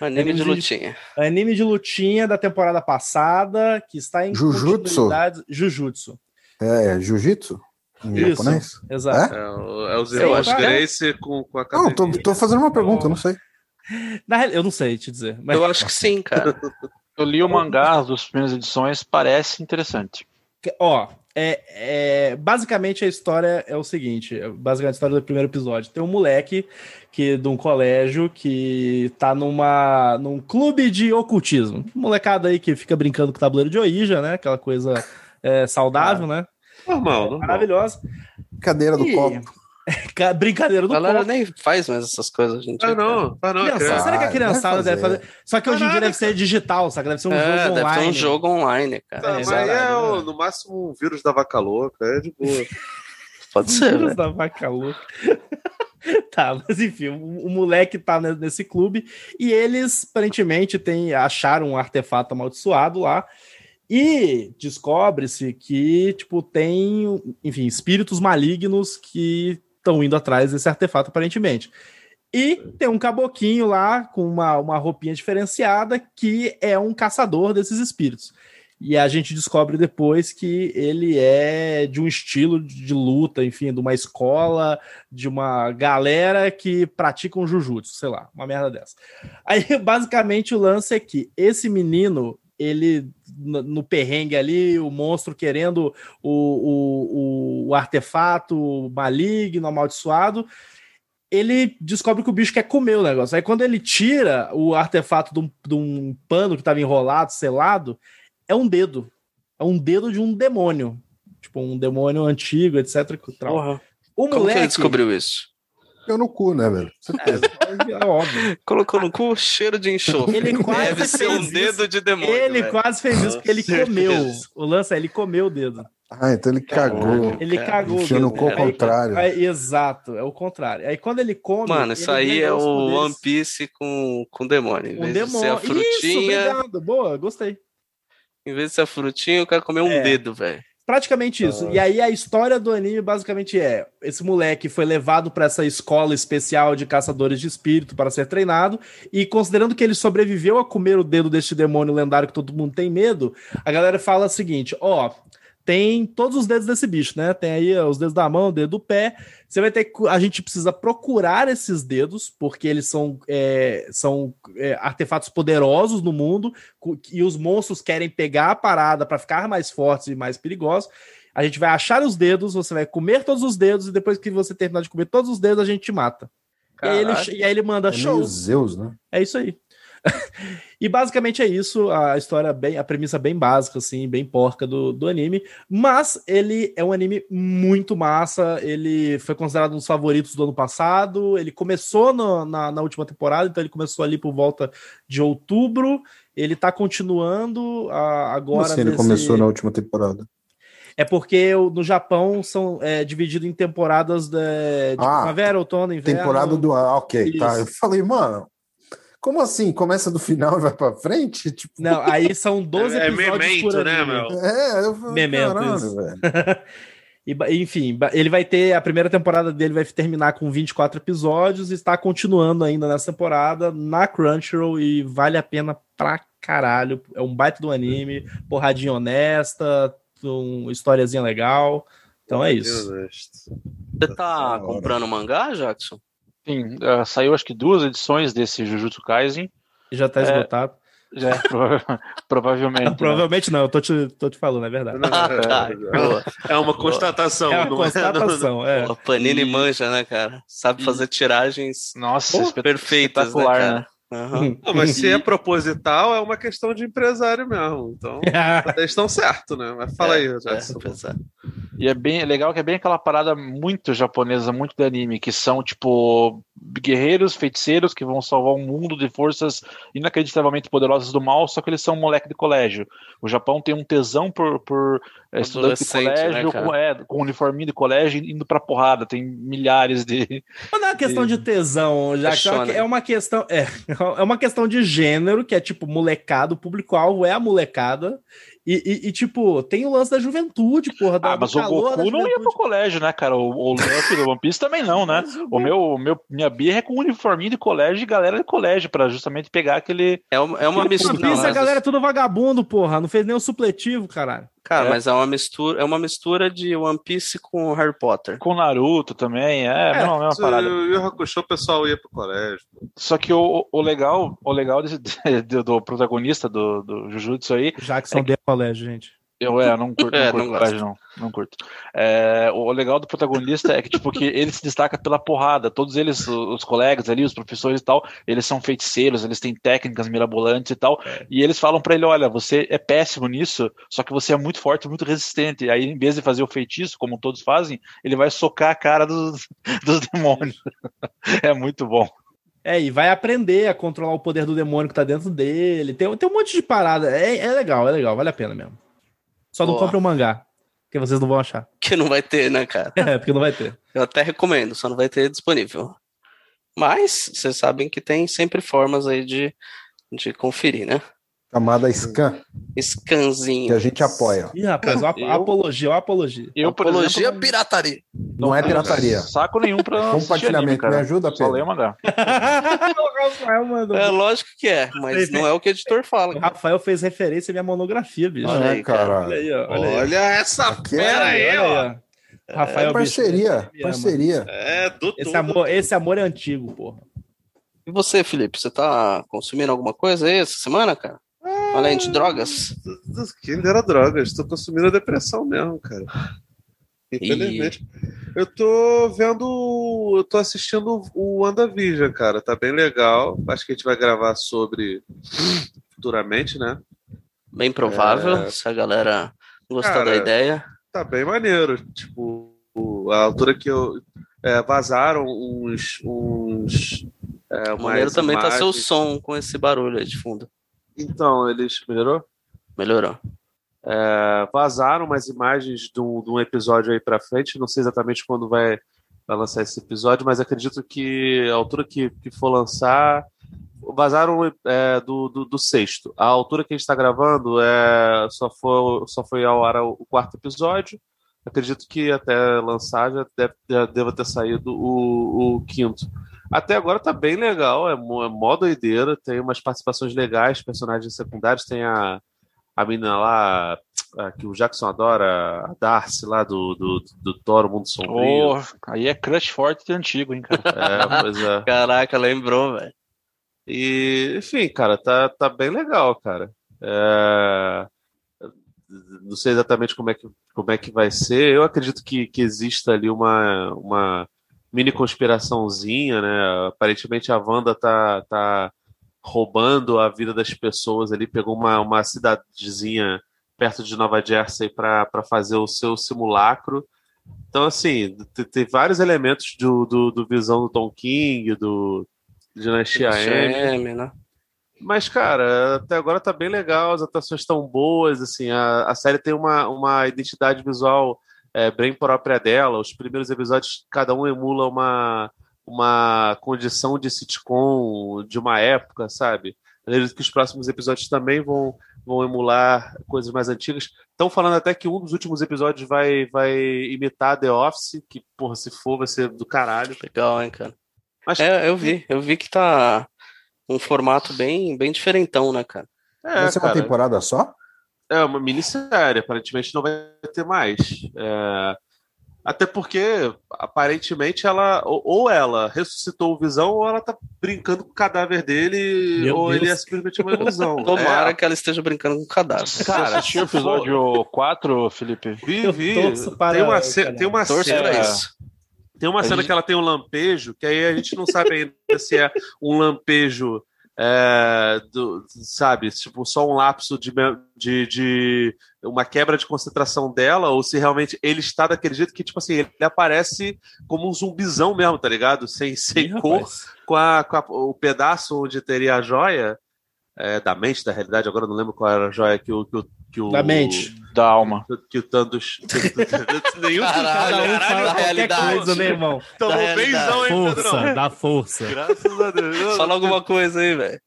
S2: Anime de
S6: Anime de-
S2: lutinha.
S6: Anime de lutinha da temporada passada, que está em
S5: Jujutsu?
S6: continuidade- Jujutsu,
S5: É, jiu-jitsu? Em
S6: Isso.
S5: japonês?
S6: exato.
S4: É, o- é os
S6: Sei
S4: irmãos
S6: lá.
S4: Grace com, com a
S5: Não,
S4: academia.
S5: tô, tô fazendo uma pergunta, não sei.
S6: Na real- eu não sei te dizer, mas
S2: Eu acho que sim, cara.
S3: Eu li o mangá das primeiras edições, parece interessante.
S6: Que- Ó, é, é- basicamente a história é o seguinte: é basicamente a história do primeiro episódio. Tem um moleque que, de um colégio que tá numa, num clube de ocultismo. Molecada aí que fica brincando com tabuleiro de Ouija, né? Aquela coisa é, saudável, né?
S2: Tá.
S4: Normal, normal.
S6: Maravilhosa.
S5: Cadeira do
S6: Ih,
S5: copo.
S6: Ca- Brincadeira
S2: A
S6: do
S2: galera
S6: copo.
S2: nem faz mais essas coisas, gente.
S4: Ah, não, ah, não,
S6: Criança,
S4: cara.
S6: será que a
S5: Ah,
S6: criançada
S5: deve
S6: deve
S5: fazer.
S6: fazer? Só que hoje em dia
S4: Caraca.
S6: deve ser digital, sabe? Deve ser um
S2: é,
S6: jogo
S2: deve
S6: online.
S2: ser um jogo online, cara.
S4: Tá, mas
S6: exato,
S4: é,
S6: né?
S4: o- no máximo um vírus da vaca louca, é de boa.
S2: Pode ser, né?
S6: Filhos
S2: velho.
S6: da vaca louca. tá, mas enfim, o, o moleque tá ne- nesse clube e eles aparentemente tem, acharam um artefato amaldiçoado lá. E descobre-se que, tipo, tem, enfim, espíritos malignos que estão indo atrás desse artefato, aparentemente. E tem um caboquinho lá com uma, uma roupinha diferenciada que é um caçador desses espíritos. E a gente descobre depois que ele é de um estilo de de luta, enfim, de uma escola, de uma galera que pratica um jujutsu, sei lá, uma merda dessa. Aí, basicamente, o lance é que esse menino, ele, no no perrengue ali, o monstro querendo o, o, o, o artefato maligno, amaldiçoado, ele descobre que o bicho quer comer o negócio. Aí, quando ele tira o artefato de um, de um pano que estava enrolado, selado, é um dedo. É um dedo de um demônio. Tipo, um demônio antigo, etc. e tal. O
S2: né? Como que
S6: moleque.
S2: ele descobriu isso?
S5: Eu no cu, né, velho?
S6: É óbvio.
S2: Colocou no cu cheiro de enxofre.
S6: Ele quase
S2: Deve ser um
S6: fez
S2: dedo de demônio.
S6: Ele
S2: velho.
S6: quase fez isso porque ele
S2: né? certeza.
S6: comeu. O lance é ele comeu o dedo.
S5: Ah, então ele cagou.
S6: Ele
S2: Cara,
S6: cagou o
S5: Enfiou
S6: dedo.
S5: no cu ao
S2: Aí-
S5: contrário.
S6: Aí, exato, é o contrário. Aí quando ele come.
S2: Mano, isso
S6: ele
S2: aí
S6: ganha
S2: é
S6: os
S2: o
S6: poderes.
S2: One Piece né? com, com demônio. Em
S6: Um
S2: vez de ser é a
S6: demônio. Isso,
S2: frutinha,
S6: obrigado. Boa, gostei.
S2: em vez de ser a frutinha, o cara comeu um
S6: É.
S2: dedo, velho.
S6: Praticamente isso. E aí a história do anime basicamente é: esse moleque foi levado para essa escola especial de caçadores de espírito para ser treinado, e considerando que ele sobreviveu a comer o dedo deste demônio lendário que todo mundo tem medo, a galera fala o seguinte: ó, tem todos os dedos desse bicho, né? Tem aí os dedos da mão, o dedo do pé. Você vai ter que. A gente precisa procurar esses dedos, porque eles são, é, são é, artefatos poderosos no mundo, cu- e os monstros querem pegar a parada para ficar mais fortes e mais perigosos. A gente vai achar os dedos, você vai comer todos os dedos, e depois que você terminar de comer todos os dedos, a gente te mata. E aí, ele,
S2: Caralho.
S6: e aí ele manda
S5: É meio
S6: tá show.
S5: Zeus, né?
S6: É isso aí. e basicamente é isso, a história bem, a premissa bem básica, assim, bem porca do, do anime. Mas ele é um anime muito massa, ele foi considerado um dos favoritos do ano passado, ele começou no- na, na última temporada, então ele começou ali por volta de outubro, ele tá continuando ah,
S5: Como
S6: agora...
S5: assim ele
S6: nesse-
S5: começou na última temporada?
S6: É porque o- no Japão são é, dividido em temporadas de, de
S5: Ah,
S6: primavera, outono, inverno...
S5: Temporada do. Ah, ok, tá.
S6: Isso.
S5: Eu falei, mano, como assim? Começa do final e vai pra frente? Tipo,
S6: Não, aí são 12
S4: é
S6: episódios por
S4: memento, né,
S6: anime.
S4: meu?
S5: é, eu falei,
S6: Memento,
S5: caralho,
S6: isso.
S5: velho.
S6: E, ba- enfim, ba- ele vai ter a primeira temporada dele vai terminar com 24 episódios e está continuando ainda nessa temporada na Crunchyroll e vale a pena pra caralho. É um baita do anime, porradinha honesta, um, historiazinha legal. Então é isso.
S4: Honesto.
S2: Você tá
S5: hora.
S2: comprando mangá, Jackson?
S3: Sim, eh, saiu acho que duas edições desse Jujutsu Kaisen.
S6: Já tá
S3: É.
S6: esgotado.
S3: Já é prova- provavelmente. né?
S6: Provavelmente não, eu tô te, tô te falando, é verdade.
S2: Ah, tá. Boa.
S4: É uma constatação,
S6: É uma
S4: não é?
S6: constatação, é.
S2: A Panini manja, né, cara? Sabe fazer tiragens
S3: Nossa, espet-
S2: perfeitas, né,
S3: espetacular, né?
S2: cara? Aham.
S4: Não, mas se é proposital, é uma questão de empresário mesmo. Então, eles estão certo, né? Mas fala aí,
S2: É,
S4: Jackson.
S2: apesar-
S3: E é bem é legal que é bem aquela parada muito japonesa, muito de anime, que são, tipo, guerreiros, feiticeiros que vão salvar um mundo de forças inacreditavelmente poderosas do mal, só que eles são moleque de colégio. O Japão tem um tesão por, por é, estudante de
S2: Adolescente,
S3: colégio,
S2: né, cara?
S3: com, é, com uniforminho de colégio, indo pra porrada. Tem milhares de...
S6: Mas não é uma questão de tesão, já que é uma-
S2: Shonen.
S6: é uma questão é, é uma questão de gênero que é tipo molecado, o público-alvo é a molecada e, e- e, tipo tem o lance da juventude, porra, da,
S3: Ah,
S6: do
S3: mas o
S6: calor da
S3: Goku não ia
S6: juventude.
S3: pro colégio, né, cara? O, o Luffy do One Piece também não, né? O meu, o meu, minha a birra é com uniforminho de colégio e galera de colégio, pra justamente pegar aquele.
S2: É uma, é uma
S3: Aquele
S2: mistura.
S3: Não,
S6: Pisa,
S2: mas-
S6: galera, tudo vagabundo, porra. Não fez nenhum supletivo, caralho.
S2: Cara,
S3: É.
S2: mas é uma mistura, é uma mistura de One Piece com Harry Potter.
S3: Com Naruto também, é,
S6: É,
S3: não, é uma
S4: Se
S3: parada.
S4: o Yu Hakusho, o pessoal ia pro colégio.
S3: Só que o, o legal, o legal desse- do, do protagonista do, do Jujutsu aí,
S6: Jackson de colégio, gente.
S3: eu é, não curto,
S2: É,
S3: não curto
S2: não
S3: não, coragem, não, não curto. É, o legal do protagonista é que tipo que ele se destaca pela porrada. Todos eles, o- os colegas ali, os professores e tal, eles são feiticeiros, eles têm técnicas mirabolantes e tal, e eles falam pra ele, olha, você é péssimo nisso, só que você é muito forte, muito resistente. E aí em vez de fazer o feitiço, como todos fazem, ele vai socar a cara dos, dos demônios. É muito bom.
S6: É, e vai aprender a controlar o poder do demônio que tá dentro dele. Tem, tem um monte de parada. É, é legal, é legal, vale a pena mesmo. Só não
S2: Boa.
S6: compre o mangá, porque vocês não vão achar.
S2: Que não vai ter, né, cara?
S6: É, porque não vai ter.
S2: Eu até recomendo, só não vai ter disponível. Mas, vocês sabem que tem sempre formas aí de, de conferir, né?
S5: Camada Scan, que
S2: Scanzinho.
S5: a gente apoia.
S6: Ih, rapaz, uma
S3: Eu-
S6: apologia, uma apologia.
S3: Eu, por
S2: Apologia
S3: exemplo,
S2: pirataria.
S5: Não é pirataria.
S3: saco nenhum pra assistir anime,
S5: Compartilhamento, né, me
S3: cara.
S5: ajuda,
S3: Só leio
S5: Pedro.
S3: mandar.
S6: o Rafael mandou.
S2: É lógico que é, mas não é o que o editor
S6: O
S2: fala. cara.
S6: Rafael fez referência à minha monografia, bicho.
S2: Olha
S6: Olha,
S2: aí,
S5: É, cara.
S6: aí, ó. Olha, aí.
S4: Olha essa
S5: Aqui é-
S4: fera aí,
S6: Olha
S4: ó.
S6: aí, ó. Rafael
S5: É parceria,
S6: bicho, me ama.
S5: parceria.
S4: É, do
S6: Esse
S4: tudo.
S6: amor, esse amor é antigo, porra.
S2: E você, Felipe, você tá consumindo alguma coisa aí essa semana, cara? Além de drogas?
S4: Quem dera drogas, tô consumindo a depressão mesmo, cara. Infelizmente. Eu tô vendo. Eu tô assistindo o WandaVision, cara. Tá bem legal. Acho que a gente vai gravar sobre futuramente, né?
S2: Bem provável,
S4: É.
S2: se a galera gostar
S4: Cara,
S2: da ideia.
S4: Tá bem maneiro. Tipo, o- a altura que eu. é, vazaram uns. uns é,
S2: O maneiro também tá seu
S4: imagens.
S2: som com esse barulho aí de fundo.
S4: Então, eles. Melhorou?
S2: Melhorou.
S4: É, vazaram umas imagens de um, de um episódio aí pra frente. Não sei exatamente quando vai, vai lançar esse episódio, mas acredito que a altura que, que for lançar. Vazaram é, do, do, do sexto. A altura que a gente está gravando é, só, foi, só foi ao ar o quarto episódio. Acredito que até lançar já, deve, já deva ter saído o, o quinto. Até agora tá bem legal, é, mó- é mó doideira. Tem umas participações legais, personagens secundários. Tem a, a menina lá, ah, que o Jackson adora, a Darcy lá do, do, do Thor, o Mundo Sombrio.
S3: Ô, aí é crush forte de antigo, hein, cara.
S4: É, pois é.
S2: Caraca, lembrou, velho.
S4: E, enfim, cara, tá, tá bem legal, cara. É, Não sei exatamente como é que, como é que vai ser. Eu acredito que, que exista ali uma, uma mini conspiraçãozinha, né? Aparentemente a Wanda tá, tá roubando a vida das pessoas ali, pegou uma, uma cidadezinha perto de Nova Jersey para fazer o seu simulacro. Então, assim, te- tem vários elementos do, do, do visão do Tom King, do Dinastia M.
S2: GM, né?
S4: Mas, cara, até agora tá bem legal, as atuações estão boas, assim, a, a série tem uma, uma identidade visual é, bem própria dela. Os primeiros episódios, cada um emula uma, uma condição de sitcom de uma época, sabe? Eu Acredito que os próximos episódios também vão, vão emular coisas mais antigas. Estão falando até que um dos últimos episódios vai, vai imitar The Office, que, porra, se for, vai ser do caralho.
S2: Legal, hein, cara.
S4: Mas-
S2: É, eu vi. Eu vi que tá um formato bem, bem diferentão, né, cara?
S4: É,
S5: Essa é uma
S4: cara.
S5: temporada só?
S4: É uma minissérie, aparentemente não vai ter mais. É, Até porque, aparentemente, ela ou, ou ela ressuscitou o Visão ou ela tá brincando com o cadáver dele
S6: Meu
S4: ou
S6: Deus.
S4: ele é simplesmente uma ilusão.
S2: Tomara
S4: É,
S2: que ela esteja brincando com o cadáver.
S4: Cara,
S3: Assistiu o episódio 4, Felipe?
S4: vi,
S6: Eu
S4: vi.
S6: torço para-
S4: Tem uma, ce-
S6: caralho.
S4: tem uma
S2: Torço
S4: cena,
S2: pra
S3: É.
S2: isso.
S4: tem uma
S2: A
S4: cena
S2: gente-
S4: que ela tem um lampejo, que aí a gente não sabe ainda se é um lampejo, é, do, sabe, tipo, só um lapso de, me- de, de uma quebra de concentração dela, ou se realmente ele está daquele jeito que, tipo assim, ele aparece como um zumbizão mesmo, tá ligado? Sem, sem
S6: Ih,
S4: cor,
S6: rapaz.
S4: com, a, com a- o pedaço onde teria a joia, é, da mente, da realidade, agora eu não lembro qual era a joia que o... Que o, que o
S6: Da mente.
S3: Da alma.
S4: Que, o- que o Thanos... Nenhum
S2: Caralho,
S6: Cada um
S2: da
S6: fala qualquer
S2: realidade.
S6: coisa, meu irmão.
S4: tomou
S2: Da
S4: benzão, hein, Pedrão?
S6: Força, dá força.
S4: Graças a Deus.
S2: Fala alguma coisa aí, velho.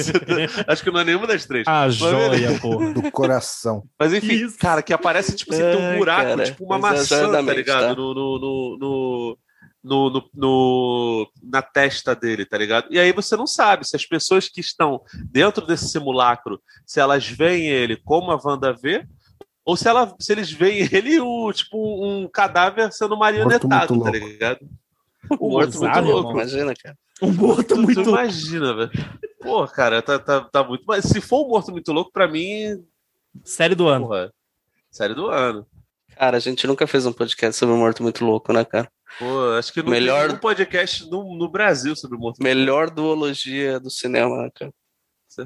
S4: Acho que não é nenhuma das três.
S6: A joia, porra.
S5: Do coração.
S4: Mas enfim,
S6: Isso.
S4: cara, que aparece, tipo, assim, tem um
S2: Ai,
S4: buraco,
S2: cara,
S4: tipo uma
S2: mas é
S4: maçã, tá
S2: exatamente,
S4: ligado?
S2: tá?
S4: No, no, no, no- no, no- no- na testa dele, tá ligado? E aí você não sabe se as pessoas que estão dentro desse simulacro, se elas veem ele como a Wanda vê, ou se, ela, se eles veem ele o, tipo um cadáver sendo marionetado,
S5: muito
S4: tá
S5: louco.
S4: ligado?
S2: O Um morto muito
S6: Sabe,
S2: louco,
S6: irmão?
S2: imagina, cara.
S6: Um morto
S4: Tu-
S6: muito.
S4: Tu imagina, velho. Pô, cara, tá, tá, tá muito. Mas se for um morto muito louco, pra mim,
S6: Série do ano.
S4: porra, série do ano.
S2: Cara, a gente nunca fez um podcast sobre um morto muito louco, né, cara?
S4: Pô, acho que não
S2: Melhor-
S4: tem um podcast no, no Brasil sobre morto muito
S2: Melhor duologia do cinema, né, cara?
S4: louco, com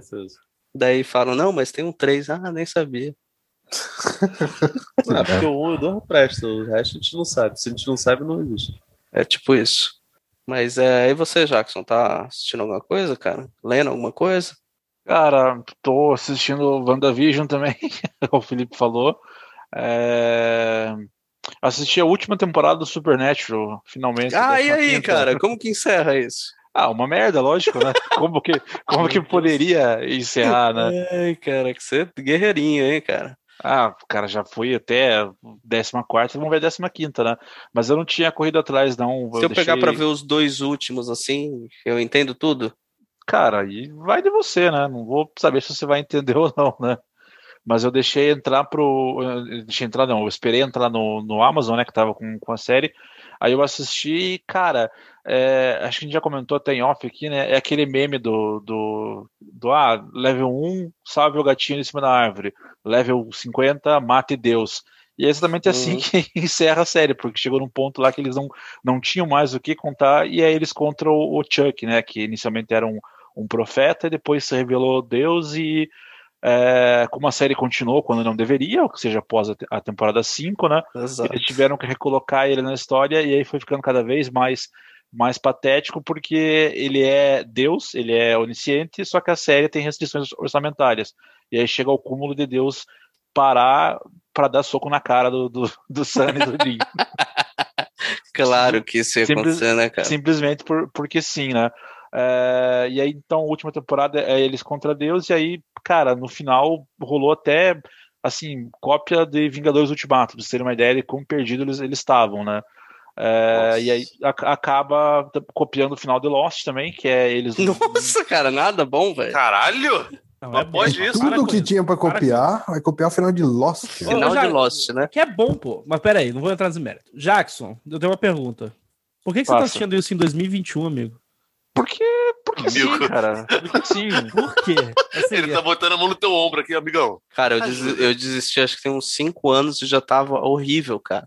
S4: certeza.
S2: Daí falam, não, mas tem um 3. Ah, nem sabia.
S4: Ah, porque o 1 e o 2 não presta, o resto a gente não sabe. Se a gente não sabe, não existe.
S2: É tipo isso. Mas é, e você, Jackson, tá assistindo alguma coisa, cara? Lendo alguma coisa?
S3: Cara, tô assistindo WandaVision também, como o Felipe falou. É, Assisti a última temporada do Supernatural, finalmente.
S2: Ah, e
S3: décima
S2: aí,
S3: quinta.
S2: cara? Como que encerra isso?
S3: Ah, uma merda, lógico, né? Como que, como que poderia encerrar, né?
S2: Ai, cara, que você é guerreirinho, hein, cara?
S3: Ah, cara, já fui até 14ª, vamos ver 15ª, né? Mas eu não tinha corrido atrás, não.
S2: Se eu pegar
S3: deixei-
S2: pra ver os dois últimos assim, eu entendo tudo.
S3: Cara, aí vai de você, né? Não vou saber se você vai entender ou não, né? Mas eu deixei entrar pro. eu Deixei entrar, não. Eu esperei entrar no, no Amazon, né? Que tava com, com a série. Aí eu assisti e, cara, é, acho que a gente já comentou até em off aqui, né? É aquele meme do. do, do ah, level 1, salve o gatinho em cima da árvore. Level 50, mate Deus. E é exatamente assim
S2: Uhum.
S3: que encerra a série, porque chegou num ponto lá que eles não, não tinham mais o que contar, e aí eles contra o, o Chuck, né? Que inicialmente era um, um profeta, e depois se revelou Deus, e é, como a série continuou quando não deveria, ou seja, após a, te- a temporada 5, né?
S2: Exato.
S3: Eles tiveram que recolocar ele na história e aí foi ficando cada vez mais mais patético porque ele é Deus, ele é onisciente, só que a série tem restrições orçamentárias. E aí chega ao cúmulo de Deus parar para dar soco na cara do, do, do Sam e do Dean.
S2: Claro que isso ia
S3: Simples-
S2: acontecer, né, cara?
S3: Simplesmente por- porque sim, né? É, e aí, então, a última temporada é eles contra Deus, e aí, cara, no final rolou até, assim, cópia de Vingadores Ultimato, pra vocês terem uma ideia de como perdido eles eles estavam, né? É,
S4: Nossa.
S3: e aí a- acaba t- copiando o final de Lost também, que é eles.
S2: Nossa, cara, nada bom, velho.
S4: Caralho!
S6: Não, é
S4: Mas pode isso,
S6: Para
S4: cara,
S5: Tudo
S6: com
S5: que
S6: isso.
S5: tinha pra
S6: Para
S5: copiar, vai copiar o final de Lost. cara.
S2: Final
S6: já-
S2: de Lost, né?
S6: Que é bom, pô. Mas peraí, não vou entrar nesse mérito. Jackson, eu tenho uma pergunta. Por que, que você tá
S3: Faça.
S6: assistindo isso em 2021, amigo?
S3: Porque, porque sim,
S4: Amigo.
S3: cara. Porque sim.
S6: Por quê? Essa
S4: Ele
S6: é-
S4: tá botando a mão no teu ombro aqui, amigão.
S2: Cara, eu, des- eu desisti acho que tem uns 5 anos e já tava horrível, cara.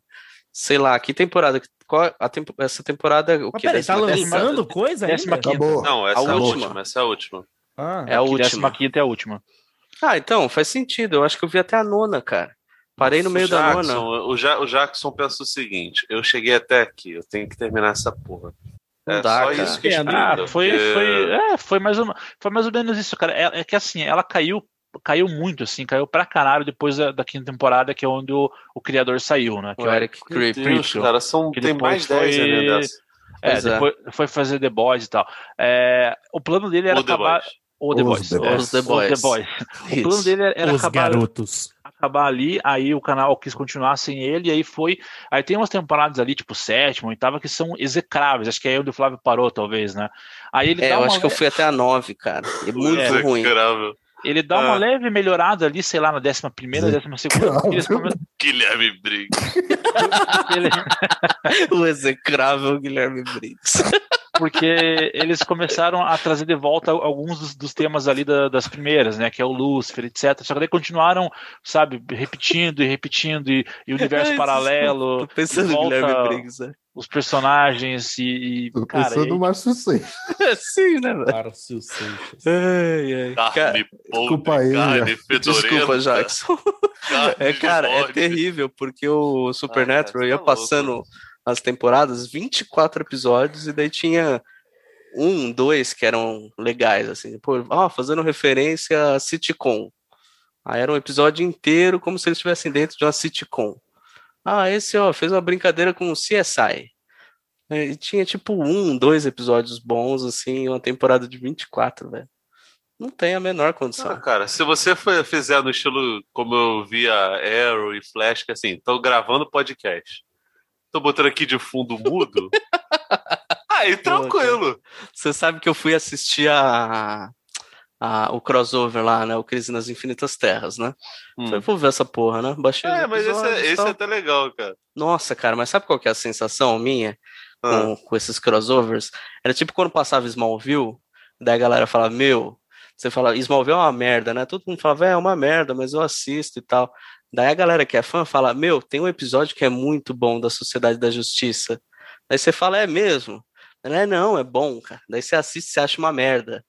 S2: Sei lá, que temporada? Qual- a tempo- essa temporada é o
S6: Mas
S2: que?
S6: peraí, tá
S2: Décima quinta?
S6: lançando coisa ainda?
S3: Décima quinta.
S5: Acabou.
S4: Não, essa
S2: A
S4: é a
S2: última.
S4: última, essa é a última.
S6: Ah,
S2: É a
S3: Que Décima
S2: última.
S3: quinta é a última.
S2: Ah, então, faz sentido. Eu acho que eu vi até a nona, cara. Parei no meio da
S4: Jackson,
S2: nona.
S4: O, Ja- o Jackson pensa o seguinte: eu cheguei até aqui, eu tenho que terminar essa porra.
S2: Não
S4: é
S2: dá,
S4: só
S2: cara.
S4: isso que
S6: Entendo.
S4: explica,
S3: Ah, foi,
S4: porque-
S3: foi, é, foi, mais ou, foi mais ou menos isso, cara. É, é que assim, ela caiu caiu muito, assim, caiu pra caralho depois da, da quinta temporada, que é onde o, o criador saiu, né? Que
S2: O
S3: é o
S2: Eric
S4: Meu
S2: Creep.
S4: Deus,
S3: Creepshow.
S4: cara, são,
S3: Que
S4: tem
S3: depois
S4: mais 10
S3: foi-
S4: ainda dessa.
S3: É,
S2: Pois é.
S3: depois foi fazer The Boys e tal. É, o plano dele era
S4: Ou The
S3: acabar.
S4: Boys.
S3: Ou The
S5: Os
S3: Boys.
S5: The
S3: é,
S2: Boys. Os The Boys.
S3: Os The Boys. O plano dele era, era
S6: os
S3: acabar,
S6: garotos.
S3: acabar ali, aí o canal quis continuar sem ele, e aí foi. Aí tem umas temporadas ali, tipo sétima, oitava, que são execráveis. Acho que é onde o Flávio parou, talvez, né? Aí ele
S2: É,
S3: dá
S2: eu
S3: uma
S2: acho que eu fui até a nove, cara. É muito
S3: É.
S2: ruim.
S4: Execrável.
S3: Ele dá uma
S4: Ah.
S3: leve melhorada ali, sei lá, na décima primeira, décima segunda.
S5: Claro.
S3: Eles come-
S4: Guilherme Briggs.
S3: ele-
S2: o execrável Guilherme Briggs.
S3: porque eles começaram a trazer de volta alguns dos, dos temas ali da- das primeiras, né? Que é o Lúcifer, etc. Só que daí continuaram, sabe, repetindo e repetindo, e, e universo
S2: Ai,
S3: paralelo,
S2: Tô pensando em
S3: Volta-
S2: Guilherme Briggs, né?
S3: os personagens e. e
S5: Tô
S3: cara,
S5: pensando
S3: e-
S5: no Márcio Santos.
S2: É sim, né, velho?
S6: Para o seu Sanches.
S2: Ai, ai. Cara,
S4: Carne podre,
S5: desculpa aí,
S4: carne fedorenta.
S2: Desculpa, Jackson.
S4: carne
S2: É, cara,
S4: de
S2: é
S4: bode.
S2: terrível, porque o
S4: Ah,
S2: Supernatural
S4: cara,
S2: ia
S4: você tá
S2: passando as temporadas, 24 episódios, e daí tinha um, dois que eram legais, assim, pô, ó, fazendo referência a sitcom. Aí era um episódio inteiro, como se eles estivessem dentro de uma sitcom. Ah, esse, ó, fez uma brincadeira com o CSI. E tinha, tipo, um, dois episódios bons, assim, uma temporada de 24, velho. Não tem a menor
S4: Ah,
S2: condição.
S4: cara, se você for- fizer no estilo como eu via Arrow e Flash, que assim, estão gravando podcast. Tô botando aqui de fundo mudo. Aí, tranquilo.
S2: Você sabe que eu fui assistir a, a- o crossover lá, né? O Crise nas Infinitas Terras, né? Falei, vou ver essa porra, né? Baixei os
S4: Hum. É, mas esse,
S2: episódios
S4: é-
S2: e
S4: esse
S2: tal.
S4: é até legal, cara.
S2: Nossa, cara, mas sabe qual que é a sensação minha
S4: Ah.
S2: com, com esses crossovers? Era tipo quando passava Smallville, daí a galera fala, meu, você fala, Smallville é uma merda, né? Todo mundo fala, "Véi, é uma merda, mas eu assisto e tal. Daí a galera que é fã fala, meu, tem um episódio que é muito bom da Sociedade da Justiça. Daí você fala, é mesmo? Não é não, é bom, cara. Daí você assiste, você acha uma merda.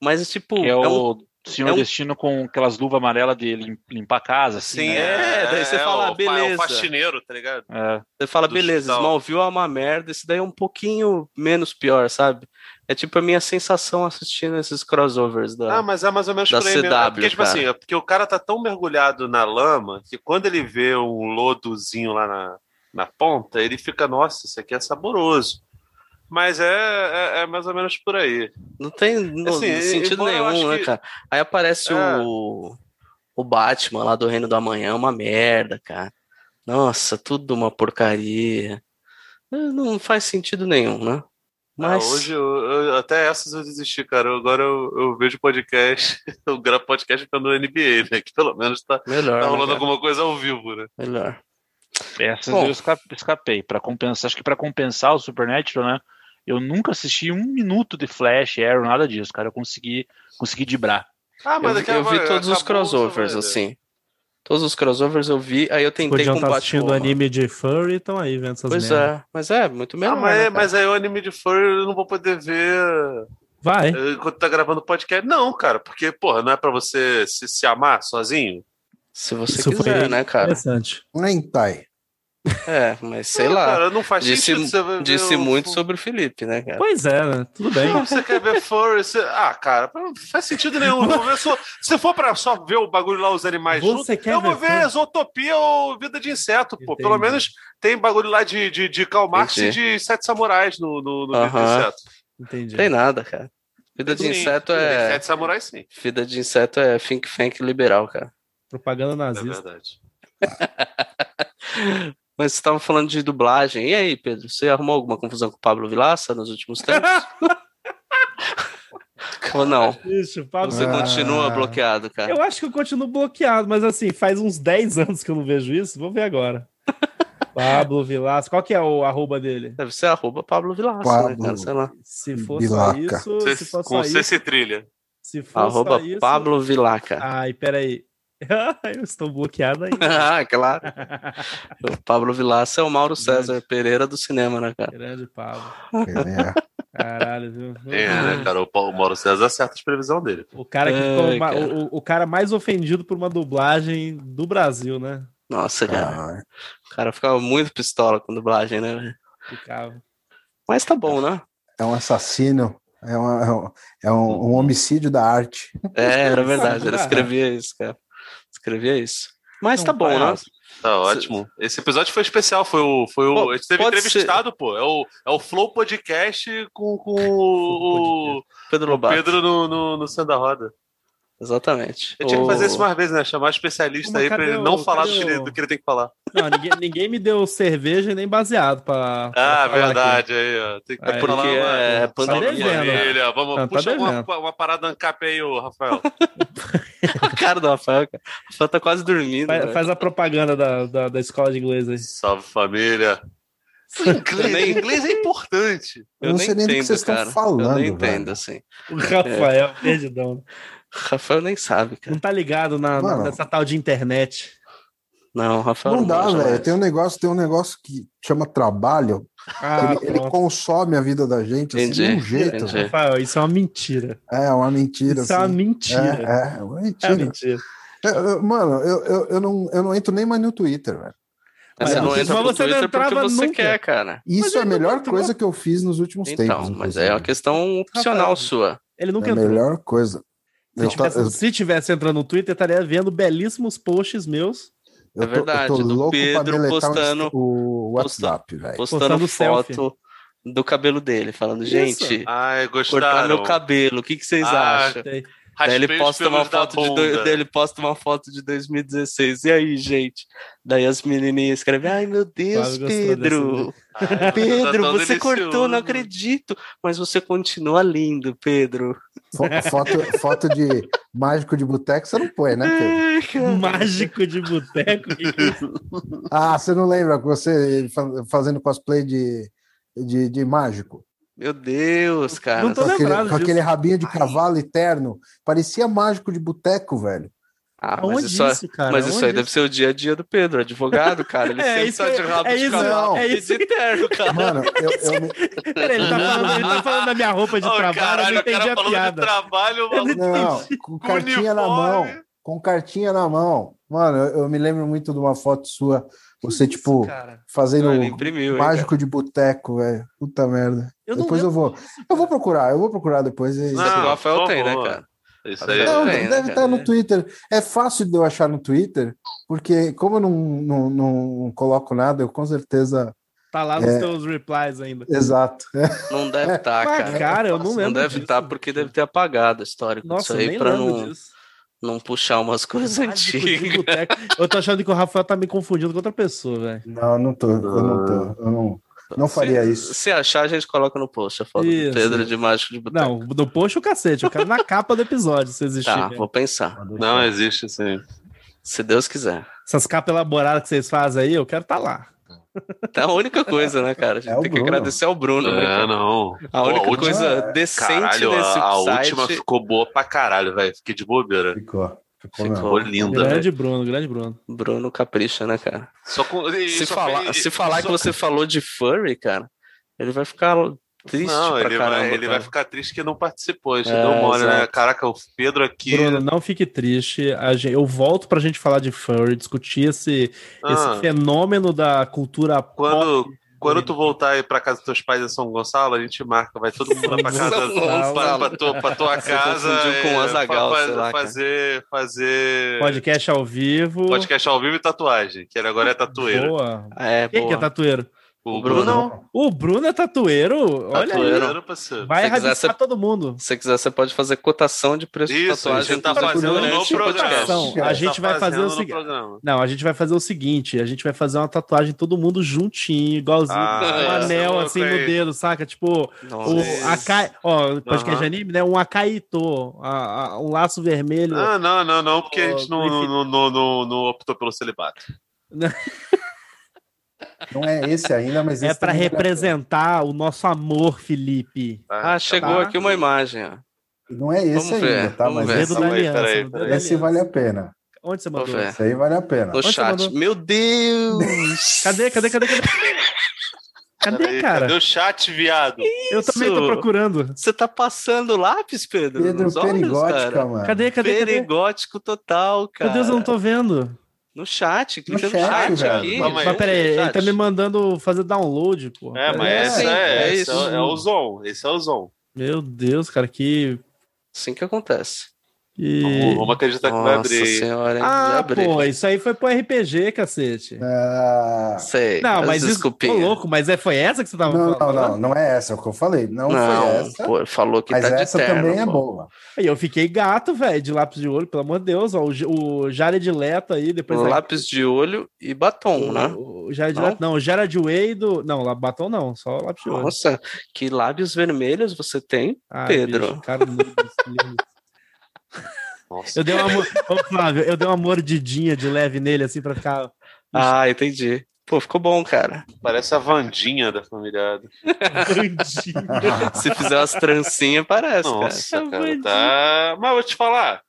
S2: Mas, tipo,
S3: Que é
S2: é um
S3: o Senhor
S2: é um-
S3: Destino com aquelas luvas amarelas de lim- limpar a casa, assim,
S2: Sim,
S3: né?
S2: é, daí você fala,
S4: o, fa-
S2: beleza.
S4: É o faxineiro, tá ligado?
S3: É.
S2: Você fala,
S4: do
S2: beleza,
S4: hospital.
S2: Smallville é uma merda, esse daí é um pouquinho menos pior, sabe? É tipo a minha sensação assistindo esses crossovers da.
S4: Ah, mas é mais ou menos
S2: Da
S4: por aí mesmo. É
S2: CW,
S4: porque, tipo
S2: cara.
S4: assim, é porque o cara tá tão mergulhado na lama que quando ele vê um lodozinho lá na, na ponta, ele fica, nossa, isso aqui é saboroso. Mas é, é, é mais ou menos por aí.
S2: não tem no-
S4: assim, e-
S2: sentido
S4: embora eu
S2: nenhum,
S4: acho
S2: né,
S4: que-
S2: cara? Aí aparece
S4: É.
S2: o, o Batman lá do Reino do Amanhã, uma merda, cara. Nossa, tudo uma porcaria. É, Não faz sentido nenhum, né? Mas.
S4: Ah, hoje, eu- eu- até essas eu desisti, cara. Eu- agora eu, eu vejo podcast, eu gravo podcast pelo NBA, né? Que pelo menos tá,
S2: Melhor.
S4: tá
S2: né,
S4: rolando
S2: cara?
S4: alguma coisa ao vivo, né?
S2: Melhor.
S3: Essas
S2: Bom.
S3: É, eu esca- escapei. Pra compensar, acho que pra compensar o Supernatural, né? Eu nunca assisti um minuto de Flash, Arrow, nada disso, cara. Eu consegui, consegui dibrar.
S4: Ah,
S2: Eu, vi-
S4: daqui a
S2: eu vi
S4: pouco
S2: todos os
S4: acabou, você vai
S2: crossovers,
S4: ver.
S2: assim. Todos os crossovers eu vi, aí eu tentei
S6: Podiam
S2: com o
S6: estar tá assistindo
S2: Batwoman.
S6: anime de furry, então aí vendo essas
S2: Pois
S6: merda.
S2: é, mas é muito melhor.
S4: Ah, mas,
S2: né, cara?
S4: mas aí o anime de furry eu não vou poder ver
S6: Vai.
S2: É.
S4: eh, enquanto tá gravando podcast. Não, cara, porque, porra, não é pra você se, se amar sozinho?
S2: Se você
S6: Isso
S2: quiser,
S6: foi-
S2: né, cara?
S6: Interessante.
S5: Nem tá aí.
S2: É, mas sei
S4: Não,
S2: lá.
S4: Cara, não faz
S2: Disse-
S4: sentido você ver
S2: Disse
S4: o-
S2: muito sobre o Felipe, né, cara?
S6: Pois é, né? Tudo bem.
S4: Não, você quer ver furry? você- Ah, cara, não faz sentido nenhum. Eu vou ver só- Se for pra só ver o bagulho lá, os animais juntos,
S6: Você quer
S4: eu vou
S6: ver
S4: ver
S6: furry?
S4: Zootopia ou Vida de Inseto, pô. Pelo
S6: Entendi.
S4: menos tem bagulho lá de, de, de Karl Marx e
S2: Entendi.
S4: de Sete Samurais no, no, no Vida de
S2: Aham.
S4: Inseto.
S6: Entendi.
S2: Tem nada, cara. Vida de
S4: Sim,
S2: inseto
S4: tem
S2: é.
S4: Sete Samurais, sim.
S2: Vida de inseto é think fank liberal, cara.
S6: Propaganda
S4: É
S6: nazista.
S4: verdade.
S2: Mas você tava falando de dublagem. E aí, Pedro, você arrumou alguma confusão com o Pablo Vilaça nos últimos tempos? Ou não?
S6: Ixi, Pablo.
S2: Você
S5: Ah.
S2: continua bloqueado, cara?
S6: Eu acho que eu continuo bloqueado, mas assim, faz uns 10 anos que eu não vejo isso. Vou ver agora. Pablo Vilas, qual que é o arroba dele?
S2: Deve ser arroba Pablo Vilaça, né,
S5: Pablo
S2: cara? Sei lá.
S6: Se for
S5: Vilaca.
S6: só isso, se
S4: Você,
S6: for
S4: com
S6: só
S4: você
S6: isso,
S4: se trilha.
S6: se for
S2: Arroba
S6: só isso.
S2: Pablo Vilaca.
S6: Ai, peraí. eu estou bloqueado aí.
S2: Ah, claro. O Pablo Vilaça é o Mauro César Pereira do cinema, né, cara?
S6: Grande Pablo.
S5: É,
S6: Caralho, viu?
S4: É, né, cara? O, Paulo- o Mauro César acerta as previsões dele.
S6: O cara, que
S2: Ai,
S6: ficou ma-
S2: cara.
S6: O, o cara mais ofendido por uma dublagem do Brasil, né?
S2: Nossa, cara.
S5: caralho.
S2: O cara ficava muito pistola com dublagem, né? velho?
S6: Ficava.
S2: Mas tá bom, né?
S5: É um assassino, é, um- é um, é um- um homicídio da arte.
S2: É, era verdade. Ele escrevia isso, cara. Escrevia isso. Mas tá bom, né?
S4: Tá ótimo. Esse episódio foi especial. Foi o. Foi o
S2: Pô,
S4: a gente teve
S2: pode
S4: entrevistado, pô. É o, é o Flow Podcast com, com o, o
S2: Pedro Lobato.
S4: Pedro no, no, no Santa Roda.
S2: Exatamente.
S4: Eu tinha que
S2: O-
S4: fazer isso mais vezes, né? Chamar um especialista
S6: Mas
S4: aí pra
S6: cadê
S4: ele
S6: o-
S4: não falar do
S6: cadê
S4: que, ele,
S6: o-
S4: do que ele tem que falar.
S6: Não, ninguém, ninguém me deu cerveja e nem baseado pra. pra
S4: Ah,
S6: falar aqui.
S4: verdade. Aí, ó. Tem que
S6: É
S4: falar
S2: porque
S4: uma-
S2: é
S4: uma salve
S2: pandemia,
S6: né?
S4: família. Vamos,
S6: Não, tá
S4: puxa uma,
S6: devendo.
S4: uma parada ancap aí, ô, Rafael.
S2: A cara do Rafael, cara. O Rafael tá quase dormindo.
S6: Faz,
S2: velho.
S6: faz a propaganda da, da, da escola de inglês aí.
S4: Salve família. Inglês,
S2: nem-
S4: inglês é importante.
S5: Eu não sei nem do que vocês estão
S2: cara. Eu
S5: falando,
S2: nem entendo,
S5: velho.
S2: assim.
S6: O Rafael, perdidão.
S2: O Rafael nem sabe, cara.
S6: Não tá ligado na, na-
S5: Mano.
S6: nessa tal de internet.
S2: Não, o Rafael não,
S5: Não dá,
S2: manja mais.
S5: velho. Tem um negócio, tem um negócio que chama trabalho.
S6: Ah,
S5: ele, ele
S6: pronto.
S5: consome a vida da gente assim, de
S2: Entendi,
S5: um jeito.
S2: entendi.
S5: velho.
S6: Rafael, isso é uma mentira.
S5: É uma mentira.
S6: Isso é uma
S5: assim.
S6: mentira.
S5: É,
S6: É,
S5: é, uma
S6: uma
S5: mentira.
S6: mentira.
S5: É, eu- mano, eu, eu, eu não, eu não entro nem mais no Twitter, velho.
S2: Mas Você
S5: Mas
S2: não entra no
S6: você não
S2: Twitter porque
S6: entrava
S2: você
S6: nunca.
S2: quer, cara.
S5: Isso
S6: ele
S5: é a melhor
S6: não entrou.
S5: coisa que eu fiz nos últimos
S2: Então,
S5: tempos.
S2: mas
S5: inclusive.
S2: é uma questão opcional
S6: Rafael,
S2: sua.
S6: Ele
S5: É
S6: nunca
S5: a
S6: entrou.
S5: melhor coisa.
S6: Se
S5: Eu tô-
S6: tivesse,
S5: eu-
S6: se tivesse entrando no Twitter, estaria vendo belíssimos posts meus
S5: eu tô- eu
S2: verdade,
S5: tô
S2: do
S5: louco pra
S2: Pedro
S5: deletar o Insta-
S2: postando-
S5: o WhatsApp, velho.
S2: Postando,
S6: É, Postando
S2: foto
S6: selfie.
S2: do cabelo dele, falando,
S6: Isso.
S2: gente,
S4: Ai,
S2: cortar
S4: gostaram.
S2: meu cabelo, o que, que vocês
S4: Ah,
S2: acham?
S6: Tem.
S2: Daí ele
S4: Raspei os
S2: posta uma
S4: pelos da
S2: foto de
S4: bunda.
S2: do- daí ele posta uma foto de 2016. E aí, gente? Daí as menininhas escrevem: "Ai, meu Deus,
S6: Flávio gostou
S2: Pedro.
S4: Ah, tá
S2: Pedro,
S4: tão
S2: você
S4: delicioso.
S2: cortou, não acredito, mas você continua lindo, Pedro".
S5: Fo- Foto, foto de mágico de boteco você não põe,
S2: Ai,
S5: né, Pedro?
S2: cara.
S6: Mágico de boteco. é?
S5: Ah, você não lembra que você fa- fazendo cosplay de, de, de mágico?
S2: Meu Deus, cara.
S6: Não tô
S5: com aquele,
S6: lembrado
S5: com aquele
S6: disso.
S5: rabinho de cavalo eterno. Parecia mágico de boteco, velho.
S2: Ah, mas
S6: Aonde
S2: isso, é-
S6: isso, cara?
S2: mas isso aí
S6: Aonde
S2: deve ser o dia a dia do Pedro, advogado, cara. Ele
S6: É,
S2: sempre
S6: isso
S2: tá
S6: aí-
S2: de rabo
S6: é
S2: de
S6: isso-
S2: cavalo
S6: é
S2: e
S6: isso-
S2: de terno, cara.
S5: Mano, eu, eu me-
S6: Peraí, ele tá falando, ele tá falando da minha roupa de
S4: Ó,
S6: trabalho,
S4: caralho,
S6: eu não
S4: o cara
S6: entendi a
S4: falando de
S6: piada.
S4: trabalho, maluco.
S5: Não, com cartinha na mão.
S4: uniforme.
S5: Com cartinha na mão. Mano, eu, eu me lembro muito de uma foto sua, você, tipo,
S2: cara.
S5: fazendo
S2: Ele imprimiu, hein, cara.
S5: mágico de boteco, velho. Puta merda.
S6: Eu não
S5: depois eu
S6: lembro
S5: vou. Eu vou procurar, eu vou procurar depois. e-
S2: Isso é que o
S4: Não,
S2: Rafael
S4: por
S2: tem, né,
S4: favor.
S2: cara?
S4: Isso aí. é
S2: tem,
S5: Não,
S2: né,
S5: deve
S2: cara?
S5: estar no Twitter. É fácil de eu achar no Twitter, porque como eu não, não, não coloco nada, eu com certeza.
S6: Tá
S2: É.
S6: lá nos teus replies ainda.
S5: Exato.
S2: Não deve estar,
S6: É, Mas,
S2: Ah, cara.
S6: cara, eu não
S2: Não
S6: lembro
S2: deve
S6: disso,
S2: estar, porque
S6: gente.
S2: deve ter apagado a história disso
S6: Nossa, eu
S2: aí
S6: nem
S2: pra
S6: lembro
S2: não,
S6: disso.
S2: não puxar umas coisas
S6: Mágico de
S2: antigas.
S6: boteco. Eu tô achando que o Rafael tá me confundindo com outra pessoa, velho.
S5: Não, não tô. Eu não tô. Eu não, não faria isso.
S2: Se achar, a gente coloca no post a foto
S6: Isso.
S2: do Pedro de Mágico de Boteco.
S6: Não, do post o cacete. Eu quero na capa do episódio, se existir.
S2: Tá,
S6: né?
S2: vou pensar.
S4: Não, existe sim.
S2: Se Deus quiser.
S6: Essas capas elaboradas que vocês fazem aí, eu quero tá lá.
S2: É a única coisa, né, cara? A gente
S5: É o
S2: tem que
S5: Bruno.
S2: agradecer ao Bruno. né,
S4: É,
S2: cara?
S4: não.
S2: A
S4: Pô,
S2: única
S4: última-
S2: coisa decente
S4: Caralho,
S2: desse
S4: a, a
S2: site
S4: última ficou boa pra caralho, velho. Fiquei de bobeira.
S5: Ficou. Ficou, mesmo.
S4: é. Ficou linda, velho.
S6: Grande Bruno, grande Bruno.
S2: Bruno capricha, né, cara?
S4: Só com- e
S2: Se
S4: só
S2: falar,
S4: fez-
S2: se falar
S4: só-
S2: que você falou de furry, cara, ele vai ficar é triste
S4: Não,
S2: pra
S4: ele,
S2: caramba.
S4: vai, ele
S2: cara.
S4: vai ficar triste que não participou. A gente
S2: É,
S4: deu mole, né?
S2: exato.
S4: Caraca, o Pedro aqui.
S6: Bruno, não fique triste. A gen- Eu volto pra gente falar de furry, discutir esse,
S4: Ah,
S6: esse fenômeno da cultura pop.
S4: quando, quando tu voltar aí pra casa dos teus pais em São Gonçalo, a gente marca. Vai todo mundo lá pra
S2: São
S4: casa.
S2: Gonçalo.
S4: Pra, pra tua, pra tua
S2: Você
S4: casa.
S2: confundiu com o
S4: é,
S2: Azaghal,
S4: fa-
S2: sei lá, cara.
S4: fazer, fazer
S6: Podcast ao vivo.
S4: podcast ao vivo e tatuagem. Que ele agora é tatueiro.
S6: Boa.
S2: É,
S6: Quem
S2: boa.
S6: que é tatueiro?
S2: O Bruno. um
S6: O Bruno é tatueiro? Olha aí.
S2: Tatueiro.
S4: Tatueiro, parceiro.
S6: Vai
S2: Se quiser,
S6: erradicar
S2: você-
S6: todo mundo.
S2: Se você quiser, você pode fazer cotação de preço de
S4: Isso, a
S2: tatuagem.
S4: gente tá
S2: inclusive,
S4: fazendo
S2: durante
S4: no
S2: o podcast.
S6: Então,
S4: programa. tá
S6: a gente vai fazer o
S4: fazendo no
S6: seguinte-
S4: programa.
S6: Não, a gente vai fazer o seguinte: a gente vai fazer uma tatuagem todo mundo juntinho, igualzinho,
S4: Ah,
S6: com um
S2: é,
S6: anel
S4: louco
S6: assim no
S4: aí.
S6: dedo, saca? Tipo,
S2: Nossa.
S6: o Akai. Ó, podcast
S4: Aham.
S6: de anime, né? Um Akaito, a, a- um laço vermelho.
S4: Ah, não, não, não, porque a gente
S6: Ô,
S4: não,
S6: Griffith.
S4: não, não, não, não optou pelo celibato.
S5: Não é esse ainda, mas
S6: é
S5: esse
S6: pra
S5: também
S6: representar o nosso amor, Felipe.
S4: tá?
S2: Ah, chegou
S6: Tá.
S2: aqui uma imagem. ó.
S5: Não é esse
S2: Vamos ver,
S5: ainda, tá?
S2: vamos
S5: Mas
S2: ver.
S5: esse,
S6: Dedo da
S4: peraí,
S6: aliança.
S4: peraí,
S6: dedo da
S4: peraí.
S5: esse
S6: aliança.
S5: vale a pena.
S6: Onde você
S2: Vou
S6: mandou?
S2: ver.
S5: Esse aí vale a pena.
S2: No
S6: você
S2: chat.
S6: mandou?
S2: Meu Deus!
S6: Cadê, cadê, cadê, cadê? Cadê,
S4: Peraí, Cadê
S6: cara?
S4: o chat, viado?
S6: Eu também tô
S2: Isso.
S6: procurando.
S2: Você tá passando lápis, Pedro?
S5: Pedro
S2: nos olhos,
S5: Perigótica,
S2: cara?
S5: mano.
S6: Cadê, cadê, cadê?
S2: Perigótico total, cara.
S6: Meu Deus, eu não tô vendo.
S2: No chat, clica no
S5: chat,
S2: chat,
S5: velho.
S2: aqui.
S4: Calma aí.
S6: Mas peraí, ele
S2: Chat.
S6: tá me mandando fazer download, pô.
S4: É, mas
S2: É,
S4: essa
S2: sim,
S4: é,
S2: é
S4: essa
S2: isso.
S4: é o Zon. Esse é o Zon.
S6: Meu Deus, cara, que.
S2: Assim que acontece.
S6: que-
S4: Vamos, vamos acreditar que vai
S2: Nossa
S4: abrir. hein?
S2: senhora, hein? Já
S6: Ah,
S2: abri.
S6: pô, isso aí foi pro RPG, cacete.
S5: Ah,
S2: Sei.
S6: Não,
S2: as
S6: mas isso.
S2: desculpinhas.
S6: Ô, louco, mas é, foi essa que você tava
S5: não, não,
S6: falando?
S5: não, não é essa, é o que eu falei. Não, foi
S2: Não,
S5: essa.
S2: pô, falou que
S5: mas
S2: tá de
S5: essa
S2: terno,
S5: também é
S2: pô.
S5: boa.
S6: Aí eu fiquei gato, velho, de lápis de olho, pelo amor de Deus. Ó, o, J- o Jared Leto aí, depois.
S2: Um
S6: aí-
S2: lápis de olho e batom, né?
S6: O, o Jared
S2: Não?
S6: Leto, não, o Jared Way do. Não, lá- batom não, só lápis de olho.
S2: Nossa, que lábios vermelhos você tem.
S6: Ah,
S2: Pedro.
S6: bicho, cara, lindo, lindo.
S4: Nossa.
S6: eu dei uma. mor- Ô, Flávio, eu dei uma mordidinha de leve nele, assim, pra ficar.
S2: Ah, entendi. Pô, ficou bom, cara.
S4: Parece a Vandinha da família. Adams.
S6: bandinho.
S2: Se fizer umas trancinhas, parece, cara.
S4: Nossa, cara,
S6: Vandinha.
S4: tá. Mas vou te falar.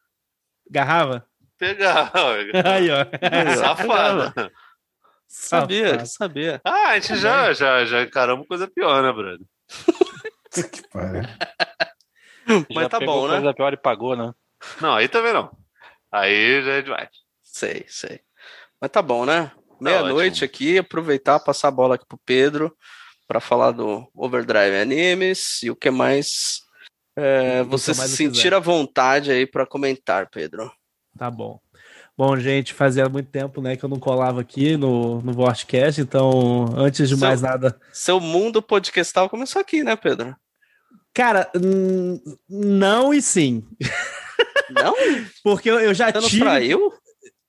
S6: Garrava?
S4: Pegar.
S6: Aí, ó.
S4: Safada.
S2: É, Sabia,
S6: Safado.
S2: sabia.
S4: Ah, a gente já, já, já encaramos coisa pior, né, Bruno?
S5: Que pariu.
S2: Mas tá bom, né?
S3: Coisa pior e pagou, né?
S4: Não, aí também não. Aí já é demais.
S2: Sei, sei. Mas tá bom, né? Meia-noite
S4: ótimo.
S2: aqui, aproveitar, passar a bola aqui pro Pedro para falar do Overdrive Animes e o que mais é,
S6: O que
S2: você
S6: mais
S2: se
S6: eu
S2: sentir
S6: quiser.
S2: à vontade aí para comentar, Pedro.
S6: Tá bom. Bom, gente, fazia muito tempo né, que eu não colava aqui no, no Vortcast, então, antes de
S2: Seu-
S6: mais nada.
S2: Seu mundo podcastal começou aqui, né, Pedro?
S6: Cara, hum, não e sim.
S2: Não?
S6: Porque eu, eu já
S2: Você não
S6: tive.
S2: traiu?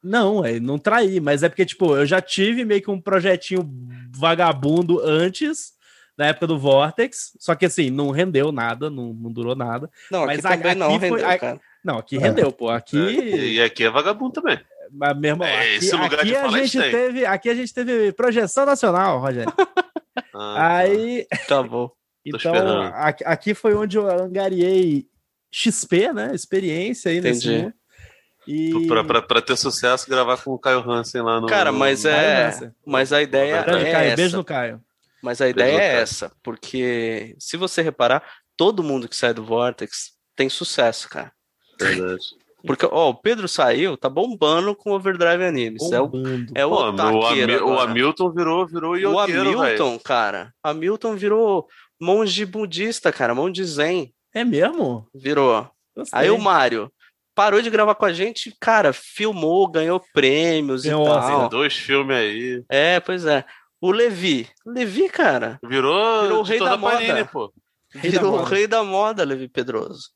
S6: Não, é, não traí, mas é porque, tipo, eu já tive meio que um projetinho vagabundo antes, na época do Vortex, só que assim, não rendeu nada, não, não durou nada.
S2: Não, aqui
S6: Mas a-
S2: também não
S6: aqui foi-
S2: rendeu,
S6: a-
S2: cara.
S6: Não, aqui rendeu, pô. Aqui.
S4: E aqui é vagabundo também.
S6: Mas, meu irmão,
S4: É,
S6: aqui,
S4: esse lugar
S6: aqui
S4: de
S6: a
S4: falar
S6: gente
S4: isso tem.
S6: teve, aqui a gente teve projeção nacional, Rogério.
S4: Ah,
S6: Aí,
S2: Tá bom.
S6: então,
S4: esperando.
S6: a- aqui foi onde eu angariei XP, né? Experiência aí nesse
S2: Entendi.
S6: mundo. E...
S4: tá. pra, pra- pra ter sucesso, gravar com o Caio Hansen lá no.
S2: Cara, mas
S4: no-
S2: é.
S6: Vai nessa.
S2: Mas a ideia
S6: Grande
S2: é
S6: Caio,
S2: essa.
S6: beijo no Caio.
S2: Mas a ideia é
S4: Caio.
S2: essa, porque se você reparar, todo mundo que sai do Vortex tem sucesso, cara. é
S4: Verdade.
S2: Porque, ó, o Pedro saiu, tá bombando com Overdrive Animes. É o,
S6: Bombando.
S2: é o,
S4: Pô, o,
S2: otaqueiro
S4: Ami- o
S2: agora.
S4: Hamilton virou, virou
S2: O
S4: iogueiro, velho.
S2: Hamilton, cara. Hamilton virou monge budista, cara. Monge zen.
S6: É mesmo?
S2: Virou.
S6: Gostei.
S2: Aí o Mário parou de gravar com a gente, cara, filmou, ganhou prêmios
S6: Ganhou um
S2: e
S6: Oscar.
S2: tal.
S4: Dois filmes aí.
S2: É, pois é. O Levi. Levi, cara.
S4: Virou,
S2: Virou o
S4: editor
S2: rei da moda.
S4: Panini, pô.
S6: Rei da
S2: virou o
S6: moda.
S2: rei da moda, Levi Pedroso.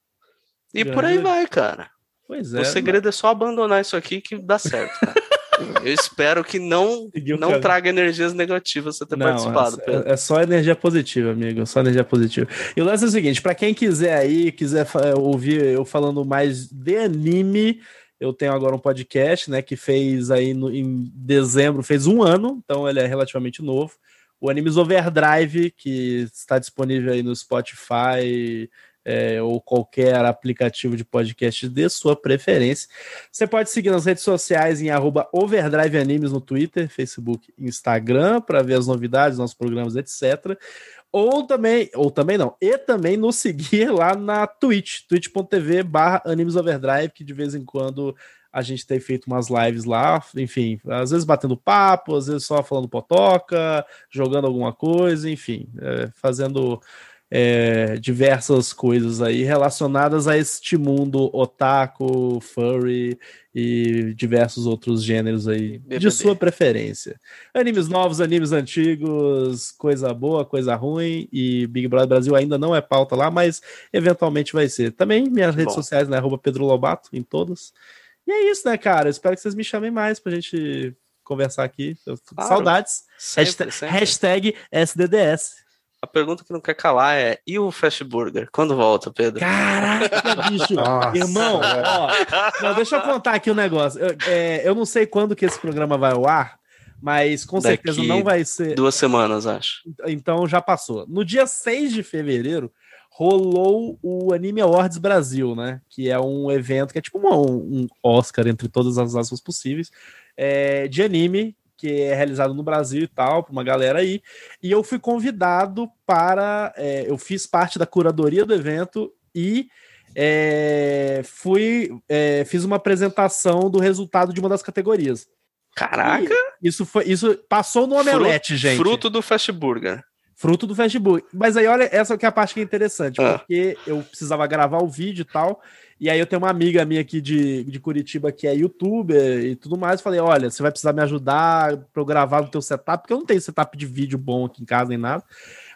S2: E
S6: Grande.
S2: por aí vai, cara.
S6: Pois é.
S2: o segredo é só abandonar isso aqui que dá certo, cara. Eu espero que não,
S6: é. Seguiu o
S2: não
S6: caminho.
S2: traga energias negativas você ter
S6: Não,
S2: participado,
S6: é-
S2: Pedro.
S6: é, só energia positiva, amigo. É só energia positiva. E o lance é o seguinte: pra quem quiser aí, quiser fa- é, ouvir eu falando mais de anime, eu tenho agora um podcast, né? Que fez aí no- em dezembro, fez um ano, então ele é relativamente novo. O Animes Overdrive, que está disponível aí no Spotify é, ou qualquer aplicativo de podcast de sua preferência. Você pode seguir nas redes sociais em arroba Overdrive Animes no Twitter, Facebook e Instagram para ver as novidades, nossos programas, etc. Ou também, ou também não, e também nos seguir lá na Twitch, twitch.tv barra Animes Overdrive, que de vez em quando a gente tem feito umas lives lá, enfim, às vezes batendo papo, às vezes só falando potoca, jogando alguma coisa, enfim, é, fazendo é, diversas coisas aí relacionadas a este mundo otaku, furry e diversos outros gêneros aí
S2: BBB.
S6: de sua preferência. Animes novos, animes antigos, coisa boa, coisa ruim e Big Brother Brasil ainda não é pauta lá, mas eventualmente vai ser. Também minhas redes
S2: Bom.
S6: sociais, né, arroba Pedro Lobato em todas. E é isso, né, cara? Eu espero que vocês me chamem mais pra gente conversar aqui. Eu-
S2: Claro.
S6: Saudades.
S2: Sempre,
S6: hashtag,
S2: sempre.
S6: hashtag SDDS.
S2: A pergunta que não quer calar é: e o Fast Burger? Quando volta, Pedro?
S6: Caraca, bicho.
S5: Nossa,
S6: Irmão,
S5: velho.
S6: ó, não, deixa eu contar aqui um negócio. Eu, é, eu não sei quando que esse programa vai ao ar, mas com
S2: Daqui
S6: certeza não vai ser.
S2: Duas semanas, acho.
S6: Então já passou. No dia 6 de fevereiro, rolou o Anime Awards Brasil, né? Que é um evento que é tipo uma- um, um Oscar, entre todas as aspas possíveis, é, de anime, que é realizado no Brasil e tal, pra uma galera aí. E eu fui convidado para. é, eu fiz parte da curadoria do evento e. é, fui é, fiz uma apresentação do resultado de uma das categorias.
S2: Caraca!
S6: Isso foi isso passou no
S2: Fru-
S6: omelete, gente.
S2: Fruto do Fast Burger.
S6: Fruto do Facebook. Mas aí, olha, essa que é a parte que é interessante,
S2: Ah.
S6: porque eu precisava gravar o vídeo e tal. E aí eu tenho uma amiga minha aqui de, de Curitiba que é youtuber e tudo mais. Falei, olha, você vai precisar me ajudar pra eu gravar no teu setup, porque eu não tenho setup de vídeo bom aqui em casa nem nada.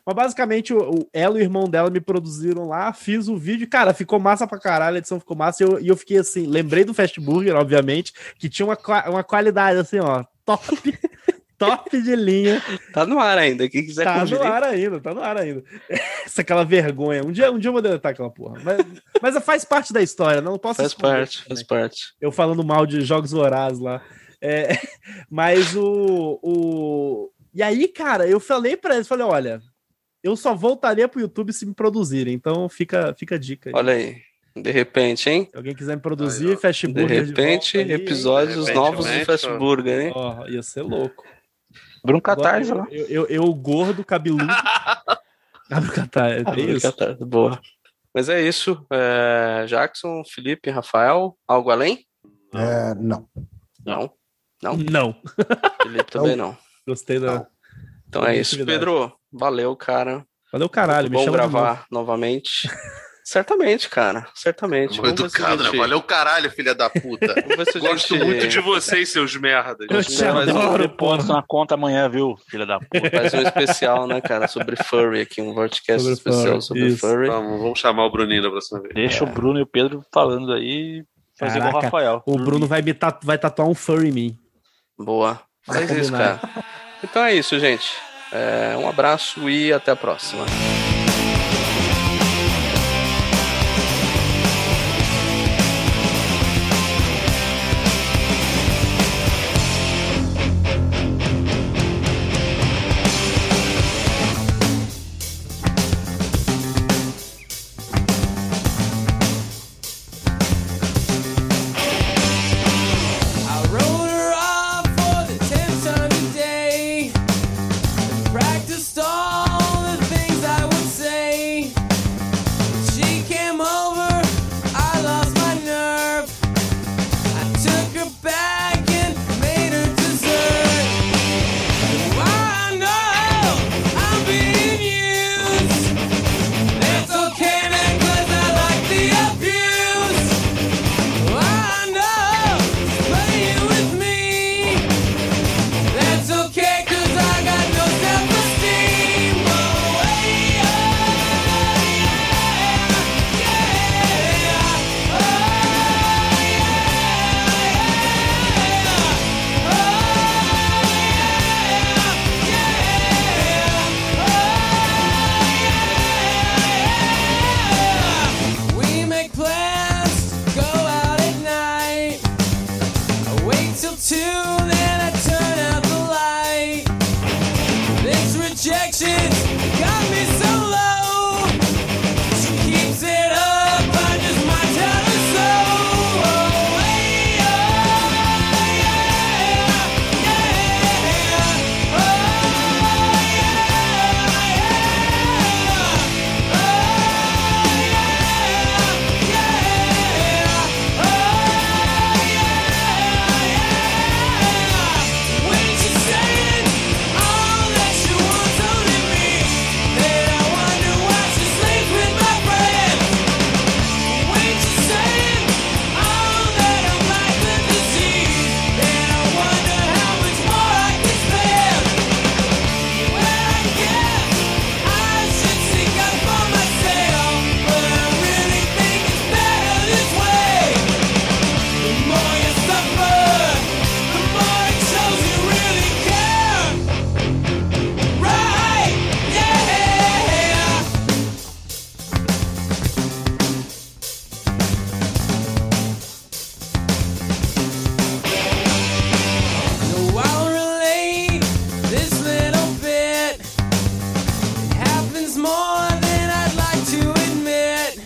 S6: Mas basicamente, o, o- ela e o irmão dela me produziram lá, fiz o vídeo, cara, ficou massa pra caralho, a edição ficou massa, e eu, e eu fiquei assim, lembrei do Fast Burger, obviamente, que tinha uma, qua- uma qualidade assim, ó, top, top de linha.
S2: Tá no ar ainda. Quem quiser
S6: Tá no
S2: conferir.
S6: ar ainda, tá no ar ainda. Essa é aquela vergonha. Um dia, um dia eu vou deletar aquela porra. Mas, mas faz parte da história, né? não posso
S2: Faz
S6: esconder
S2: parte,
S6: também.
S2: faz parte.
S6: Eu falando mal de jogos vorazes lá. É, mas o, o. E aí, cara, eu falei pra eles: falei, olha, eu só voltaria pro YouTube se me produzirem. Então fica, fica a dica. aí.
S2: Olha aí. De repente, hein?
S6: Se alguém quiser me
S4: Aí,
S6: produzir,
S4: ó.
S6: Fast
S2: De
S6: Burger
S2: repente,
S6: volta aí, hein?
S2: episódios
S4: De repente,
S2: novos
S4: né?
S2: do Fast Burger, hein?
S6: Ó, ia ser louco.
S3: Abre um catarse
S6: Agora,
S3: lá.
S6: eu, eu, eu, gordo, cabeludo. Abre o catarse, é isso.
S2: Tá, Boa. Mas é isso. É, Jackson, Felipe, Rafael, algo além?
S5: É, não.
S2: Não.
S6: Não.
S2: Felipe também não.
S6: Gostei da.
S2: Então é isso. Pedro, valeu, cara.
S6: Valeu, caralho. Me
S2: Muito bom
S6: chama de novo.
S2: gravar novamente. certamente, cara. Certamente.
S7: Foi
S2: Vamos ver É tipo se a
S7: educado, né?
S2: gente-
S7: Valeu, caralho, filha da puta.
S2: Vamos ver se a
S4: Gosto
S2: gente- é.
S4: muito de vocês, seus merdas.
S6: Eu te adoro, porra.
S3: Depósito na conta amanhã, viu, filha da puta?
S2: Faz um especial, né, cara, sobre furry aqui, um podcast
S6: Sobre
S2: especial
S6: furry,
S2: sobre
S6: isso.
S2: furry.
S4: É. Vamos, vamos chamar o Bruninho da próxima vez.
S3: Deixa o Bruno e o Pedro falando aí. Fazer igual o
S6: Caraca,
S3: Rafael.
S6: O Bruno vai, me tatu- vai tatuar um furry em mim.
S2: Boa. Faz
S6: Vai
S2: isso, cara.
S6: combinar.
S2: Então é isso, gente. É, um abraço e até a próxima.
S8: I rode her off for the tenth time today. Practiced all the things I would say. She came over, I lost my nerve. I took her back and made her dessert. I know I'm being used. That's okay, man, 'cause I like the abuse. I know playing with me. That's okay, 'cause I got no self-esteem. Oh, yeah, yeah, We make plans, go out at night. I wait till two, then I turn out the light. This rejection's got me so low. She keeps it up, I just might tell her so. Oh, hey, oh, yeah, yeah, oh, yeah. Yeah. Well, I guess I should seek out for myself, but I really think it's better this way. The more you suffer, the more it shows you really care. Right? Yeah. No, I'll relate this little bit. It happens more than I'd like to admit.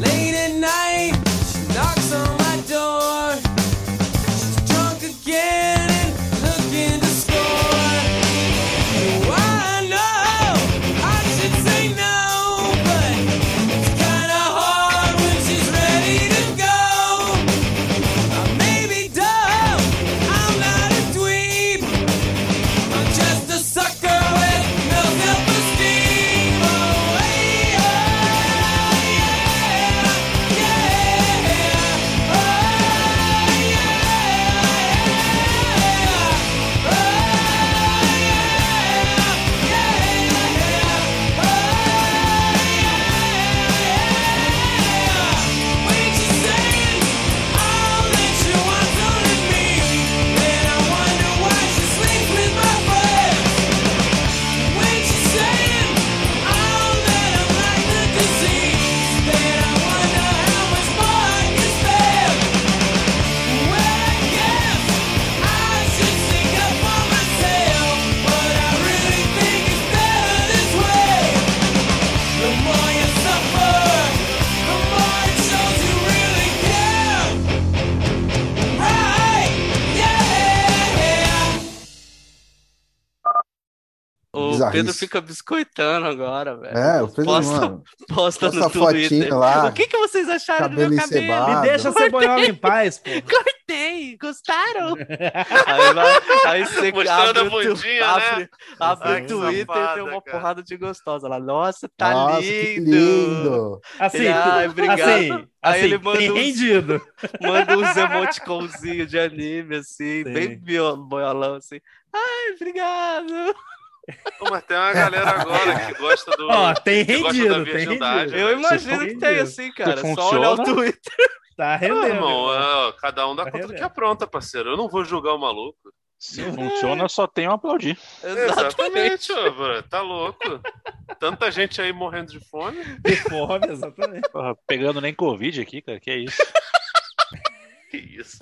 S8: Late at night, she knocks on my door. She's drunk again and looking to score. No, I know I should say no, but it's kinda hard when she's ready to go. I may be dumb, I'm not a dweeb. I'm just a sucker with no self-esteem. Oh, hey, oh, yeah, yeah. Oh, yeah, yeah. Oh, Way. The more you suffer, the more it shows you really care. Right? Yeah.
S2: O
S5: Bizarrice.
S2: Pedro fica biscoitando agora, velho.
S5: É, eu fiz,
S2: Posta-
S5: mano.
S2: Posta
S5: Posta
S2: no
S5: a
S2: Twitter.
S5: fotinha lá.
S2: O que, que vocês acharam do
S5: Cabelo
S2: Ah, meu cabelo?
S5: encebado.
S6: Me deixa ser boiola em paz, pô.
S2: Cortei, gostaram? aí, vai, aí você
S4: Mostrando
S2: abre,
S4: a
S2: o tu-
S4: bundinha,
S2: abre, abre
S4: Ai,
S2: o
S4: que
S2: Twitter e tem
S4: safada,
S2: uma
S4: cara.
S2: porrada de gostosa lá. Nossa, tá
S5: Nossa, que
S2: lindo.
S5: lindo.
S6: Assim,
S2: Ai, obrigado.
S6: assim,
S2: Aí
S6: assim,
S2: ele manda
S6: tem
S2: uns-
S6: rendido.
S2: Manda uns emoticonzinhos de anime, assim,
S6: Sim.
S2: bem bio- boiolão, assim. Ai, obrigado.
S4: Pô, mas tem uma galera agora que gosta do.
S6: Ó, tem
S4: gosta da
S6: rendido, tem
S4: virgindade.
S6: rendido.
S2: Eu imagino
S6: for-
S2: que tem, assim, cara. Só
S3: funciona?
S2: olhar o Twitter.
S6: Tá
S4: Não,
S6: rendendo.
S4: irmão,
S6: irmão.
S4: ah, cada um dá conta do que apronta, parceiro. Eu não vou julgar o maluco.
S3: Se funciona, eu só tenho a aplaudir.
S4: Exatamente, ó, bro, tá louco. Tanta gente aí morrendo de fome.
S6: De
S2: é.
S6: fome, exatamente.
S3: Porra, pegando nem Covid aqui, cara, que é isso.
S4: Que isso.